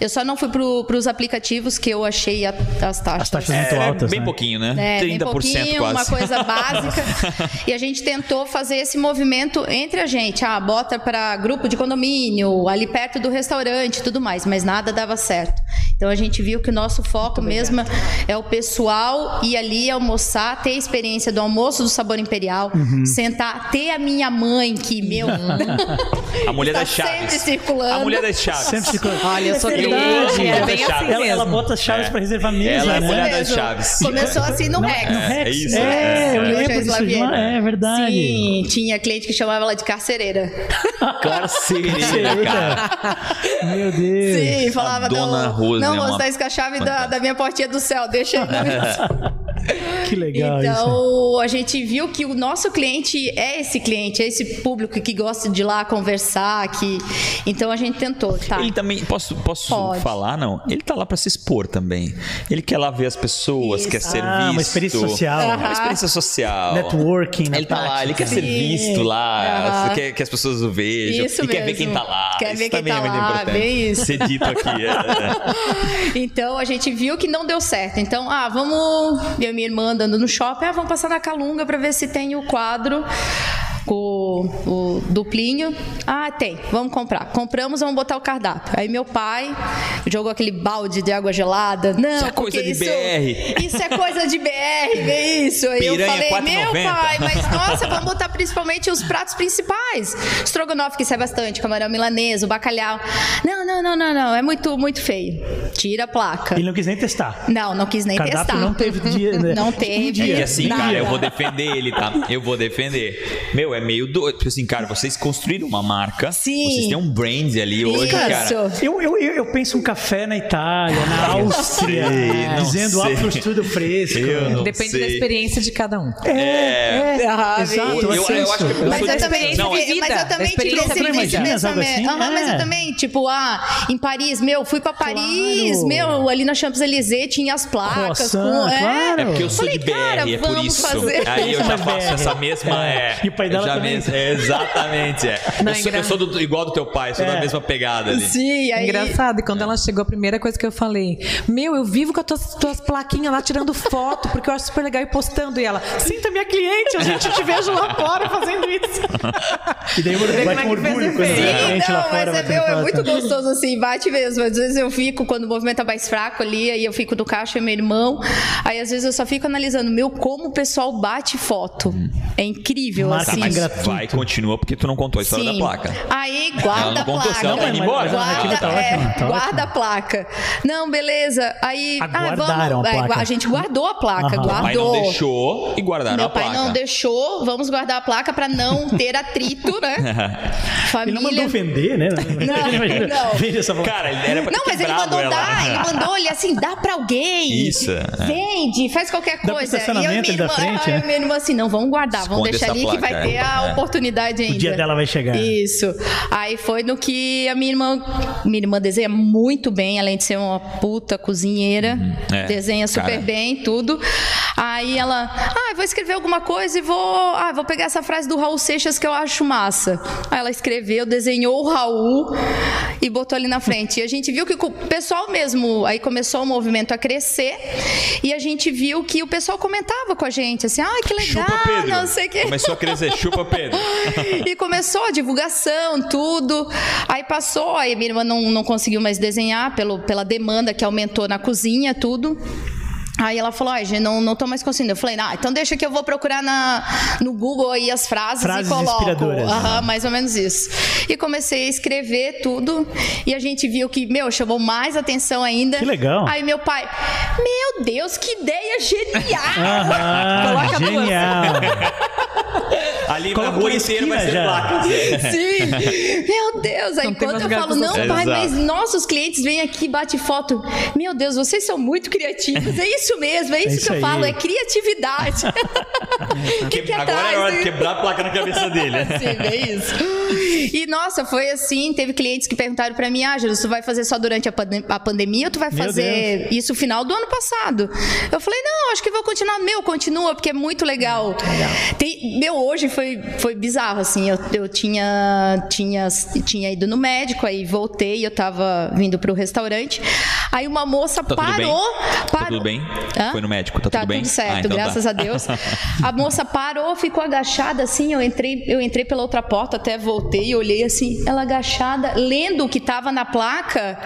Speaker 3: Eu só não fui para os aplicativos que eu achei a- as taxas.
Speaker 1: As taxas muito
Speaker 2: É, Era
Speaker 1: altas.
Speaker 2: bem
Speaker 1: né?
Speaker 2: pouquinho, né?
Speaker 3: É, bem
Speaker 2: 30%
Speaker 3: pouquinho,
Speaker 2: quase.
Speaker 3: uma coisa básica. e a gente tentou fazer esse movimento entre a gente. Ah, bota para grupo de condomínio, ali perto do restaurante e tudo mais, mas nada dava certo. Então a gente viu que o nosso foco mesmo é o pessoal ir ali almoçar, ter a experiência do almoço do sabor imperial,
Speaker 2: Uhum.
Speaker 3: sentar, ter a minha mãe, que meu.
Speaker 2: A Uhum. mulher
Speaker 3: Tá
Speaker 2: das chaves.
Speaker 3: sempre circulando.
Speaker 2: A mulher das chaves.
Speaker 1: Sempre se
Speaker 4: Olha, eu sou
Speaker 1: É
Speaker 4: cliente,
Speaker 1: verdade.
Speaker 4: é bem
Speaker 2: Ela-
Speaker 4: assim
Speaker 1: ela, ela
Speaker 4: mesmo.
Speaker 1: bota as chaves
Speaker 2: É.
Speaker 1: pra reservar mesa,
Speaker 2: Ela é a
Speaker 1: né?
Speaker 2: mulher das
Speaker 3: Mesmo.
Speaker 2: chaves.
Speaker 3: Começou assim no Rex.
Speaker 2: É isso,
Speaker 1: É,
Speaker 2: é,
Speaker 1: eu
Speaker 2: é.
Speaker 1: lembro
Speaker 3: Hoje
Speaker 1: disso.
Speaker 3: Slaviero.
Speaker 1: demais. É verdade.
Speaker 3: Sim, tinha cliente que chamava ela de carcereira.
Speaker 2: Carcereira, cara.
Speaker 1: é Meu Deus.
Speaker 3: Sim, falava
Speaker 2: dona
Speaker 3: não,
Speaker 2: Rose é
Speaker 3: não
Speaker 2: uma
Speaker 3: vou estar escachava da, da minha portinha do céu, deixa aí.
Speaker 1: Que É, legal isso.
Speaker 3: Então, a gente viu que o nosso cliente é esse cliente, é esse público que gosta de ir lá conversar, que então a gente tentou, tá?
Speaker 2: Ele também, posso, posso
Speaker 3: Pode.
Speaker 2: falar, não? Ele tá lá pra se expor também. Ele quer lá ver as pessoas, quer É ser visto.
Speaker 1: Ah, uma experiência social.
Speaker 2: É Uma experiência social.
Speaker 1: Networking, né,
Speaker 2: Ele tá lá,
Speaker 1: Tati?
Speaker 2: ele quer
Speaker 3: Sim.
Speaker 2: ser visto lá,
Speaker 3: Aham.
Speaker 2: quer que as pessoas o vejam.
Speaker 3: Isso
Speaker 2: e quer ver
Speaker 3: mesmo.
Speaker 2: quem tá lá.
Speaker 3: Quer
Speaker 2: isso
Speaker 3: ver quem
Speaker 2: também
Speaker 3: tá
Speaker 2: é muito
Speaker 3: lá,
Speaker 2: importante.
Speaker 3: bem isso.
Speaker 2: Ser dito aqui. é, é.
Speaker 3: Então a gente viu que não deu certo. Então, ah, vamos. Eu e minha irmã andando no shopping, ah, vamos passar na Calunga para ver se tem o quadro com o, o duplinho. Ah, tem, vamos comprar. Compramos, vamos botar o cardápio. Aí meu pai jogou aquele balde de água gelada. Não,
Speaker 2: Isso é
Speaker 3: porque
Speaker 2: coisa de
Speaker 3: isso,
Speaker 2: BR.
Speaker 3: Isso é coisa de BR, é isso. Aí eu
Speaker 2: Piranha
Speaker 3: falei, meu
Speaker 2: 4,90.
Speaker 3: pai, mas nossa, vamos botar principalmente os pratos principais. Estrogonofe, que sai bastante, camarão milanês, o bacalhau. Não, não, não, não, não. É muito, muito feio. Tira a placa.
Speaker 1: Ele não quis nem testar.
Speaker 3: Não, não quis nem
Speaker 1: Cardápio
Speaker 3: testar.
Speaker 1: não teve dia. Né?
Speaker 3: Não
Speaker 1: Um
Speaker 3: teve.
Speaker 1: dia.
Speaker 2: E assim,
Speaker 3: Nada.
Speaker 2: cara, eu vou defender ele, tá? Eu vou defender. Meu, é meio doido. Tipo assim, cara, vocês construíram uma marca.
Speaker 3: Sim.
Speaker 2: Vocês têm um brand ali hoje, cara.
Speaker 3: Isso.
Speaker 1: Eu, eu, eu, eu penso um café na Itália, na Áustria,
Speaker 2: sei, não
Speaker 1: dizendo
Speaker 2: sei.
Speaker 1: óculos tudo fresco.
Speaker 2: Eu não
Speaker 4: Depende
Speaker 2: sei.
Speaker 4: da experiência de cada um.
Speaker 1: É,
Speaker 4: Ah,
Speaker 1: exato.
Speaker 4: eu-
Speaker 1: é
Speaker 2: eu
Speaker 1: senso.
Speaker 2: acho que é
Speaker 3: Mas
Speaker 2: Não,
Speaker 3: eu também,
Speaker 4: experiência
Speaker 2: não,
Speaker 4: de
Speaker 3: tive,
Speaker 4: vida,
Speaker 3: mas eu também tive
Speaker 4: experiência
Speaker 3: esse,
Speaker 4: de
Speaker 1: vida.
Speaker 3: esse
Speaker 1: Imagina, sabe
Speaker 3: pensamento.
Speaker 1: assim?
Speaker 3: Aham, Mas
Speaker 1: É.
Speaker 3: eu também, tipo, ah, em Paris, meu, fui pra Paris,
Speaker 1: Claro.
Speaker 3: meu, ali na Champs-Élysées tinha as placas.
Speaker 1: Croissant,
Speaker 3: é.
Speaker 1: claro.
Speaker 2: É porque eu sou
Speaker 3: Falei,
Speaker 2: de BR,
Speaker 3: cara,
Speaker 2: é por
Speaker 3: vamos
Speaker 2: isso.
Speaker 3: fazer.
Speaker 2: Aí eu já
Speaker 1: Mas
Speaker 2: faço
Speaker 1: BR.
Speaker 2: essa mesma. É.
Speaker 1: E o pai dela
Speaker 2: eu já
Speaker 1: também.
Speaker 2: mesmo- é, exatamente, é.
Speaker 4: Não,
Speaker 2: eu sou, eu sou do- igual do teu pai, sou da
Speaker 1: É.
Speaker 2: mesma pegada ali.
Speaker 3: Sim, aí...
Speaker 4: Engraçado, e quando ela chegou, a primeira coisa que eu falei: Meu, eu vivo com as tuas, tuas plaquinhas lá tirando foto, porque eu acho super legal e postando. E ela, sinta minha cliente, a gente te vejo lá fora fazendo isso.
Speaker 1: E daí
Speaker 4: Vê
Speaker 1: vai
Speaker 4: como é
Speaker 1: com
Speaker 4: que fez
Speaker 1: orgulho quando
Speaker 4: efeito.
Speaker 1: vê a
Speaker 3: Sim,
Speaker 1: gente
Speaker 3: não,
Speaker 1: lá fora.
Speaker 3: mas é,
Speaker 1: batendo
Speaker 3: meu, é
Speaker 1: foto.
Speaker 3: muito gostoso, assim, bate mesmo. Às vezes eu fico, quando o movimento é mais fraco ali, aí eu fico no caixa, é meu irmão. Aí às vezes eu só fico analisando, meu, como o pessoal bate foto. É incrível,
Speaker 1: Marca
Speaker 3: assim.
Speaker 1: mais
Speaker 2: Mas
Speaker 1: gratuito.
Speaker 2: vai, continua, porque tu não contou a história da placa.
Speaker 3: Aí
Speaker 2: Ela
Speaker 3: guarda
Speaker 2: não
Speaker 3: a
Speaker 2: contou,
Speaker 3: placa.
Speaker 2: senão ela tá indo embora.
Speaker 1: Mas a narrativa
Speaker 3: Guarda,
Speaker 1: tá
Speaker 3: é,
Speaker 1: ótima, tá
Speaker 3: guarda
Speaker 1: ótima.
Speaker 3: a placa. Não, beleza. Aí ah, vamos-
Speaker 1: Aguardaram a
Speaker 3: é,
Speaker 1: placa.
Speaker 3: a gente guardou a placa,
Speaker 1: Aham.
Speaker 2: O pai não
Speaker 3: guardou.
Speaker 2: deixou e guardaram
Speaker 3: Meu
Speaker 2: a
Speaker 3: pai
Speaker 2: placa.
Speaker 3: não deixou, vamos guardar a placa para não ter atrito tudo, né?
Speaker 1: Ele não mandou vender, né?
Speaker 3: Não,
Speaker 1: Imagina,
Speaker 3: não.
Speaker 1: Vende essa vontade.
Speaker 2: Cara, ele era pra
Speaker 3: Não,
Speaker 2: ter
Speaker 3: mas ele
Speaker 2: quebrado
Speaker 3: mandou
Speaker 2: ela,
Speaker 3: dar,
Speaker 2: né?
Speaker 3: ele mandou, ele assim, dá pra alguém.
Speaker 2: Isso, é.
Speaker 3: Vende, faz qualquer
Speaker 1: pro
Speaker 3: coisa.
Speaker 1: estacionamento
Speaker 3: minha
Speaker 1: ali da
Speaker 3: irmã,
Speaker 1: frente, né?
Speaker 3: eu, minha irmã assim, não, vamos guardar, vamos
Speaker 2: Esconde
Speaker 3: deixar
Speaker 2: essa
Speaker 3: ali que
Speaker 2: placa,
Speaker 3: vai ter a
Speaker 2: é.
Speaker 3: oportunidade ainda.
Speaker 1: dia dela vai chegar.
Speaker 3: Isso. Aí foi no que a minha irmã, minha irmã desenha muito bem, além de ser uma puta cozinheira,
Speaker 2: é,
Speaker 3: desenha super
Speaker 2: cara.
Speaker 3: bem, tudo. Aí ela, ah, eu vou escrever alguma coisa e vou, ah, vou pegar essa frase do Raul Seixas que eu acho massa. Aí ela escreveu, desenhou o Raul e botou ali na frente. E a gente viu que o pessoal mesmo, aí começou o movimento a crescer e a gente viu que o pessoal comentava com a gente assim, ah, que legal,
Speaker 2: Chupa Pedro. é
Speaker 3: não sei o quê.
Speaker 2: Começou a crescer, chupa Pedro.
Speaker 3: e começou a divulgação, tudo. Aí passou, aí minha irmã não, não conseguiu mais desenhar pelo, pela demanda que aumentou na cozinha, tudo. Aí ela falou, ai, gente, não, não tô mais conseguindo. Eu falei, ah, então deixa que eu vou procurar na, no Google aí as frases,
Speaker 1: Frases
Speaker 3: e coloco.
Speaker 1: inspiradoras.
Speaker 3: Aham, mais ou menos isso. E comecei a escrever tudo. E a gente viu que, meu, chamou mais atenção ainda.
Speaker 1: Que legal.
Speaker 3: Aí meu pai, meu Deus, que ideia genial!
Speaker 1: Ah,
Speaker 3: Coloca duas.
Speaker 1: genial.
Speaker 2: Ali na
Speaker 1: Colocou
Speaker 2: rua
Speaker 1: na
Speaker 2: inteira vai
Speaker 1: esquina
Speaker 2: ser
Speaker 1: já.
Speaker 2: placas.
Speaker 3: Sim. Meu Deus, aí
Speaker 4: Não tem mais
Speaker 3: quando eu
Speaker 4: lugar
Speaker 3: falo,
Speaker 4: pra
Speaker 3: não,
Speaker 2: soltar.
Speaker 3: pai, mas
Speaker 2: Exato.
Speaker 3: nossos clientes vêm aqui, bate foto. Meu Deus, vocês são muito criativos. É isso mesmo, é isso,
Speaker 1: isso
Speaker 3: que eu
Speaker 1: aí.
Speaker 3: falo, é criatividade. O que, que
Speaker 2: Agora é hora de
Speaker 3: atrás? né?
Speaker 2: quebrar a placa na cabeça dele.
Speaker 3: Sim, é isso. E nossa, foi assim. Teve clientes que perguntaram pra mim: Ah, Jesus, tu vai fazer só durante a, pandem- a pandemia ou tu vai
Speaker 1: Meu
Speaker 3: fazer isso no final do ano passado? Eu falei: Não, acho que vou continuar. Meu, continua, porque é muito legal. Tem- meu, hoje foi, foi bizarro. Assim, eu, eu tinha, tinha, tinha ido no médico, aí voltei, eu tava vindo pro restaurante. Aí uma moça
Speaker 2: Tá tudo
Speaker 3: parou.
Speaker 2: bem?
Speaker 3: parou.
Speaker 2: Tá tudo bem?
Speaker 3: Hã?
Speaker 2: Foi no médico, tá,
Speaker 3: Tá
Speaker 2: tudo
Speaker 3: tudo,
Speaker 2: bem?
Speaker 3: certo,
Speaker 2: Ah, então tá.
Speaker 3: graças a Deus. A moça parou, ficou agachada assim. Eu entrei, eu entrei pela outra porta, até voltei e olhei assim, ela agachada, lendo o que estava na placa,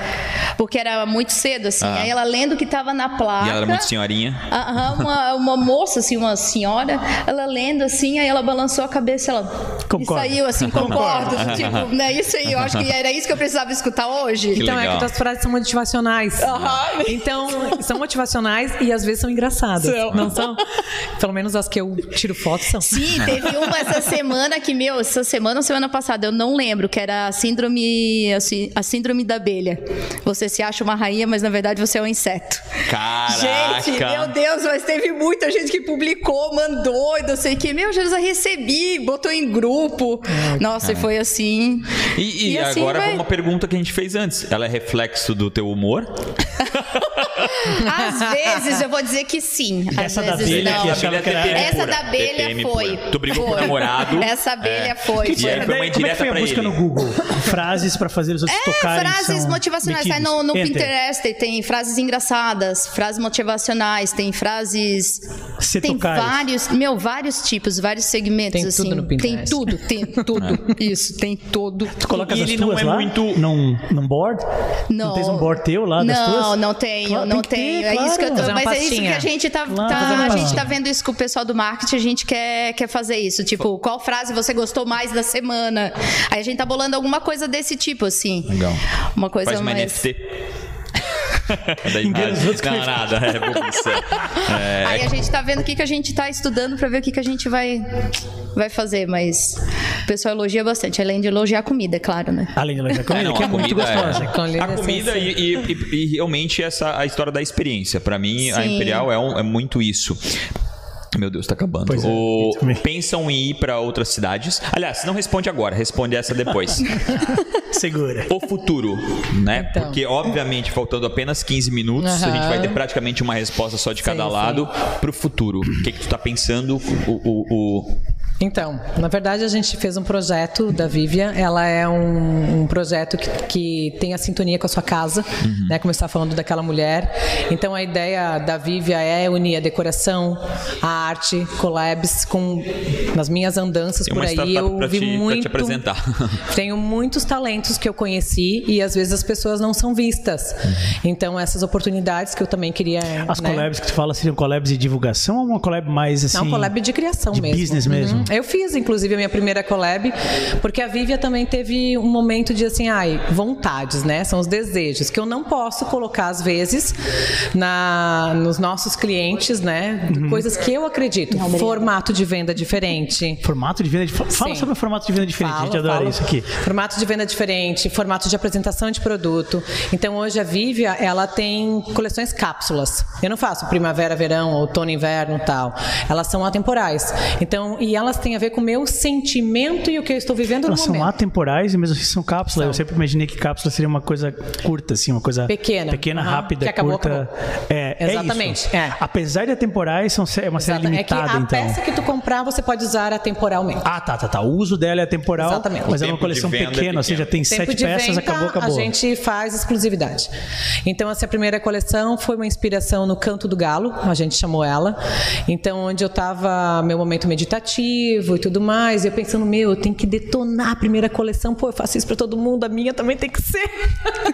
Speaker 3: porque era muito cedo assim.
Speaker 2: Ah.
Speaker 3: Aí ela lendo o que estava na placa.
Speaker 2: E ela era é muito senhorinha.
Speaker 3: Aham, uma, uma moça, assim, uma senhora, ela lendo assim, aí ela balançou a cabeça, ela
Speaker 1: Concordo.
Speaker 3: e saiu assim, concordo, tipo, né, isso aí, eu acho que era isso que eu precisava escutar hoje.
Speaker 2: Que
Speaker 4: Então é
Speaker 2: legal.
Speaker 4: que tuas frases são motivacionais.
Speaker 3: Aham.
Speaker 4: Então, são motivacionais e às vezes são engraçadas. Não são? Pelo menos as que eu tiro foto são.
Speaker 3: Sim, teve uma essa semana que, meu, essa semana ou semana passada, eu não lembro, que era a síndrome, a sí- a síndrome da abelha. Você se acha uma rainha, mas na verdade você é um inseto.
Speaker 2: Caraca.
Speaker 3: Gente, meu Deus, mas teve muita gente que publicou, mandou e não sei o que. Meu Jesus, eu recebi, botou em grupo. Nossa, e foi assim.
Speaker 2: E, e
Speaker 3: E assim
Speaker 2: agora
Speaker 3: vai.
Speaker 2: uma pergunta que a gente fez antes. Ela é reflexo do teu humor?
Speaker 3: Às vezes eu vou dizer que sim. Às
Speaker 1: Essa da
Speaker 3: vezes
Speaker 1: abelha
Speaker 3: não.
Speaker 1: que achava
Speaker 2: Abelha
Speaker 1: que era-
Speaker 2: TPM
Speaker 3: Essa
Speaker 2: pura.
Speaker 3: da abelha
Speaker 2: TPM
Speaker 3: foi.
Speaker 2: pura. Tu brigou com o
Speaker 3: Foi.
Speaker 2: namorado.
Speaker 3: Essa abelha foi.
Speaker 1: Que
Speaker 2: E
Speaker 1: foi,
Speaker 2: aí foi uma
Speaker 1: Como é que
Speaker 2: indireta
Speaker 1: foi a
Speaker 2: pra
Speaker 1: busca
Speaker 2: ele?
Speaker 1: no Google? Frases para fazer os outros tocarem.
Speaker 3: É, frases
Speaker 1: são
Speaker 3: motivacionais. Sai
Speaker 1: metidos.
Speaker 3: no, no
Speaker 1: Enter.
Speaker 3: Pinterest, tem frases engraçadas, frases motivacionais, tem frases.
Speaker 1: Se
Speaker 3: tem
Speaker 1: tocares.
Speaker 3: vários, meu, vários tipos, vários segmentos.
Speaker 4: Tem
Speaker 3: assim,
Speaker 4: tudo no
Speaker 3: Tem
Speaker 4: Pinterest.
Speaker 3: tudo, tem tudo. Isso, tem todo.
Speaker 1: Ah. Tu coloca
Speaker 2: E
Speaker 1: as
Speaker 2: ele não
Speaker 1: tuas
Speaker 2: é
Speaker 1: lá?
Speaker 2: muito-
Speaker 1: Num, num board?
Speaker 3: Não,
Speaker 1: tens um board teu lá das
Speaker 3: não,
Speaker 1: tuas?
Speaker 3: Não, tenho,
Speaker 1: Claro, tem
Speaker 3: não
Speaker 1: que ter,
Speaker 3: tenho. é isso que
Speaker 1: claro.
Speaker 3: eu tô,
Speaker 4: Fazer uma
Speaker 3: mas é isso que
Speaker 4: pastinha.
Speaker 3: a gente tá,
Speaker 1: Claro,
Speaker 3: tá-
Speaker 1: fazer uma
Speaker 3: a gente
Speaker 1: pastinha.
Speaker 3: tá vendo isso com o pessoal do marketing, a gente quer, quer fazer isso, tipo, qual frase você gostou mais da semana? Aí a gente tá bolando alguma coisa desse tipo assim.
Speaker 2: Legal.
Speaker 3: Uma coisa
Speaker 2: Faz uma
Speaker 3: mais
Speaker 2: NFT. da
Speaker 1: Engana os
Speaker 2: imagem.
Speaker 1: outros com
Speaker 2: Não,
Speaker 1: isso.
Speaker 2: nada. É bobice. É,
Speaker 3: Aí a gente tá vendo o que, que a gente tá estudando pra ver o que, que a gente vai, vai fazer, mas o pessoal elogia bastante, além de elogiar a comida, é claro, né?
Speaker 1: Além de lanchar comida,
Speaker 2: não,
Speaker 1: que é
Speaker 2: a
Speaker 1: muito
Speaker 2: comida é-
Speaker 1: gostosa.
Speaker 4: Colher
Speaker 2: A
Speaker 4: essa
Speaker 2: comida e, e- e- e realmente essa a história da experiência. Pra mim, a
Speaker 3: Sim.
Speaker 2: Imperial é, um- é muito isso. Meu Deus, tá acabando.
Speaker 1: Pois é,
Speaker 2: O-
Speaker 1: eu também.
Speaker 2: pensam em ir pra outras cidades. Aliás, não responde agora, responde essa depois.
Speaker 1: Segura.
Speaker 2: o futuro, né?
Speaker 4: Então.
Speaker 2: Porque, obviamente, faltando apenas 15 minutos, a gente
Speaker 4: Aham.
Speaker 2: vai ter praticamente uma resposta só de cada
Speaker 4: Sim,
Speaker 2: lado pro futuro. O que, que tu tá pensando? O, o- o-
Speaker 4: Então, na verdade a gente fez um projeto da Vivian, ela é um, um projeto que, que tem a sintonia com a sua casa,
Speaker 2: Uhum.
Speaker 4: né, como eu estava falando daquela mulher. Então a ideia da Vivian é unir a decoração, a arte, collabs com nas minhas andanças
Speaker 2: Tem
Speaker 4: por
Speaker 2: uma
Speaker 4: aí
Speaker 2: startup
Speaker 4: eu
Speaker 2: pra
Speaker 4: vi
Speaker 2: te- pra te
Speaker 4: muito
Speaker 2: apresentar.
Speaker 4: Tenho muitos talentos que eu conheci e às vezes as pessoas não são vistas.
Speaker 2: Uhum.
Speaker 4: Então essas oportunidades que eu também queria
Speaker 1: As
Speaker 4: né,
Speaker 1: collabs que tu fala seriam collabs de divulgação ou uma collab mais assim?
Speaker 4: Não, é collab de criação
Speaker 1: de
Speaker 4: mesmo.
Speaker 1: business mesmo?
Speaker 4: Uhum. Eu fiz, inclusive, a minha primeira collab, porque a Vívia também teve um momento de assim, ai, vontades, né? São os desejos, que eu não posso colocar, às vezes, na, nos nossos clientes, né?
Speaker 1: Uhum.
Speaker 4: Coisas que eu acredito. Formato de venda diferente.
Speaker 1: Formato de venda. De... Fala
Speaker 4: Sim.
Speaker 1: sobre o formato de venda diferente. a gente
Speaker 4: Falo,
Speaker 1: adora
Speaker 4: falo.
Speaker 1: isso aqui.
Speaker 4: Formato de venda diferente, formato de apresentação de produto. Então hoje a Vivia, ela tem coleções cápsulas. Eu não faço primavera, verão, outono, inverno, tal. Elas são atemporais. Então, e elas têm a ver com o meu sentimento e o que eu estou vivendo
Speaker 1: Elas
Speaker 4: no
Speaker 1: são
Speaker 4: momento.
Speaker 1: atemporais e mesmo assim são cápsulas. Eu sempre imaginei que cápsula seria uma coisa curta, assim, uma coisa
Speaker 4: Pequena.
Speaker 1: pequena
Speaker 4: Aham.
Speaker 1: rápida,
Speaker 4: Que acabou,
Speaker 1: curta.
Speaker 4: acabou.
Speaker 1: É, é
Speaker 4: Exatamente,
Speaker 1: isso.
Speaker 4: é.
Speaker 1: Apesar de atemporais, são sé- é uma série
Speaker 4: Exata-
Speaker 1: limitada,
Speaker 4: é que a
Speaker 1: então.
Speaker 4: peça que tu comprar, você pode usar atemporalmente.
Speaker 1: Ah, tá, tá, tá. O uso dela é atemporal,
Speaker 4: Exatamente.
Speaker 1: mas é
Speaker 2: Tempo
Speaker 1: uma
Speaker 2: de
Speaker 1: coleção
Speaker 2: venda é
Speaker 1: pequena, ou seja,
Speaker 2: pequeno.
Speaker 1: tem
Speaker 4: Tempo
Speaker 1: sete
Speaker 4: de
Speaker 1: peças,
Speaker 4: venda,
Speaker 1: acabou, acabou.
Speaker 4: a gente faz exclusividade. Então, essa primeira coleção foi uma inspiração no Canto do Galo, a gente chamou ela. Então, onde eu estava, meu momento meditativo e tudo mais, eu pensando, meu, eu tenho que detonar a primeira coleção, pô, eu faço isso para todo mundo, a minha também tem que ser.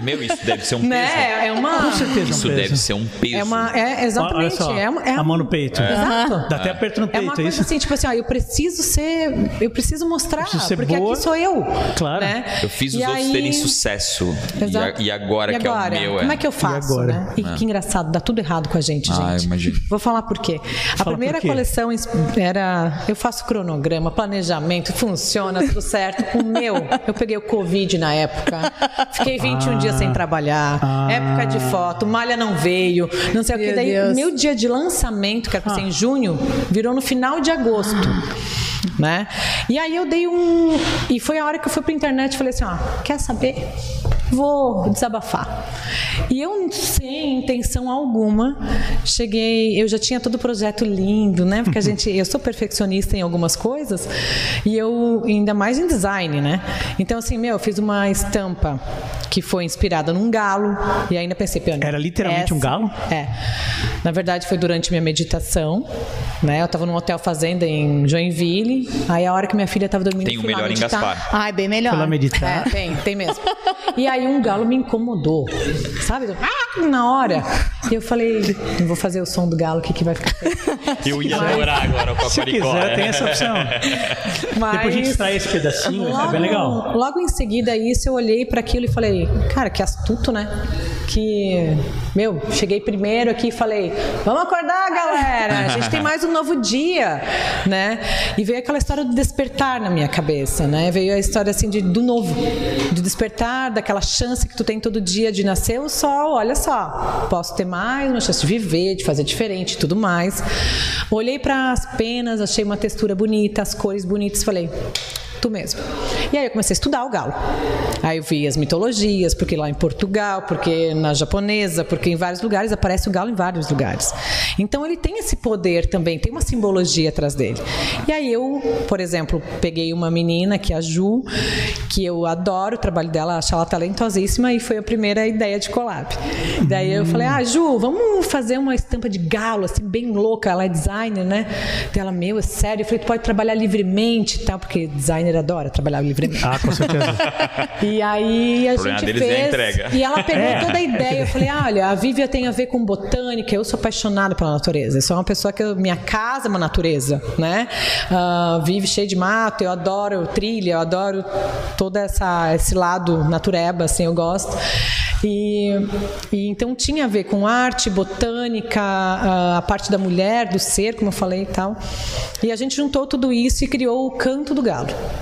Speaker 2: Meu, isso deve ser um peso.
Speaker 4: Né? É uma.
Speaker 1: Fez um
Speaker 2: Isso
Speaker 1: peso.
Speaker 2: deve ser um peso.
Speaker 4: É uma. É, exatamente.
Speaker 1: Olha só,
Speaker 4: é uma, é
Speaker 1: a mão no peito.
Speaker 4: Exato.
Speaker 1: Dá até aperto no
Speaker 4: É uma
Speaker 1: peito, é,
Speaker 4: coisa
Speaker 1: isso?
Speaker 4: assim, tipo assim, ó, eu preciso ser, eu preciso mostrar,
Speaker 1: Preciso ser
Speaker 4: porque
Speaker 1: boa.
Speaker 4: aqui sou eu.
Speaker 1: Claro.
Speaker 4: né?
Speaker 2: Eu fiz os
Speaker 4: E
Speaker 2: outros
Speaker 4: aí-
Speaker 2: terem sucesso. E a-
Speaker 4: Exato.
Speaker 2: E, agora
Speaker 4: E
Speaker 2: que é o meu.
Speaker 4: Como é que eu faço?
Speaker 1: agora?
Speaker 4: né? E que engraçado, dá tudo errado com a gente, gente.
Speaker 2: Ah, eu imagino.
Speaker 4: Vou falar por quê. A
Speaker 1: Fala
Speaker 4: primeira
Speaker 1: por quê.
Speaker 4: coleção ins- era. Eu faço cronograma, planejamento, funciona, tudo certo. O meu, eu peguei o Covid na época. Fiquei
Speaker 1: Ah.
Speaker 4: 21 dias sem trabalhar. Época de foto, malha não veio, não sei o que.
Speaker 3: Meu
Speaker 4: Daí,
Speaker 3: Deus.
Speaker 4: meu dia de lançamento, que era pra
Speaker 1: Ah.
Speaker 4: ser em junho, virou no final de agosto. Né? E aí eu dei um. E foi a hora que eu fui pra internet e falei assim: ó, quer saber? Vou desabafar. E eu, sem intenção alguma, cheguei. Eu já tinha todo o projeto lindo, né? Porque a gente. Eu sou perfeccionista em algumas coisas, e eu, ainda mais em design, né? Então, assim, meu, eu fiz uma estampa que foi inspirada num galo, e ainda pensei, "Pô,
Speaker 1: Era literalmente um galo?
Speaker 4: é. Na verdade, foi durante minha meditação, né? Eu tava num hotel fazenda em Joinville. Aí a hora que minha filha tava dormindo,
Speaker 2: Tem o
Speaker 4: eu fui lá
Speaker 2: melhor em
Speaker 4: meditar.
Speaker 2: Gaspar.
Speaker 3: Ai, bem melhor.
Speaker 1: Foi lá meditar.
Speaker 4: É, tem, tem mesmo. E aí um galo me incomodou, sabe? Ah, na hora. E eu falei, não vou fazer o som do galo aqui que vai ficar feio.
Speaker 2: Eu ia adorar agora o
Speaker 1: Se
Speaker 2: Paparicó.
Speaker 1: quiser, tem
Speaker 2: é.
Speaker 1: essa opção.
Speaker 4: Mas-
Speaker 1: Depois a gente extrai esse pedacinho, é bem legal.
Speaker 4: Logo em seguida a isso, eu olhei para aquilo e falei, cara, que astuto, né? Que, meu, cheguei primeiro aqui e falei, vamos acordar, galera, a gente tem mais um novo dia, né? E veio aquela história do despertar na minha cabeça, né? Veio a história, assim, de, do novo, do despertar, daquela chance que tu tem todo dia de nascer o sol, olha só, posso ter mais uma chance de viver, de fazer diferente e tudo mais. Olhei para as penas, achei uma textura bonita, as cores bonitas, falei, Tu mesmo. E aí eu comecei a estudar o galo. Aí eu vi as mitologias, porque lá em Portugal, porque na japonesa, porque em vários lugares aparece o galo em vários lugares. Então ele tem esse poder também, tem uma simbologia atrás dele. E aí eu, por exemplo, peguei uma menina que é a Ju, que eu adoro o trabalho dela, acho ela talentosíssima e foi a primeira ideia de collab. Daí eu falei: "Ah, Ju, vamos fazer uma estampa de galo assim bem louca, ela é designer, né?" Daí ela: "Meu, é sério?" Eu falei: "Tu pode trabalhar livremente", e tal, porque designer adora trabalhar livremente.
Speaker 1: Ah, com certeza.
Speaker 4: E aí a
Speaker 2: O problema
Speaker 4: gente
Speaker 2: deles é a
Speaker 4: fez.
Speaker 2: entrega.
Speaker 4: E ela pegou
Speaker 1: É.
Speaker 4: toda a ideia. Eu falei: olha, a Vívia tem a ver com botânica. Eu sou apaixonada pela natureza. Eu sou uma pessoa que eu- minha casa é uma natureza, né? Ah, vive cheio de mato. Eu adoro trilha. Eu adoro todo essa esse lado natureba, assim, eu gosto. E, e então tinha a ver com arte, botânica, ah, a, a parte da mulher, do ser, como eu falei e tal. E a gente juntou tudo isso e criou o Canto do Galo.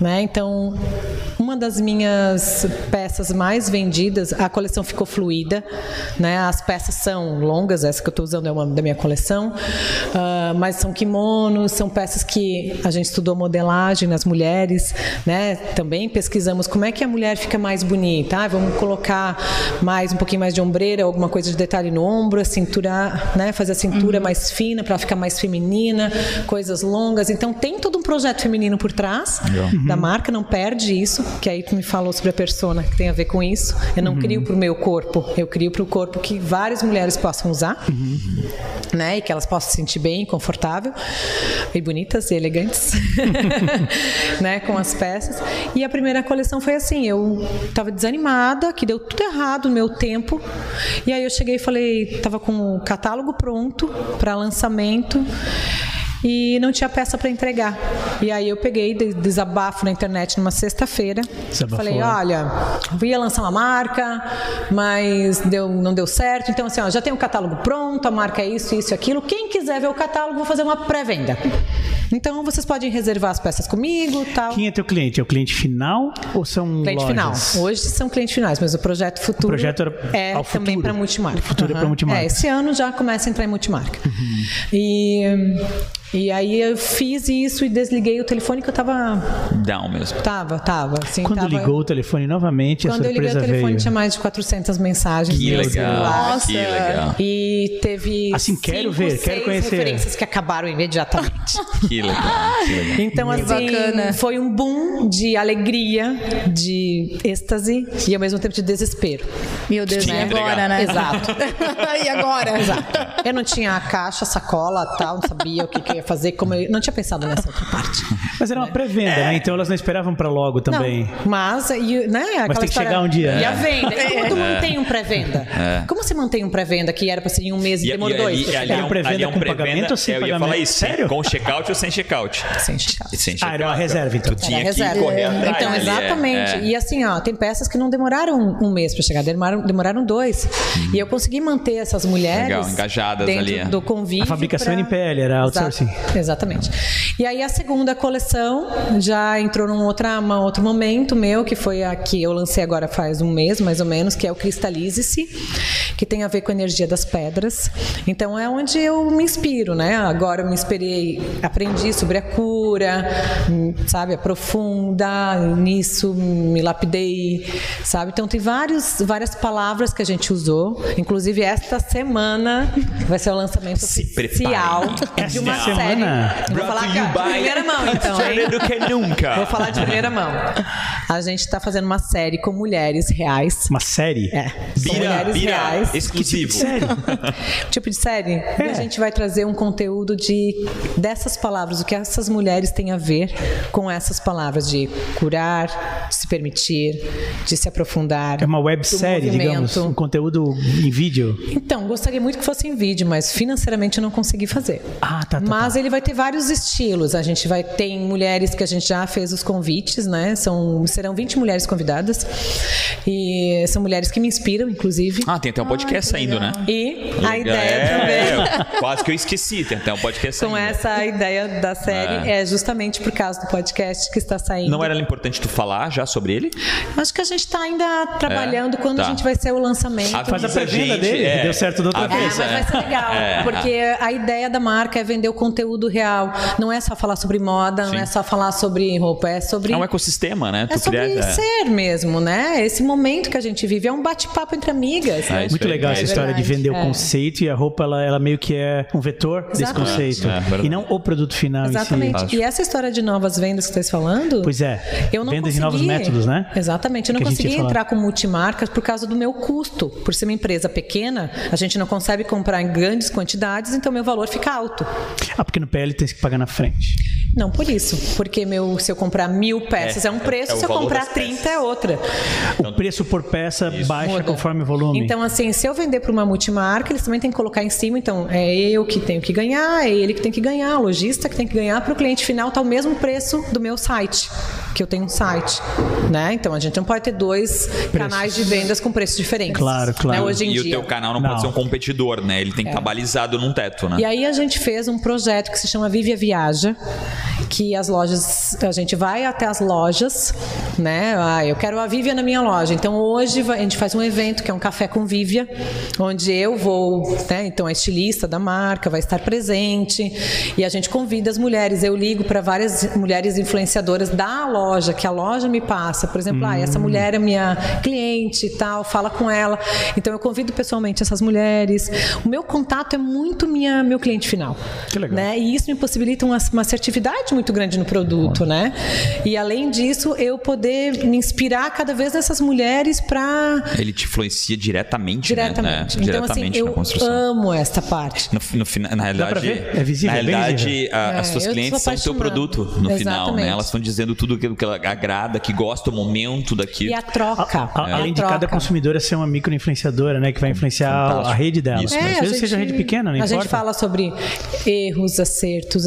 Speaker 4: Né? Então, uma das minhas peças mais vendidas, a coleção ficou fluida, né? As peças são longas, essa que eu estou usando é uma da minha coleção, ah, mas são kimonos, são peças que a gente estudou modelagem nas mulheres, né? Também pesquisamos como é que a mulher fica mais bonita. Ah, vamos colocar mais um pouquinho mais de ombreira, alguma coisa de detalhe no ombro, a cintura, né? Fazer a cintura mais fina para ficar mais feminina, coisas longas. Então tem todo um projeto feminino por trás da marca, não perde isso. Que aí tu me falou sobre a persona que tem a ver com isso. Eu não crio pro meu corpo, eu crio pro corpo que várias mulheres possam usar, né? E que elas possam se sentir bem, confortável, e bonitas e elegantes, né? Com as peças. E a primeira coleção foi assim, eu tava desanimada, que deu tudo errado no meu tempo. E aí eu cheguei e falei, tava com o catálogo pronto para lançamento. e não tinha peça para entregar. E aí eu peguei de- desabafo na internet numa sexta-feira.
Speaker 1: Desabafou,
Speaker 4: Falei, "Ah,
Speaker 1: né?
Speaker 4: olha, eu ia lançar uma marca, mas deu, não deu certo. Então, assim, ó, já tem o catálogo pronto, a marca é isso, isso, e aquilo. Quem quiser ver o catálogo, vou fazer uma pré-venda. Então, vocês podem reservar as peças comigo, tal.
Speaker 1: Quem é teu cliente? É o cliente final ou são
Speaker 4: Cliente
Speaker 1: lojas?
Speaker 4: final. Hoje são clientes finais, mas o projeto futuro
Speaker 1: O projeto era
Speaker 4: é
Speaker 1: ao
Speaker 4: também
Speaker 1: futuro.
Speaker 4: para multimarca.
Speaker 1: O futuro é pra
Speaker 4: Aham.
Speaker 1: multimarca. Uhum.
Speaker 4: É, esse ano já começa a entrar em multimarca. E, e aí eu fiz isso e desliguei o telefone que eu tava.
Speaker 2: Down mesmo.
Speaker 4: Tava, tava. assim,
Speaker 1: Quando
Speaker 4: tava-
Speaker 1: ligou o telefone novamente,
Speaker 4: Quando
Speaker 1: a
Speaker 4: eu liguei o
Speaker 1: surpresa
Speaker 4: telefone,
Speaker 1: veio.
Speaker 4: tinha mais de 400 mensagens.
Speaker 2: Que
Speaker 4: no meu
Speaker 2: legal.
Speaker 4: celular.
Speaker 3: Nossa.
Speaker 2: Que legal.
Speaker 4: E teve.
Speaker 1: Assim, quero
Speaker 4: cinco,
Speaker 1: ver, quero
Speaker 4: seis
Speaker 1: conhecer.
Speaker 4: referências que acabaram imediatamente.
Speaker 2: Que legal. Que legal.
Speaker 4: Então, assim,
Speaker 3: bacana.
Speaker 4: foi um boom de alegria, de êxtase e ao mesmo tempo de desespero.
Speaker 3: Meu Deus,
Speaker 2: Tinha
Speaker 3: né?
Speaker 2: que entregar.
Speaker 3: Agora, né?
Speaker 4: Exato.
Speaker 3: e agora?
Speaker 4: Eu não tinha a caixa, sacola, tal, não sabia o que, que eu ia fazer, como eu não tinha pensado nessa outra parte.
Speaker 1: Mas era uma pré-venda, né? Então elas não esperavam pra logo também.
Speaker 4: Não, mas, e, né, aquela
Speaker 1: tem que
Speaker 4: história-
Speaker 1: chegar um dia.
Speaker 4: E a venda. E como tu mantém um pré-venda? Como você mantém um pré-venda que era pra ser em um mês e, demorou dois? pra
Speaker 2: é
Speaker 4: chegar?
Speaker 1: ali- um pré-venda com pagamento ou sem
Speaker 2: eu ia falar
Speaker 1: pagamento?
Speaker 2: isso,
Speaker 1: Sério?
Speaker 2: Sério? com check-out ou sem check-out?
Speaker 4: Tá Sem chegar.
Speaker 2: E Sem check-out.
Speaker 1: Ah, era uma reserva, então.
Speaker 2: Tu tinha
Speaker 4: Era
Speaker 2: que correr atrás.
Speaker 4: Então,
Speaker 2: ali, é,
Speaker 4: exatamente.
Speaker 2: é.
Speaker 4: E assim, ó, tem peças que não demoraram um- um mês para chegar, demoraram, demoraram dois. E eu consegui manter essas mulheres
Speaker 2: Uhum. Legal, engajadas
Speaker 4: dentro
Speaker 2: ali, é.
Speaker 4: do convívio.
Speaker 1: A fabricação
Speaker 4: pra-
Speaker 1: era em pele, era outsourcing.
Speaker 4: Exato, exatamente. E aí a segunda coleção já entrou num outra, uma outro momento meu, que foi a que eu lancei agora faz um mês, mais ou menos, que é o Cristalize-se, que tem a ver com a energia das pedras. Então é onde eu me inspiro, né? Agora eu me inspirei, aprendi sobre a cura, hum, sabe, aprofunda nisso, me lapidei, sabe? Então tem vários, várias palavras que a gente usou, inclusive esta semana vai ser o lançamento
Speaker 2: Se
Speaker 4: oficial
Speaker 2: preparem.
Speaker 4: É de uma
Speaker 1: Esta
Speaker 4: série.
Speaker 1: semana.
Speaker 4: Eu Vou
Speaker 2: Brought
Speaker 4: falar
Speaker 2: to you
Speaker 4: cara, de
Speaker 2: by-
Speaker 4: primeira mão, então, hein?
Speaker 2: Fernando que é. nunca.
Speaker 4: Vou falar de primeira mão. A gente está fazendo uma série com mulheres reais.
Speaker 1: Uma série?
Speaker 4: É, são
Speaker 2: Bira,
Speaker 4: mulheres
Speaker 2: bira,
Speaker 4: reais.
Speaker 2: exclusivo.
Speaker 1: Sério?
Speaker 4: Tipo de série?
Speaker 1: É.
Speaker 4: E a gente vai trazer um conteúdo de dessas palavras, o que essas mulheres têm a ver com essas palavras de curar, de se permitir, de se aprofundar.
Speaker 1: É uma
Speaker 4: do
Speaker 1: websérie, digamos. Um
Speaker 4: movimento.
Speaker 1: conteúdo em vídeo.
Speaker 4: Então, gostaria muito que fosse em vídeo, mas financeiramente eu não consegui fazer.
Speaker 1: Ah, tá, tá,
Speaker 4: Mas ele vai ter vários estilos. A gente vai ter mulheres que a gente já fez os convites, né? São, serão 20 mulheres convidadas. E são mulheres que me inspiram, inclusive.
Speaker 2: Ah, tem até um podcast saindo, né?
Speaker 4: E a
Speaker 2: Legal.
Speaker 4: ideia
Speaker 2: É,
Speaker 4: também.
Speaker 2: eu- Quase que eu esqueci, tem até um podcast
Speaker 4: Com
Speaker 2: saindo.
Speaker 4: essa ideia da
Speaker 2: Ah.
Speaker 4: série é. justamente por causa do podcast que está saindo.
Speaker 2: Não era importante tu falar já sobre ele?
Speaker 4: Acho que a gente está ainda trabalhando quando a
Speaker 2: tá.
Speaker 4: gente vai ser o lançamento.
Speaker 2: Avisa
Speaker 1: Faz a pré-venda
Speaker 2: Ah, gente,
Speaker 1: dele,
Speaker 2: é.
Speaker 1: que deu certo da outra
Speaker 2: Avisa,
Speaker 4: É,
Speaker 1: vez.
Speaker 4: mas vai ser legal,
Speaker 2: É.
Speaker 4: porque a ideia da marca é vender o conteúdo real. Não é só falar sobre moda,
Speaker 2: Sim.
Speaker 4: não é só falar sobre roupa, é sobre.
Speaker 2: É um ecossistema, né?
Speaker 4: é sobre
Speaker 2: cria-
Speaker 4: ser mesmo, né? Esse momento que a gente vive é um bate-papo entre amigas.
Speaker 2: É,
Speaker 4: né?
Speaker 2: isso
Speaker 1: Muito
Speaker 2: aí,
Speaker 1: legal
Speaker 2: é
Speaker 1: essa história de
Speaker 4: verdade,
Speaker 1: vender o
Speaker 4: é.
Speaker 1: conceito e a roupa, ela, ela meio que é um vetor desse
Speaker 4: Exatamente.
Speaker 1: conceito.
Speaker 2: É, é verdade. Ah.
Speaker 1: e não o produto final em si.
Speaker 4: Exatamente. E essa história de novas vendas que vocês falando?
Speaker 1: Pois é.
Speaker 4: Eu não
Speaker 1: Venda
Speaker 4: consegui,
Speaker 1: de novos métodos, né?
Speaker 4: Exatamente. Eu não
Speaker 1: Que a gente ia
Speaker 4: consegui
Speaker 1: falar.
Speaker 4: entrar com multimarcas por causa do meu custo. Por ser uma empresa pequena, a gente não consegue comprar em grandes quantidades, então meu valor fica alto.
Speaker 1: Ah, porque no PL tem que pagar na frente.
Speaker 4: Não por isso, porque meu, se eu comprar mil peças é, um preço,
Speaker 2: é o
Speaker 4: se eu
Speaker 2: valor
Speaker 4: comprar
Speaker 2: das
Speaker 4: 30 é outra.
Speaker 2: Então,
Speaker 1: O preço por peça baixa
Speaker 4: Muda.
Speaker 1: conforme o volume.
Speaker 4: Então, assim, se eu vender para uma multimarca, eles também têm que colocar em cima. Então, é eu que tenho que ganhar, é ele que tem que ganhar, o lojista que tem que ganhar para o cliente final tá o mesmo preço do meu site, que eu tenho um site, né? Então, a gente não pode ter dois canais de vendas com preços diferentes.
Speaker 1: Claro, claro.
Speaker 4: né? Hoje em
Speaker 2: E o
Speaker 4: dia.
Speaker 2: teu canal não,
Speaker 1: Não. É.
Speaker 2: pode ser um competidor, né? Ele tem que estar balizado num teto, né?
Speaker 4: E aí a gente fez um projeto que se chama Vive a Viaja, que as lojas, a gente vai até as lojas, né? Ah, eu quero a Vivia na minha loja. Então hoje vai- a gente faz um evento que é um café com Vivia, onde eu vou, né? Então a estilista da marca vai estar presente e a gente convida as mulheres. Eu ligo para várias mulheres influenciadoras da loja, que a loja me passa. Por exemplo, ah,
Speaker 1: Hum.
Speaker 4: essa mulher é minha cliente e tal, fala com ela. Então eu convido pessoalmente essas mulheres. O meu contato é muito minha, meu cliente final.
Speaker 1: Que legal.
Speaker 4: Né? E isso me possibilita uma, uma assertividade muito grande no produto, né? E além disso, eu poder me inspirar cada vez nessas mulheres para
Speaker 2: Ele te influencia diretamente, né?
Speaker 4: diretamente.
Speaker 2: É,
Speaker 4: Então assim,
Speaker 2: diretamente na
Speaker 4: eu
Speaker 2: construção.
Speaker 4: amo esta parte.
Speaker 2: No, fi- no fina- na
Speaker 1: pra
Speaker 2: realidade,
Speaker 1: ver? É visível,
Speaker 2: na
Speaker 1: é bem
Speaker 2: realidade a-
Speaker 4: É,
Speaker 2: as tuas
Speaker 4: eu
Speaker 2: clientes
Speaker 4: sou
Speaker 2: são teu
Speaker 4: apaixonada.
Speaker 2: produto no final, né?
Speaker 4: Exatamente.
Speaker 2: Elas estão dizendo tudo aquilo aquilo que ela agrada, que gosta do momento daquilo.
Speaker 4: E a troca.
Speaker 2: É.
Speaker 1: A-
Speaker 4: a
Speaker 1: Além de cada
Speaker 4: troca.
Speaker 1: consumidora ser uma micro-influenciadora, né? Que vai influenciar a,
Speaker 2: Fantástico.
Speaker 1: a rede dela.
Speaker 2: Isso,
Speaker 1: Às
Speaker 2: né?
Speaker 1: vezes seja rede pequena, não
Speaker 4: a
Speaker 1: importa.
Speaker 4: É, gente fala sobre erros, acertos,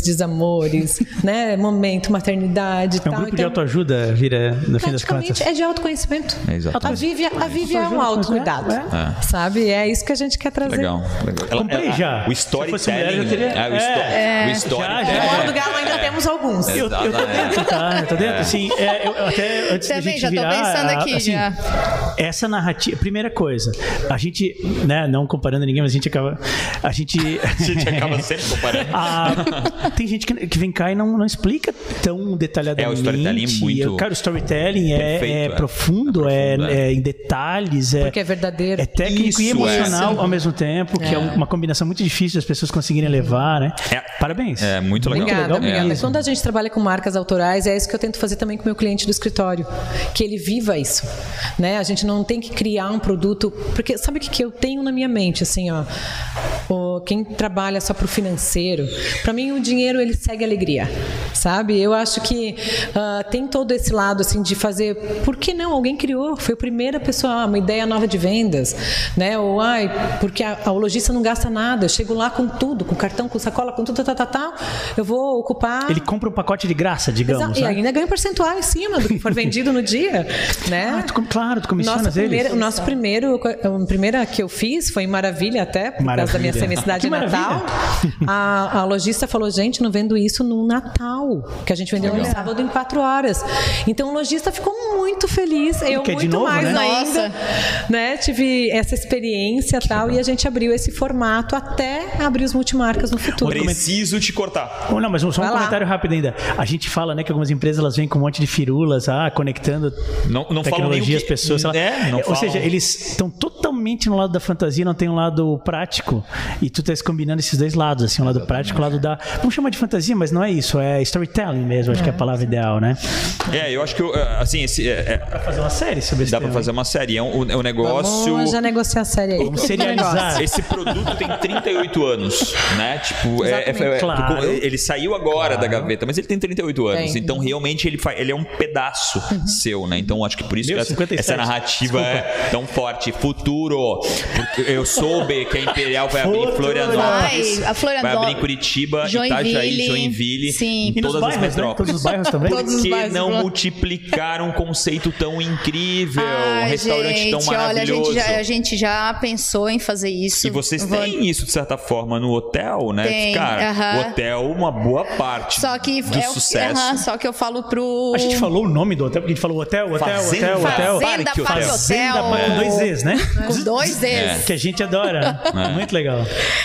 Speaker 4: desamores, né? Momento, maternidade,
Speaker 1: é um
Speaker 4: tal.
Speaker 1: grupo de autoajuda, vira, no fim das contas.
Speaker 4: tá, então. praticamente é de autoconhecimento.
Speaker 2: É, exatamente.
Speaker 4: a Vivi, a Vivi é um autocuidado,
Speaker 2: É.
Speaker 4: sabe? É isso que a gente quer trazer.
Speaker 2: Legal. legal. Ela-
Speaker 1: Comprei
Speaker 2: ela-
Speaker 1: já.
Speaker 2: O
Speaker 1: Se eu fosse mulher, eu
Speaker 2: storytelling.
Speaker 1: teria-
Speaker 2: Ah, o
Speaker 1: É.
Speaker 2: sto-
Speaker 1: É.
Speaker 2: o storytelling.
Speaker 1: Já, já.
Speaker 4: Fora do galo ainda temos alguns.
Speaker 1: Eu, eu tô dentro, tá? Eu tô dentro. Assim, é, eu, até antes da
Speaker 3: Também,
Speaker 1: gente
Speaker 3: já tô
Speaker 1: virar...
Speaker 3: pensando
Speaker 1: a-
Speaker 3: aqui,
Speaker 1: assim,
Speaker 3: já.
Speaker 1: Essa narrativa... Primeira coisa, a gente... Né, não comparando ninguém, mas a gente acaba... A gente...
Speaker 2: A gente acaba sempre comparando.
Speaker 1: Ah, tem gente que, que vem cá e não, não explica tão detalhadamente.
Speaker 2: É, o storytelling é muito-
Speaker 1: Eu- Cara, o storytelling é,
Speaker 2: Perfeito,
Speaker 1: é
Speaker 2: é.
Speaker 1: profundo, é,
Speaker 2: Profundo, é.
Speaker 1: é em detalhes, é,
Speaker 4: Porque é verdadeiro.
Speaker 1: é técnico e
Speaker 2: Isso,
Speaker 1: emocional
Speaker 2: é.
Speaker 1: ao mesmo tempo, que é, um- uma combinação muito difícil das pessoas conseguirem levar, né?
Speaker 2: É.
Speaker 1: Parabéns.
Speaker 2: É, muito legal.
Speaker 4: Obrigada,
Speaker 1: legal
Speaker 4: obrigada.
Speaker 1: mesmo.
Speaker 4: Quando a gente trabalha com marcas autorais, é isso que eu tento fazer também com o meu cliente do escritório, que ele viva isso, né? A gente não tem que criar um produto, porque sabe o que, que eu tenho na minha mente, assim, ó, O- quem trabalha só pro financeiro, para mim o dinheiro ele segue a alegria, sabe? Eu acho que ah, tem todo esse lado, assim, de fazer, por que não? Alguém criou, foi a primeira pessoa, ah, uma ideia nova de vendas, né? Ou, ai, porque a, a- o lojista não gasta nada, eu chego lá com tudo, com cartão, com sacola, com tudo, tá, tá, tá, eu vou ocupar...
Speaker 1: Ele compra um pacote de graça, digamos.
Speaker 4: Exa- E
Speaker 1: né?
Speaker 4: ainda ganha um percentual em cima do que for vendido no dia, né?
Speaker 1: Ah, tu com- claro, tu comissionas
Speaker 4: Nossa primeira,
Speaker 1: eles.
Speaker 4: o nosso primeiro, a primeira que eu fiz foi em Maravilha até, por causa da
Speaker 1: Maravilha.
Speaker 4: minha semicidade
Speaker 1: Que
Speaker 4: natal. A, a lojista falou, gente, não vendo isso no Natal, que a gente vendeu no
Speaker 2: Legal.
Speaker 4: sábado em quatro horas. Então o lojista ficou muito feliz, eu
Speaker 1: quer de
Speaker 4: muito
Speaker 1: novo,
Speaker 4: mais
Speaker 1: né?
Speaker 4: ainda.
Speaker 3: Nossa.
Speaker 4: Né? Tive essa experiência e tal, e a gente abriu esse formato até abrir os multimarcas no futuro.
Speaker 2: Preciso te cortar.
Speaker 1: Oh, não, mas um- só um
Speaker 4: Vai lá.
Speaker 1: comentário rápido ainda. A gente fala, né, que algumas empresas elas vêm com um monte de firulas, ah, conectando
Speaker 2: Não- não falam nem o
Speaker 1: tecnologia
Speaker 2: que-
Speaker 1: às pessoas. sei lá.
Speaker 2: É, não
Speaker 1: Ou
Speaker 2: falam.
Speaker 1: seja, eles estão totalmente no lado da fantasia, não tem um lado prático. E tu tá se combinando esses dois lados, assim, um lado prático, o lado da. Vamos chamar de fantasia, mas não é isso, é storytelling mesmo, acho que é a palavra ideal, né?
Speaker 2: É, eu acho que, eu, eh, assim, esse, eh, eh,
Speaker 1: Pra fazer uma série sobre esse
Speaker 2: dá pra
Speaker 1: tema.
Speaker 2: fazer uma série. É um, é um negócio...
Speaker 4: Vamos já negociar a série aí.
Speaker 1: Vamos serializar.
Speaker 2: Esse produto tem 38 anos, né? Tipo, é- é-
Speaker 4: Exatamente.
Speaker 2: é-
Speaker 1: Claro.
Speaker 2: ele saiu agora da gaveta, mas ele tem 38 anos.
Speaker 4: Tem.
Speaker 2: Então, realmente, ele, fa- ele é um pedaço
Speaker 3: Uhum.
Speaker 2: seu, né? Então, acho que por isso
Speaker 1: Meu,
Speaker 2: que essa-
Speaker 1: 57.
Speaker 2: essa narrativa é tão forte. Futuro. Porque eu soube que a Imperial vai abrir em
Speaker 1: Futuro.
Speaker 2: Florianópolis.
Speaker 3: Vai, a Florianópolis.
Speaker 2: Vai abrir em Curitiba,
Speaker 3: Joinville.
Speaker 2: Itajaí, Joinville.
Speaker 3: Sim.
Speaker 2: Em
Speaker 1: E nos
Speaker 2: todas as
Speaker 1: bairros, né? Todos
Speaker 2: metrópoles.
Speaker 1: os bairros também.
Speaker 3: Todos os
Speaker 2: Por que
Speaker 3: bairros,
Speaker 2: não
Speaker 3: claro.
Speaker 2: multiplicar um conceito tão incrível? um
Speaker 3: Ai,
Speaker 2: restaurante tão
Speaker 3: olha, a
Speaker 2: maravilhoso.
Speaker 3: gente, já, a gente já pensou em fazer isso.
Speaker 2: E vocês
Speaker 3: Vou-
Speaker 2: têm isso, de certa forma, no hotel, né?
Speaker 3: Tem,
Speaker 2: Cara,
Speaker 3: aham.
Speaker 2: o hotel, uma boa parte
Speaker 3: Só que
Speaker 2: do
Speaker 3: é o-
Speaker 2: sucesso.
Speaker 3: aham, só que eu falo pro.
Speaker 1: A gente falou o nome do hotel, porque a gente falou hotel, hotel,
Speaker 2: Fazenda.
Speaker 1: hotel, hotel.
Speaker 2: Fazenda.
Speaker 3: Fazenda
Speaker 2: Parque
Speaker 3: Parque
Speaker 2: Hotel. É.
Speaker 3: Hotel.
Speaker 1: Fazenda, mas com dois E's, né?
Speaker 3: Com dois E's.
Speaker 1: Que a gente adora. Muito legal.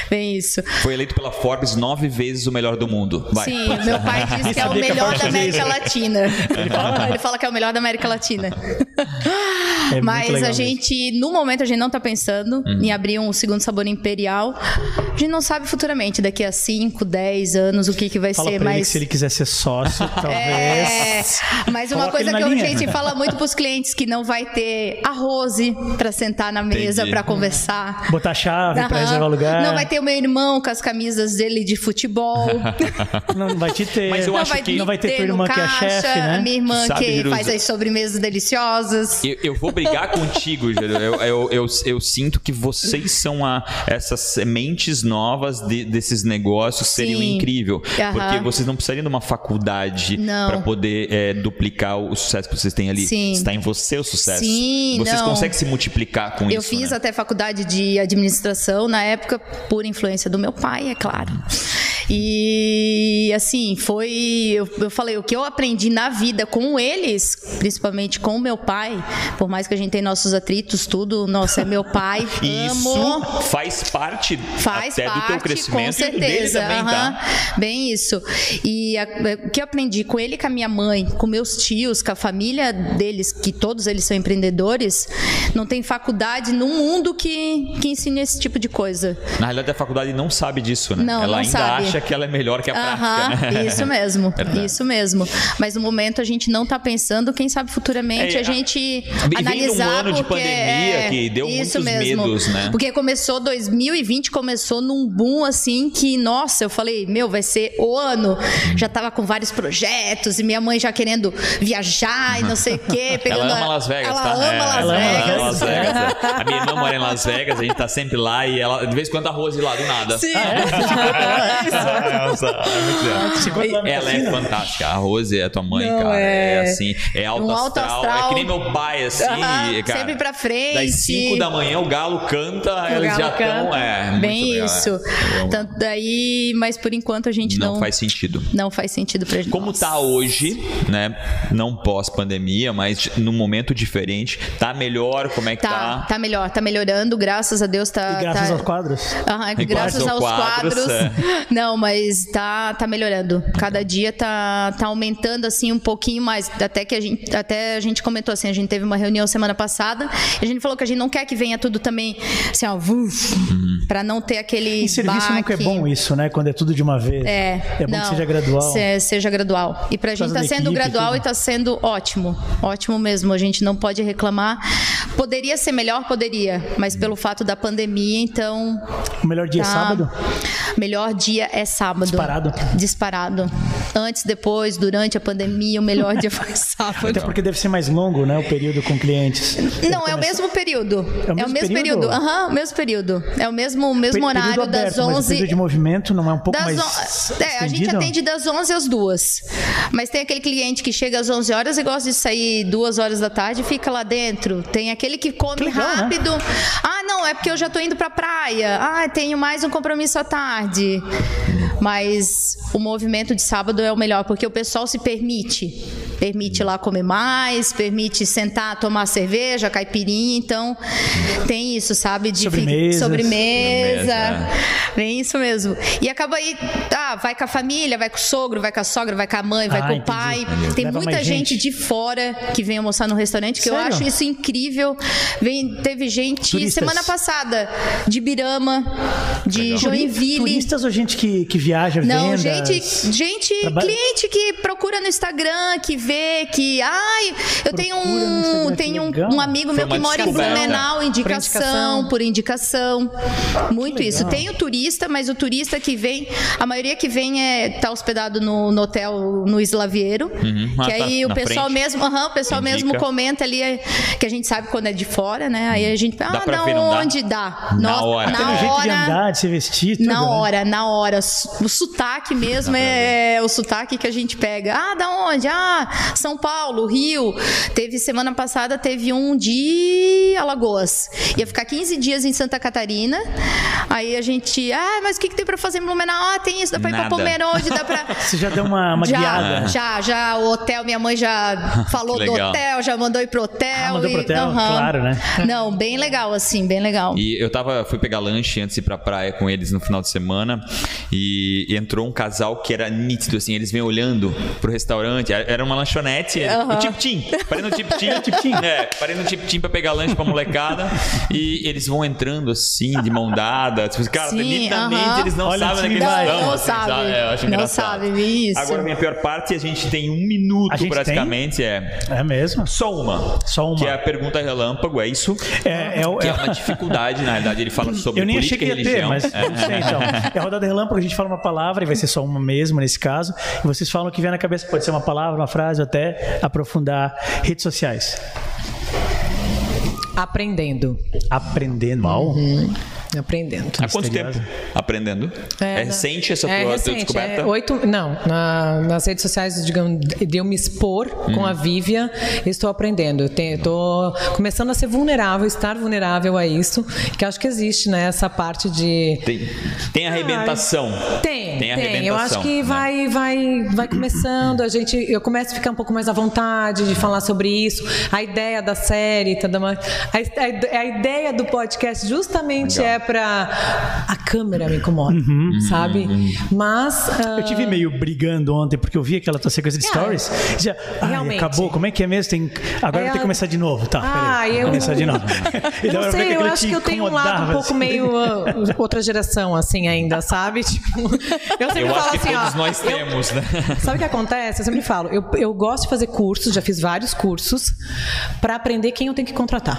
Speaker 3: Bem isso.
Speaker 2: Foi eleito pela Forbes nove vezes o melhor do mundo. Vai.
Speaker 3: Sim, meu pai diz que é o
Speaker 1: sabia que eu
Speaker 3: melhor
Speaker 1: posso
Speaker 3: da
Speaker 1: fazer
Speaker 3: América
Speaker 1: isso.
Speaker 3: Latina. Ele fala? que é o melhor da América Latina.
Speaker 1: É muito
Speaker 3: Mas
Speaker 1: legal Hum.
Speaker 3: a gente, no momento, a gente não tá pensando em abrir um segundo sabor imperial. A gente não sabe futuramente, daqui a 5, 10 anos, o que, que vai
Speaker 1: Fala
Speaker 3: ser.
Speaker 1: pra ele
Speaker 3: Mas
Speaker 1: que se ele quiser ser sócio,
Speaker 3: É,
Speaker 1: talvez.
Speaker 3: mas uma
Speaker 1: Coloca
Speaker 3: coisa
Speaker 1: ele
Speaker 3: que
Speaker 1: na
Speaker 3: a
Speaker 1: linha.
Speaker 3: gente fala muito pros clientes que não vai ter a Rose pra sentar na mesa
Speaker 2: Entendi.
Speaker 3: pra conversar.
Speaker 1: Botar a chave pra
Speaker 3: Aham.
Speaker 1: reservar o lugar.
Speaker 3: Não vai ter o meu irmão com as camisas dele de futebol.
Speaker 1: Não, não vai te ter.
Speaker 2: Mas eu
Speaker 3: não
Speaker 2: acho
Speaker 3: vai
Speaker 2: que-
Speaker 1: Então, não vai ter tua
Speaker 3: no
Speaker 1: irmã que é
Speaker 3: caixa,
Speaker 1: chefe, né?
Speaker 3: A minha irmã
Speaker 2: Sabe,
Speaker 3: que
Speaker 2: Jerusa-
Speaker 3: faz as sobremesas deliciosas.
Speaker 2: Eu, eu vou brigar contigo, Júlio. Eu, eu, eu, eu sinto que vocês são a, essas sementes novas de- desses negócios seriam
Speaker 3: Sim.
Speaker 2: incrível.
Speaker 3: Aham.
Speaker 2: Porque vocês não precisariam de uma faculdade
Speaker 3: Não.
Speaker 2: para poder eh, duplicar o sucesso que vocês têm ali.
Speaker 3: Sim.
Speaker 2: Está em você o sucesso.
Speaker 3: Sim,
Speaker 2: vocês
Speaker 3: não.
Speaker 2: conseguem se multiplicar com
Speaker 3: Eu
Speaker 2: isso.
Speaker 3: fiz
Speaker 2: né?
Speaker 3: até faculdade de administração na época por influência do meu pai, é claro. E assim, foi. Eu, eu falei, o que eu aprendi na vida com eles, principalmente com o meu pai, por mais que a gente tenha nossos atritos, tudo, nossa, é meu pai,
Speaker 2: E
Speaker 3: amo.
Speaker 2: Isso faz parte
Speaker 3: Faz
Speaker 2: até
Speaker 3: parte,
Speaker 2: do teu crescimento
Speaker 3: com
Speaker 2: e do dele
Speaker 3: certeza.
Speaker 2: também, tá?
Speaker 3: aham. Bem isso. E a- é, o que eu aprendi com ele, com a minha mãe, com meus tios, com a família deles, que todos eles são empreendedores, não tem faculdade no mundo que, que ensine esse tipo de coisa.
Speaker 2: Na realidade, a faculdade não sabe disso, né?
Speaker 3: Não,
Speaker 2: Ela
Speaker 3: não
Speaker 2: ainda
Speaker 3: sabe.
Speaker 2: acha acha que ela é melhor que a
Speaker 3: Aham,
Speaker 2: prática. né?
Speaker 3: isso mesmo, isso mesmo. Mas no momento a gente não está pensando, quem sabe futuramente
Speaker 2: É,
Speaker 3: a
Speaker 2: a-
Speaker 3: gente
Speaker 2: vem
Speaker 3: analisar
Speaker 2: num ano de
Speaker 3: porque
Speaker 2: pandemia
Speaker 3: é,
Speaker 2: que deu
Speaker 3: isso
Speaker 2: muitos
Speaker 3: mesmo.
Speaker 2: medos, né?
Speaker 3: Porque começou 2020 começou num boom assim que nossa, eu falei, meu, vai ser o ano. Já tava com vários projetos e minha mãe já querendo viajar e não sei o quê, pegando
Speaker 2: Ela
Speaker 3: a-
Speaker 2: ama Las Vegas,
Speaker 3: ela
Speaker 2: tá?
Speaker 3: Ama
Speaker 2: É,
Speaker 3: Las
Speaker 2: ela ama
Speaker 3: Vegas.
Speaker 2: Las Vegas, é. A minha irmã mora em Las Vegas, a gente tá sempre lá e ela, de vez em quando, a Rose lá do nada.
Speaker 3: Sim.
Speaker 2: Nossa, é muito legal.
Speaker 1: Você conta
Speaker 3: Ah,
Speaker 1: lá no
Speaker 2: Ela é
Speaker 1: cassino?
Speaker 2: fantástica. A Rose é tua mãe,
Speaker 4: Não,
Speaker 2: cara. É...
Speaker 4: é-
Speaker 2: assim. É alto,
Speaker 3: Um alto
Speaker 2: astral, É
Speaker 3: astral.
Speaker 2: que nem meu pai, assim.
Speaker 3: Aham,
Speaker 2: cara,
Speaker 3: sempre pra frente.
Speaker 2: Das 5 da manhã o galo canta,
Speaker 3: O
Speaker 2: eles
Speaker 3: galo
Speaker 2: já estão.
Speaker 3: canta.
Speaker 2: É, muito
Speaker 3: bem
Speaker 2: legal, é.
Speaker 3: isso. Então, Tanto daí, mas por enquanto a gente não,
Speaker 2: Não faz sentido.
Speaker 3: não faz sentido pra gente.
Speaker 2: Como tá hoje, né? Não pós-pandemia, mas num momento diferente. Tá melhor? Como é que
Speaker 3: Tá,
Speaker 2: tá?
Speaker 3: tá melhor, tá melhorando, graças a Deus tá.
Speaker 1: E graças
Speaker 3: tá-
Speaker 1: aos quadros?
Speaker 3: Aham, graças
Speaker 2: E graças
Speaker 3: aos
Speaker 2: aos quadros,
Speaker 3: quadros.
Speaker 2: é.
Speaker 3: Não, mas tá, tá melhorando. Cada dia tá, tá aumentando assim um pouquinho mais. Até que a gente, até a gente comentou assim, a gente teve uma reunião semana passada e a gente falou que a gente não quer que venha tudo também assim, ó, vuf,
Speaker 2: Uhum.
Speaker 3: pra não ter aquele
Speaker 1: Em serviço nunca é
Speaker 3: baque.
Speaker 1: bom isso, né? Quando é tudo de uma vez.
Speaker 3: É,
Speaker 1: É bom
Speaker 3: não,
Speaker 1: que seja gradual.
Speaker 3: se- é, seja gradual. E pra gente
Speaker 1: causa
Speaker 3: tá
Speaker 1: da
Speaker 3: sendo
Speaker 1: equipe e
Speaker 3: gradual
Speaker 1: tudo.
Speaker 3: e tá sendo ótimo. Ótimo mesmo, a gente não pode reclamar. Poderia ser melhor, poderia, mas pelo fato da pandemia, então
Speaker 1: O melhor dia
Speaker 3: tá.
Speaker 1: é sábado?
Speaker 3: Melhor dia é sábado.
Speaker 1: Disparado.
Speaker 3: Disparado. Antes, depois, durante a pandemia, o melhor dia foi
Speaker 1: Até
Speaker 3: sábado.
Speaker 1: porque deve ser mais longo, né? O período com clientes.
Speaker 3: Não, é o mesmo período.
Speaker 1: o
Speaker 3: É o
Speaker 1: mesmo
Speaker 3: mesmo
Speaker 1: período?
Speaker 3: período. Aham, o mesmo período. É o mesmo, o
Speaker 1: Pe-
Speaker 3: mesmo
Speaker 1: período
Speaker 3: horário
Speaker 1: aberto,
Speaker 3: das
Speaker 1: mas o
Speaker 3: 11
Speaker 1: período de movimento não é um pouco
Speaker 3: Das
Speaker 1: mais
Speaker 3: on- É, a gente
Speaker 1: estendido?
Speaker 3: atende das 11 às 2. Mas tem aquele cliente que chega às 11 horas e gosta de sair 2 horas da tarde e fica lá dentro. Tem aquele que come
Speaker 1: Que legal, né?
Speaker 3: rápido. Ah, não, é porque eu já tô indo pra praia. Ah, tenho mais um compromisso à tarde. Mas o movimento de sábado é o melhor, porque o pessoal se permite. Permite lá comer mais, permite sentar, tomar cerveja, caipirinha. Então, tem isso, sabe? De fica-
Speaker 1: Sobremesas.
Speaker 3: Sobremesa.
Speaker 2: Sobremesa.
Speaker 3: Bem isso mesmo. E acaba aí, ah, vai com a família, vai com o sogro, vai com a sogra, vai com a mãe, vai
Speaker 1: Ah,
Speaker 3: com o
Speaker 1: entendi.
Speaker 3: pai.
Speaker 1: Valeu.
Speaker 3: Tem
Speaker 1: Leva
Speaker 3: muita
Speaker 1: mais
Speaker 3: gente.
Speaker 1: gente.
Speaker 3: de fora que vem almoçar no restaurante, que eu
Speaker 1: Sério?
Speaker 3: acho isso incrível. Vem, teve gente
Speaker 1: Turistas.
Speaker 3: semana passada de Birama, de Joinville.
Speaker 1: Turistas ou gente que, que viaja,
Speaker 3: Não,
Speaker 1: vendas?
Speaker 3: gente, gente,
Speaker 1: Trabalho.
Speaker 3: cliente que procura no Instagram, que vê, que, ai, eu tenho
Speaker 1: Procura no
Speaker 3: um,
Speaker 1: Instagram, que
Speaker 3: tenho
Speaker 1: legal.
Speaker 3: um, um amigo meu
Speaker 2: uma
Speaker 3: que mora em
Speaker 2: descoberta.
Speaker 3: Blumenau, indicação, por indicação, muito isso. Tem o turista, mas o turista que vem, a maioria que vem é tá hospedado no, no hotel no Islavieiro,
Speaker 2: Uhum. Ah,
Speaker 3: que
Speaker 2: tá
Speaker 3: aí o
Speaker 2: na
Speaker 3: pessoal
Speaker 2: frente.
Speaker 3: mesmo, aham, o pessoal
Speaker 2: Indica.
Speaker 3: mesmo comenta ali é, que a gente sabe quando é de fora, né? Aí a gente, ah,
Speaker 2: pra
Speaker 3: não,
Speaker 2: ver, não dá?
Speaker 3: onde dá?
Speaker 2: Na
Speaker 3: Nossa,
Speaker 2: hora.
Speaker 3: na
Speaker 2: Até
Speaker 1: O jeito de
Speaker 3: hora.
Speaker 1: andar, de se vestir, tudo,
Speaker 3: Na
Speaker 1: né?
Speaker 3: hora, na hora. O sotaque mesmo é o sotaque que a gente pega. Ah, da onde? Ah, São Paulo, Rio. Teve semana passada, teve um de Alagoas. Ia ficar 15 dias em Santa Catarina. Aí a gente, ah, mas o que, que tem pra fazer em Blumenau? Ah, tem isso, dá pra ir pra
Speaker 2: Nada.
Speaker 3: Pomerode, dá pra.
Speaker 1: Você já deu uma, uma
Speaker 3: Já,
Speaker 1: guiada.
Speaker 3: já, já, o hotel, minha mãe já falou
Speaker 2: Que
Speaker 3: do
Speaker 2: legal.
Speaker 3: hotel, já mandou ir pro hotel.
Speaker 1: Ah, mandou
Speaker 3: e-
Speaker 1: pro hotel,
Speaker 3: Aham.
Speaker 1: claro, né?
Speaker 3: Não, bem legal, assim, bem legal.
Speaker 2: E eu tava, fui pegar lanche antes de ir pra praia com eles no final de semana e entrou um casal que era nítido, assim, eles vêm olhando pro restaurante, É, era uma lanchonete, é, o tip-tim, parei no tip-tim, é, parei no tip-tim pra pegar lanche pra molecada e eles vão entrando assim, de mão dada, tipo, cara,
Speaker 3: Sim,
Speaker 2: nitidamente
Speaker 3: aham.
Speaker 2: eles não
Speaker 1: Olha
Speaker 2: sabem
Speaker 1: assim,
Speaker 2: onde que
Speaker 1: vai.
Speaker 2: eles estão,
Speaker 3: Não, não
Speaker 2: assim,
Speaker 3: sabe.
Speaker 2: sabe? É, eu acho
Speaker 3: Não
Speaker 2: engraçado.
Speaker 3: sabe, isso.
Speaker 2: Agora, minha pior parte, a gente tem um minuto
Speaker 1: A gente
Speaker 2: praticamente, é...
Speaker 4: Ah.
Speaker 1: É mesmo?
Speaker 2: Só uma.
Speaker 1: Só uma.
Speaker 2: Que é a pergunta relâmpago, é isso?
Speaker 1: É, é, o-
Speaker 2: Que é
Speaker 1: é-
Speaker 2: uma dificuldade, na realidade, ele fala sobre
Speaker 1: eu nem achei
Speaker 2: política
Speaker 1: que ia
Speaker 2: e
Speaker 1: ter,
Speaker 2: religião.
Speaker 1: mas
Speaker 2: É.
Speaker 1: não sei então. É a rodada relâmpago, a gente fala uma palavra e vai ser só uma mesmo nesse caso. E vocês falam o que vem na cabeça, pode ser uma palavra, uma frase ou até aprofundar. Redes sociais.
Speaker 4: Aprendendo.
Speaker 1: Aprendendo. Mal.
Speaker 4: Uhum. Aprendendo.
Speaker 2: Há quanto tempo
Speaker 1: Misteriosa.
Speaker 2: aprendendo? É,
Speaker 4: né?
Speaker 2: recente essa
Speaker 4: é
Speaker 2: tua, tua
Speaker 4: recente,
Speaker 2: descoberta?
Speaker 4: é oito, não, na- nas redes sociais, digamos, de eu me expor
Speaker 2: Hum.
Speaker 4: com a Vivian, eu estou aprendendo. Eu tenho, eu tô começando a ser vulnerável, estar vulnerável a isso, que acho que existe, né? Essa parte de
Speaker 2: Tem, tem arrebentação.
Speaker 4: Ah, Tem,
Speaker 2: Tem
Speaker 4: tem.
Speaker 2: arrebentação,
Speaker 4: Eu acho que
Speaker 2: né?
Speaker 4: vai, vai, vai começando. A gente, eu começo a ficar um pouco mais à vontade de falar sobre isso. A ideia da série, e tudo mais. A, a- a ideia do podcast justamente
Speaker 2: Legal. Uhum.
Speaker 4: é para a câmera me incomoda, sabe? Mas ah,
Speaker 1: Uhum. Eu tive meio brigando ontem, porque eu vi aquela tua sequência de
Speaker 4: Ah,
Speaker 1: stories. e Já, ai,
Speaker 4: realmente.
Speaker 1: acabou, como é que é mesmo? Tem, agora
Speaker 4: Aí
Speaker 1: tem que
Speaker 4: ela-
Speaker 1: começar de novo. Tá,
Speaker 4: Ah,
Speaker 1: peraí.
Speaker 4: eu-
Speaker 1: Começar de novo. Então, E
Speaker 4: Eu
Speaker 1: da
Speaker 4: não
Speaker 1: hora pra
Speaker 4: sei, eu
Speaker 1: aquilo
Speaker 4: acho
Speaker 1: te
Speaker 4: que eu tenho um lado
Speaker 1: incomodava,
Speaker 4: um pouco
Speaker 1: assim.
Speaker 4: meio ah, outra geração, assim, ainda, sabe? Tipo, eu sempre
Speaker 2: Eu
Speaker 4: falo
Speaker 2: acho que
Speaker 4: assim,
Speaker 2: todos
Speaker 4: ó.
Speaker 2: nós
Speaker 4: eu-
Speaker 2: temos, né?
Speaker 4: Sabe o que acontece? Eu sempre falo, eu, eu gosto de fazer cursos, já fiz vários cursos, pra aprender quem eu tenho que contratar.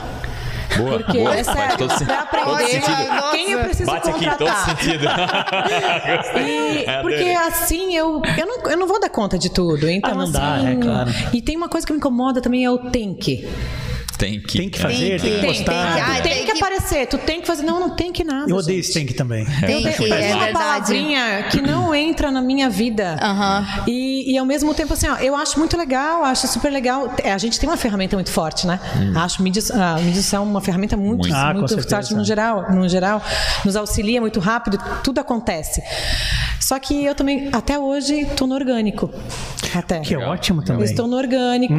Speaker 2: Boa,
Speaker 4: Porque
Speaker 2: Ah, boa.
Speaker 4: é
Speaker 2: faz
Speaker 4: sério,
Speaker 2: todo sentido.
Speaker 4: pra
Speaker 2: Todo
Speaker 4: aprender
Speaker 2: sentido.
Speaker 4: quem eu preciso
Speaker 2: Bate aqui em todo
Speaker 4: contratar.
Speaker 2: sentido.
Speaker 4: E-
Speaker 2: Gostei. É,
Speaker 4: porque
Speaker 2: adorei.
Speaker 4: assim eu, eu, não, eu não vou dar conta de tudo. Então,
Speaker 1: Ah, não
Speaker 4: assim,
Speaker 1: dá, é claro.
Speaker 4: E tem uma coisa que me incomoda também, é o tem que.
Speaker 2: Tem que.
Speaker 1: Tem que fazer, tem,
Speaker 3: que-
Speaker 1: que
Speaker 3: tem,
Speaker 1: postar.
Speaker 3: tem que-
Speaker 4: Ah,
Speaker 3: Ah,
Speaker 4: tu tem,
Speaker 3: tem
Speaker 4: que,
Speaker 3: que-
Speaker 4: aparecer, tu tem que fazer. Não, não tem que nada.
Speaker 1: Eu odeio
Speaker 4: gente.
Speaker 1: esse tem que também.
Speaker 3: Tem que,
Speaker 4: Mas
Speaker 3: é
Speaker 4: uma
Speaker 3: verdade.
Speaker 4: palavrinha que não entra na minha vida.
Speaker 3: Aham.
Speaker 4: E, e ao mesmo tempo, assim, ó, eu acho muito legal, acho super legal. É, A gente tem uma ferramenta muito forte, né? Acho mídia, a mídia social uma ferramenta muito,
Speaker 2: Muito.
Speaker 1: Ah, com
Speaker 4: muito
Speaker 1: certeza.
Speaker 4: forte no geral, no geral. Nos auxilia muito rápido, tudo acontece. Só que eu também, até hoje, estou no orgânico. Até.
Speaker 1: Que é ótimo
Speaker 4: Eu
Speaker 1: também.
Speaker 4: estou no orgânico.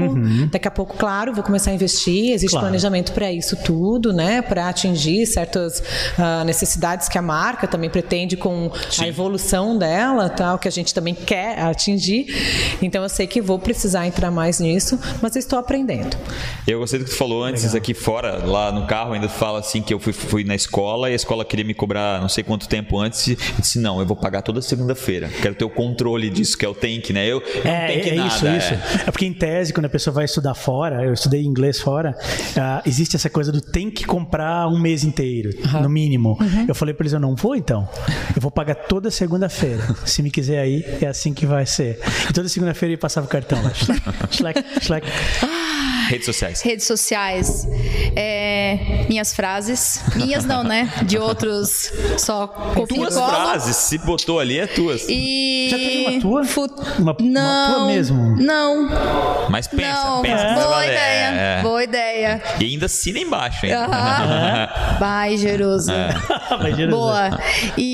Speaker 4: Daqui a pouco, claro, vou começar a investir. Existe
Speaker 1: Uhum. Claro.
Speaker 4: planejamento para isso tudo, né? Para atingir certas ah, necessidades que a marca também pretende com a evolução dela, tal, que a gente também quer atingir. Então, eu sei que vou precisar entrar mais nisso, mas eu estou aprendendo.
Speaker 2: Eu gostei do que tu falou antes aqui fora, lá no carro, ainda tu fala assim que eu fui, fui na escola e a escola queria me cobrar não sei quanto tempo antes. E disse, não, eu vou pagar toda segunda-feira. Quero ter o controle disso, que é o tank, né? Eu eu não
Speaker 1: É,
Speaker 2: tenho que
Speaker 1: é
Speaker 2: nada.
Speaker 1: isso,
Speaker 2: é.
Speaker 1: isso. É porque em tese, quando a pessoa vai estudar fora, eu estudei inglês fora, ah, existe essa coisa do tem que comprar um mês inteiro, no mínimo.
Speaker 3: Uhum.
Speaker 1: Eu falei pra eles, eu não vou então. Eu vou pagar toda segunda-feira. Se me quiser aí, é assim que vai ser. E toda segunda-feira ele passava o cartão lá. Schlack, schlack, schlack.
Speaker 2: Redes sociais.
Speaker 3: Redes sociais, é, minhas frases. Minhas não, né? De outros só copio e
Speaker 2: Tuas
Speaker 3: colo.
Speaker 2: frases, se botou ali, é tuas.
Speaker 3: E.
Speaker 1: Já teve uma tua?
Speaker 3: Fu-
Speaker 1: Uma- uma
Speaker 3: não,
Speaker 1: tua mesmo?
Speaker 3: Não,
Speaker 2: Mas pensa,
Speaker 3: não.
Speaker 2: pensa. que vai
Speaker 3: Boa
Speaker 2: valer.
Speaker 3: ideia.
Speaker 2: É.
Speaker 3: Boa ideia.
Speaker 2: E ainda assina embaixo, hein?
Speaker 3: Aham. Vai, Jerusa.
Speaker 2: É.
Speaker 1: Vai, Jerusa.
Speaker 3: Boa.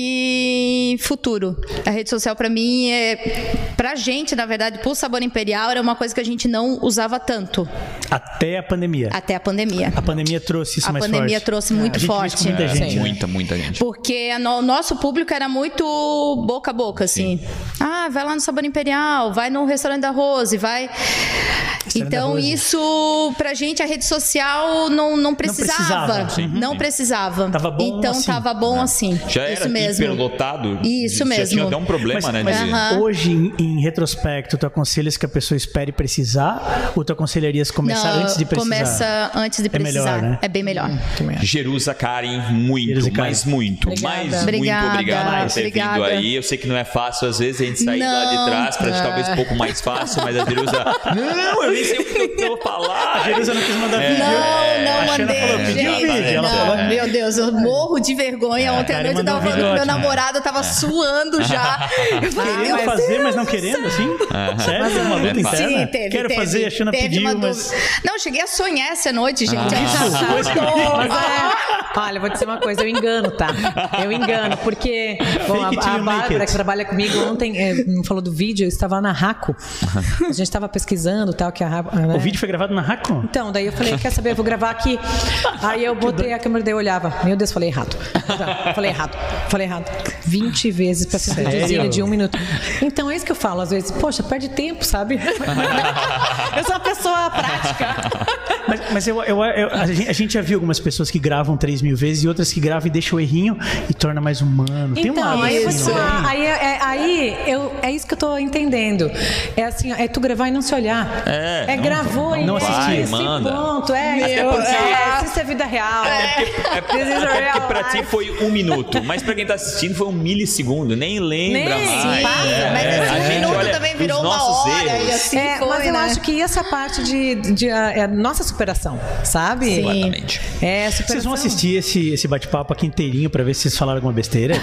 Speaker 3: E futuro. A rede social pra mim é pra gente, na verdade, pro sabor imperial era uma coisa que a gente não usava tanto
Speaker 1: Até a pandemia.
Speaker 3: até a pandemia.
Speaker 1: A pandemia trouxe Ah, isso é
Speaker 3: A
Speaker 1: mais
Speaker 3: pandemia
Speaker 1: forte.
Speaker 3: trouxe muito
Speaker 1: a gente viu isso
Speaker 3: forte.
Speaker 1: com muita
Speaker 2: É,
Speaker 1: gente. né?
Speaker 2: muita, muita gente.
Speaker 3: Porque a no- o nosso público era muito boca a boca, assim. Ah, vai lá no Sabor Imperial, vai no restaurante da Rose, vai.
Speaker 1: da
Speaker 3: então,
Speaker 1: Rose.
Speaker 3: isso, pra gente, a rede social não, não precisava.
Speaker 1: precisava,
Speaker 3: Não
Speaker 1: sim.
Speaker 3: precisava.
Speaker 1: Tava bom
Speaker 3: então,
Speaker 1: assim.
Speaker 3: tava bom assim.
Speaker 2: Já
Speaker 3: isso
Speaker 2: era
Speaker 3: mesmo.
Speaker 2: hiperlotado.
Speaker 3: Isso
Speaker 2: Já
Speaker 3: mesmo.
Speaker 2: tinha até um problema,
Speaker 1: Mas,
Speaker 2: né?
Speaker 1: mas
Speaker 2: de-
Speaker 3: Aham.
Speaker 1: hoje, em, em retrospecto, tu aconselhas que a pessoa espere precisar ou tu aconselharias começar
Speaker 3: Não,
Speaker 1: antes de precisar?
Speaker 3: Começa antes de precisar.
Speaker 1: melhor, né?
Speaker 3: É bem melhor.
Speaker 2: Jerusa Karen, muito,
Speaker 1: Jerusa Karen.
Speaker 2: mas muito,
Speaker 4: Obrigada.
Speaker 2: mas
Speaker 3: Obrigada.
Speaker 2: muito obrigado por ter
Speaker 3: Obrigada.
Speaker 2: vindo aí. Eu sei que não é fácil, às vezes, a gente sair lá de
Speaker 3: Não.
Speaker 2: trás, pra gente talvez um pouco mais fácil, mas a Jerusa. Não, eu nem sei o que eu vou falar.
Speaker 1: Jerusa não quis mandar
Speaker 3: Não,
Speaker 1: vídeo.
Speaker 3: não
Speaker 1: É, a Xana
Speaker 3: mandei.
Speaker 1: falou,
Speaker 3: gente.
Speaker 1: pediu vídeo. Ela tá
Speaker 3: Não,
Speaker 1: falou, É.
Speaker 3: meu Deus, eu morro de vergonha. Ontem à
Speaker 1: Karen
Speaker 3: noite eu
Speaker 1: mandou
Speaker 3: tava
Speaker 1: um
Speaker 3: falando
Speaker 1: vídeo
Speaker 3: que meu
Speaker 1: ótimo.
Speaker 3: namorado tava suando já. Eu falei, meu
Speaker 1: Querendo
Speaker 3: Deus.
Speaker 1: fazer, mas não querendo, assim? Sério? Teve uma luta
Speaker 2: Sim,
Speaker 1: interna?
Speaker 3: Sim, teve.
Speaker 1: Quero
Speaker 3: teve,
Speaker 1: fazer, a Xana
Speaker 3: teve uma
Speaker 1: pediu,
Speaker 3: dúvida.
Speaker 1: mas...
Speaker 3: Não, eu cheguei a sonhar essa noite, gente. Ah,
Speaker 4: Mas
Speaker 3: já
Speaker 4: é- Olha, vou dizer uma coisa, eu engano, tá? Eu engano, porque bom, a,
Speaker 1: Fake it till
Speaker 4: a
Speaker 1: you make
Speaker 4: Bárbara,
Speaker 1: it.
Speaker 4: que trabalha comigo ontem, é, me falou do vídeo, eu estava na Raco. A gente estava pesquisando tal, que a Ra- né?
Speaker 1: O vídeo foi gravado na Racon?
Speaker 4: Então, daí eu falei, quer saber, eu vou gravar aqui. Aí eu botei a câmera, daí eu olhava. Meu Deus, falei errado. Tá, Falei errado. Falei errado. 20 vezes pra essa
Speaker 1: Sério?
Speaker 4: videozinha de um minuto. Então é isso que eu falo, às vezes, poxa, perde tempo, sabe? eu sou uma pessoa prática.
Speaker 1: Mas, mas eu, eu- eu- a, gente, a gente já viu algumas pessoas que gravam 3 mil vezes e outras que gravam e deixam o errinho e torna mais humano. Tem um
Speaker 4: Então,
Speaker 1: lado
Speaker 4: aí eu vou
Speaker 1: assim,
Speaker 4: te
Speaker 1: né?
Speaker 4: falar, aí, é, aí eu, é isso que eu tô entendendo. É assim, ó, é tu gravar e não se olhar.
Speaker 2: É, não-
Speaker 4: gravou e
Speaker 1: não assistir.
Speaker 4: esse
Speaker 2: Manda.
Speaker 4: ponto. É,
Speaker 2: Até
Speaker 4: eu,
Speaker 2: porque-
Speaker 4: é, isso é vida real.
Speaker 2: É porque, é porque-
Speaker 4: This is
Speaker 2: é porque
Speaker 4: real
Speaker 2: pra ti
Speaker 4: life.
Speaker 2: foi um minuto, mas pra quem tá assistindo foi um milissegundo, nem lembra
Speaker 4: Nem
Speaker 2: mais. É,
Speaker 4: se passa,
Speaker 1: É,
Speaker 3: mas
Speaker 2: a
Speaker 3: assim, um
Speaker 2: gente
Speaker 3: minuto
Speaker 2: olha
Speaker 3: também
Speaker 2: os
Speaker 3: virou uma
Speaker 2: nossos
Speaker 3: hora.
Speaker 2: erros.
Speaker 3: E assim
Speaker 4: É,
Speaker 3: foi,
Speaker 4: mas eu
Speaker 3: né?
Speaker 4: acho que essa parte de, de- a- é a nossa superação, sabe?
Speaker 2: Completamente.
Speaker 4: É, superação.
Speaker 1: Vocês vão assistir esse, esse bate-papo aqui inteirinho pra ver se vocês falaram alguma besteira?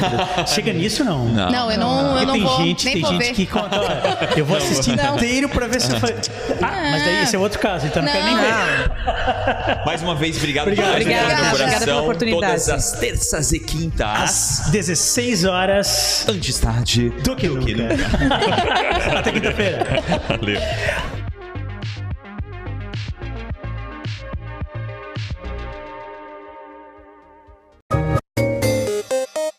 Speaker 1: Chega nisso, não?
Speaker 2: Não,
Speaker 3: Não, eu não, eu
Speaker 1: Ah. Porque
Speaker 3: não
Speaker 1: tem
Speaker 3: vou.
Speaker 1: gente,
Speaker 3: nem
Speaker 1: tem
Speaker 3: vou
Speaker 1: gente
Speaker 3: ver.
Speaker 1: que conta. "Olha, Eu vou assistir
Speaker 3: Não.
Speaker 1: inteiro pra ver se eu falei. Ah, mas daí esse é outro caso, então não, quero nem ver.
Speaker 4: Ah.
Speaker 2: Mais uma vez, obrigado
Speaker 1: Obrigado.
Speaker 2: demais, obrigado
Speaker 3: Obrigada,
Speaker 2: do coração.
Speaker 4: obrigada pela oportunidade.
Speaker 2: Todas as terças e quintas,
Speaker 1: 16 horas.
Speaker 2: antes tarde
Speaker 1: Do que nunca.
Speaker 2: nunca.
Speaker 1: Até quinta-feira.
Speaker 2: Valeu.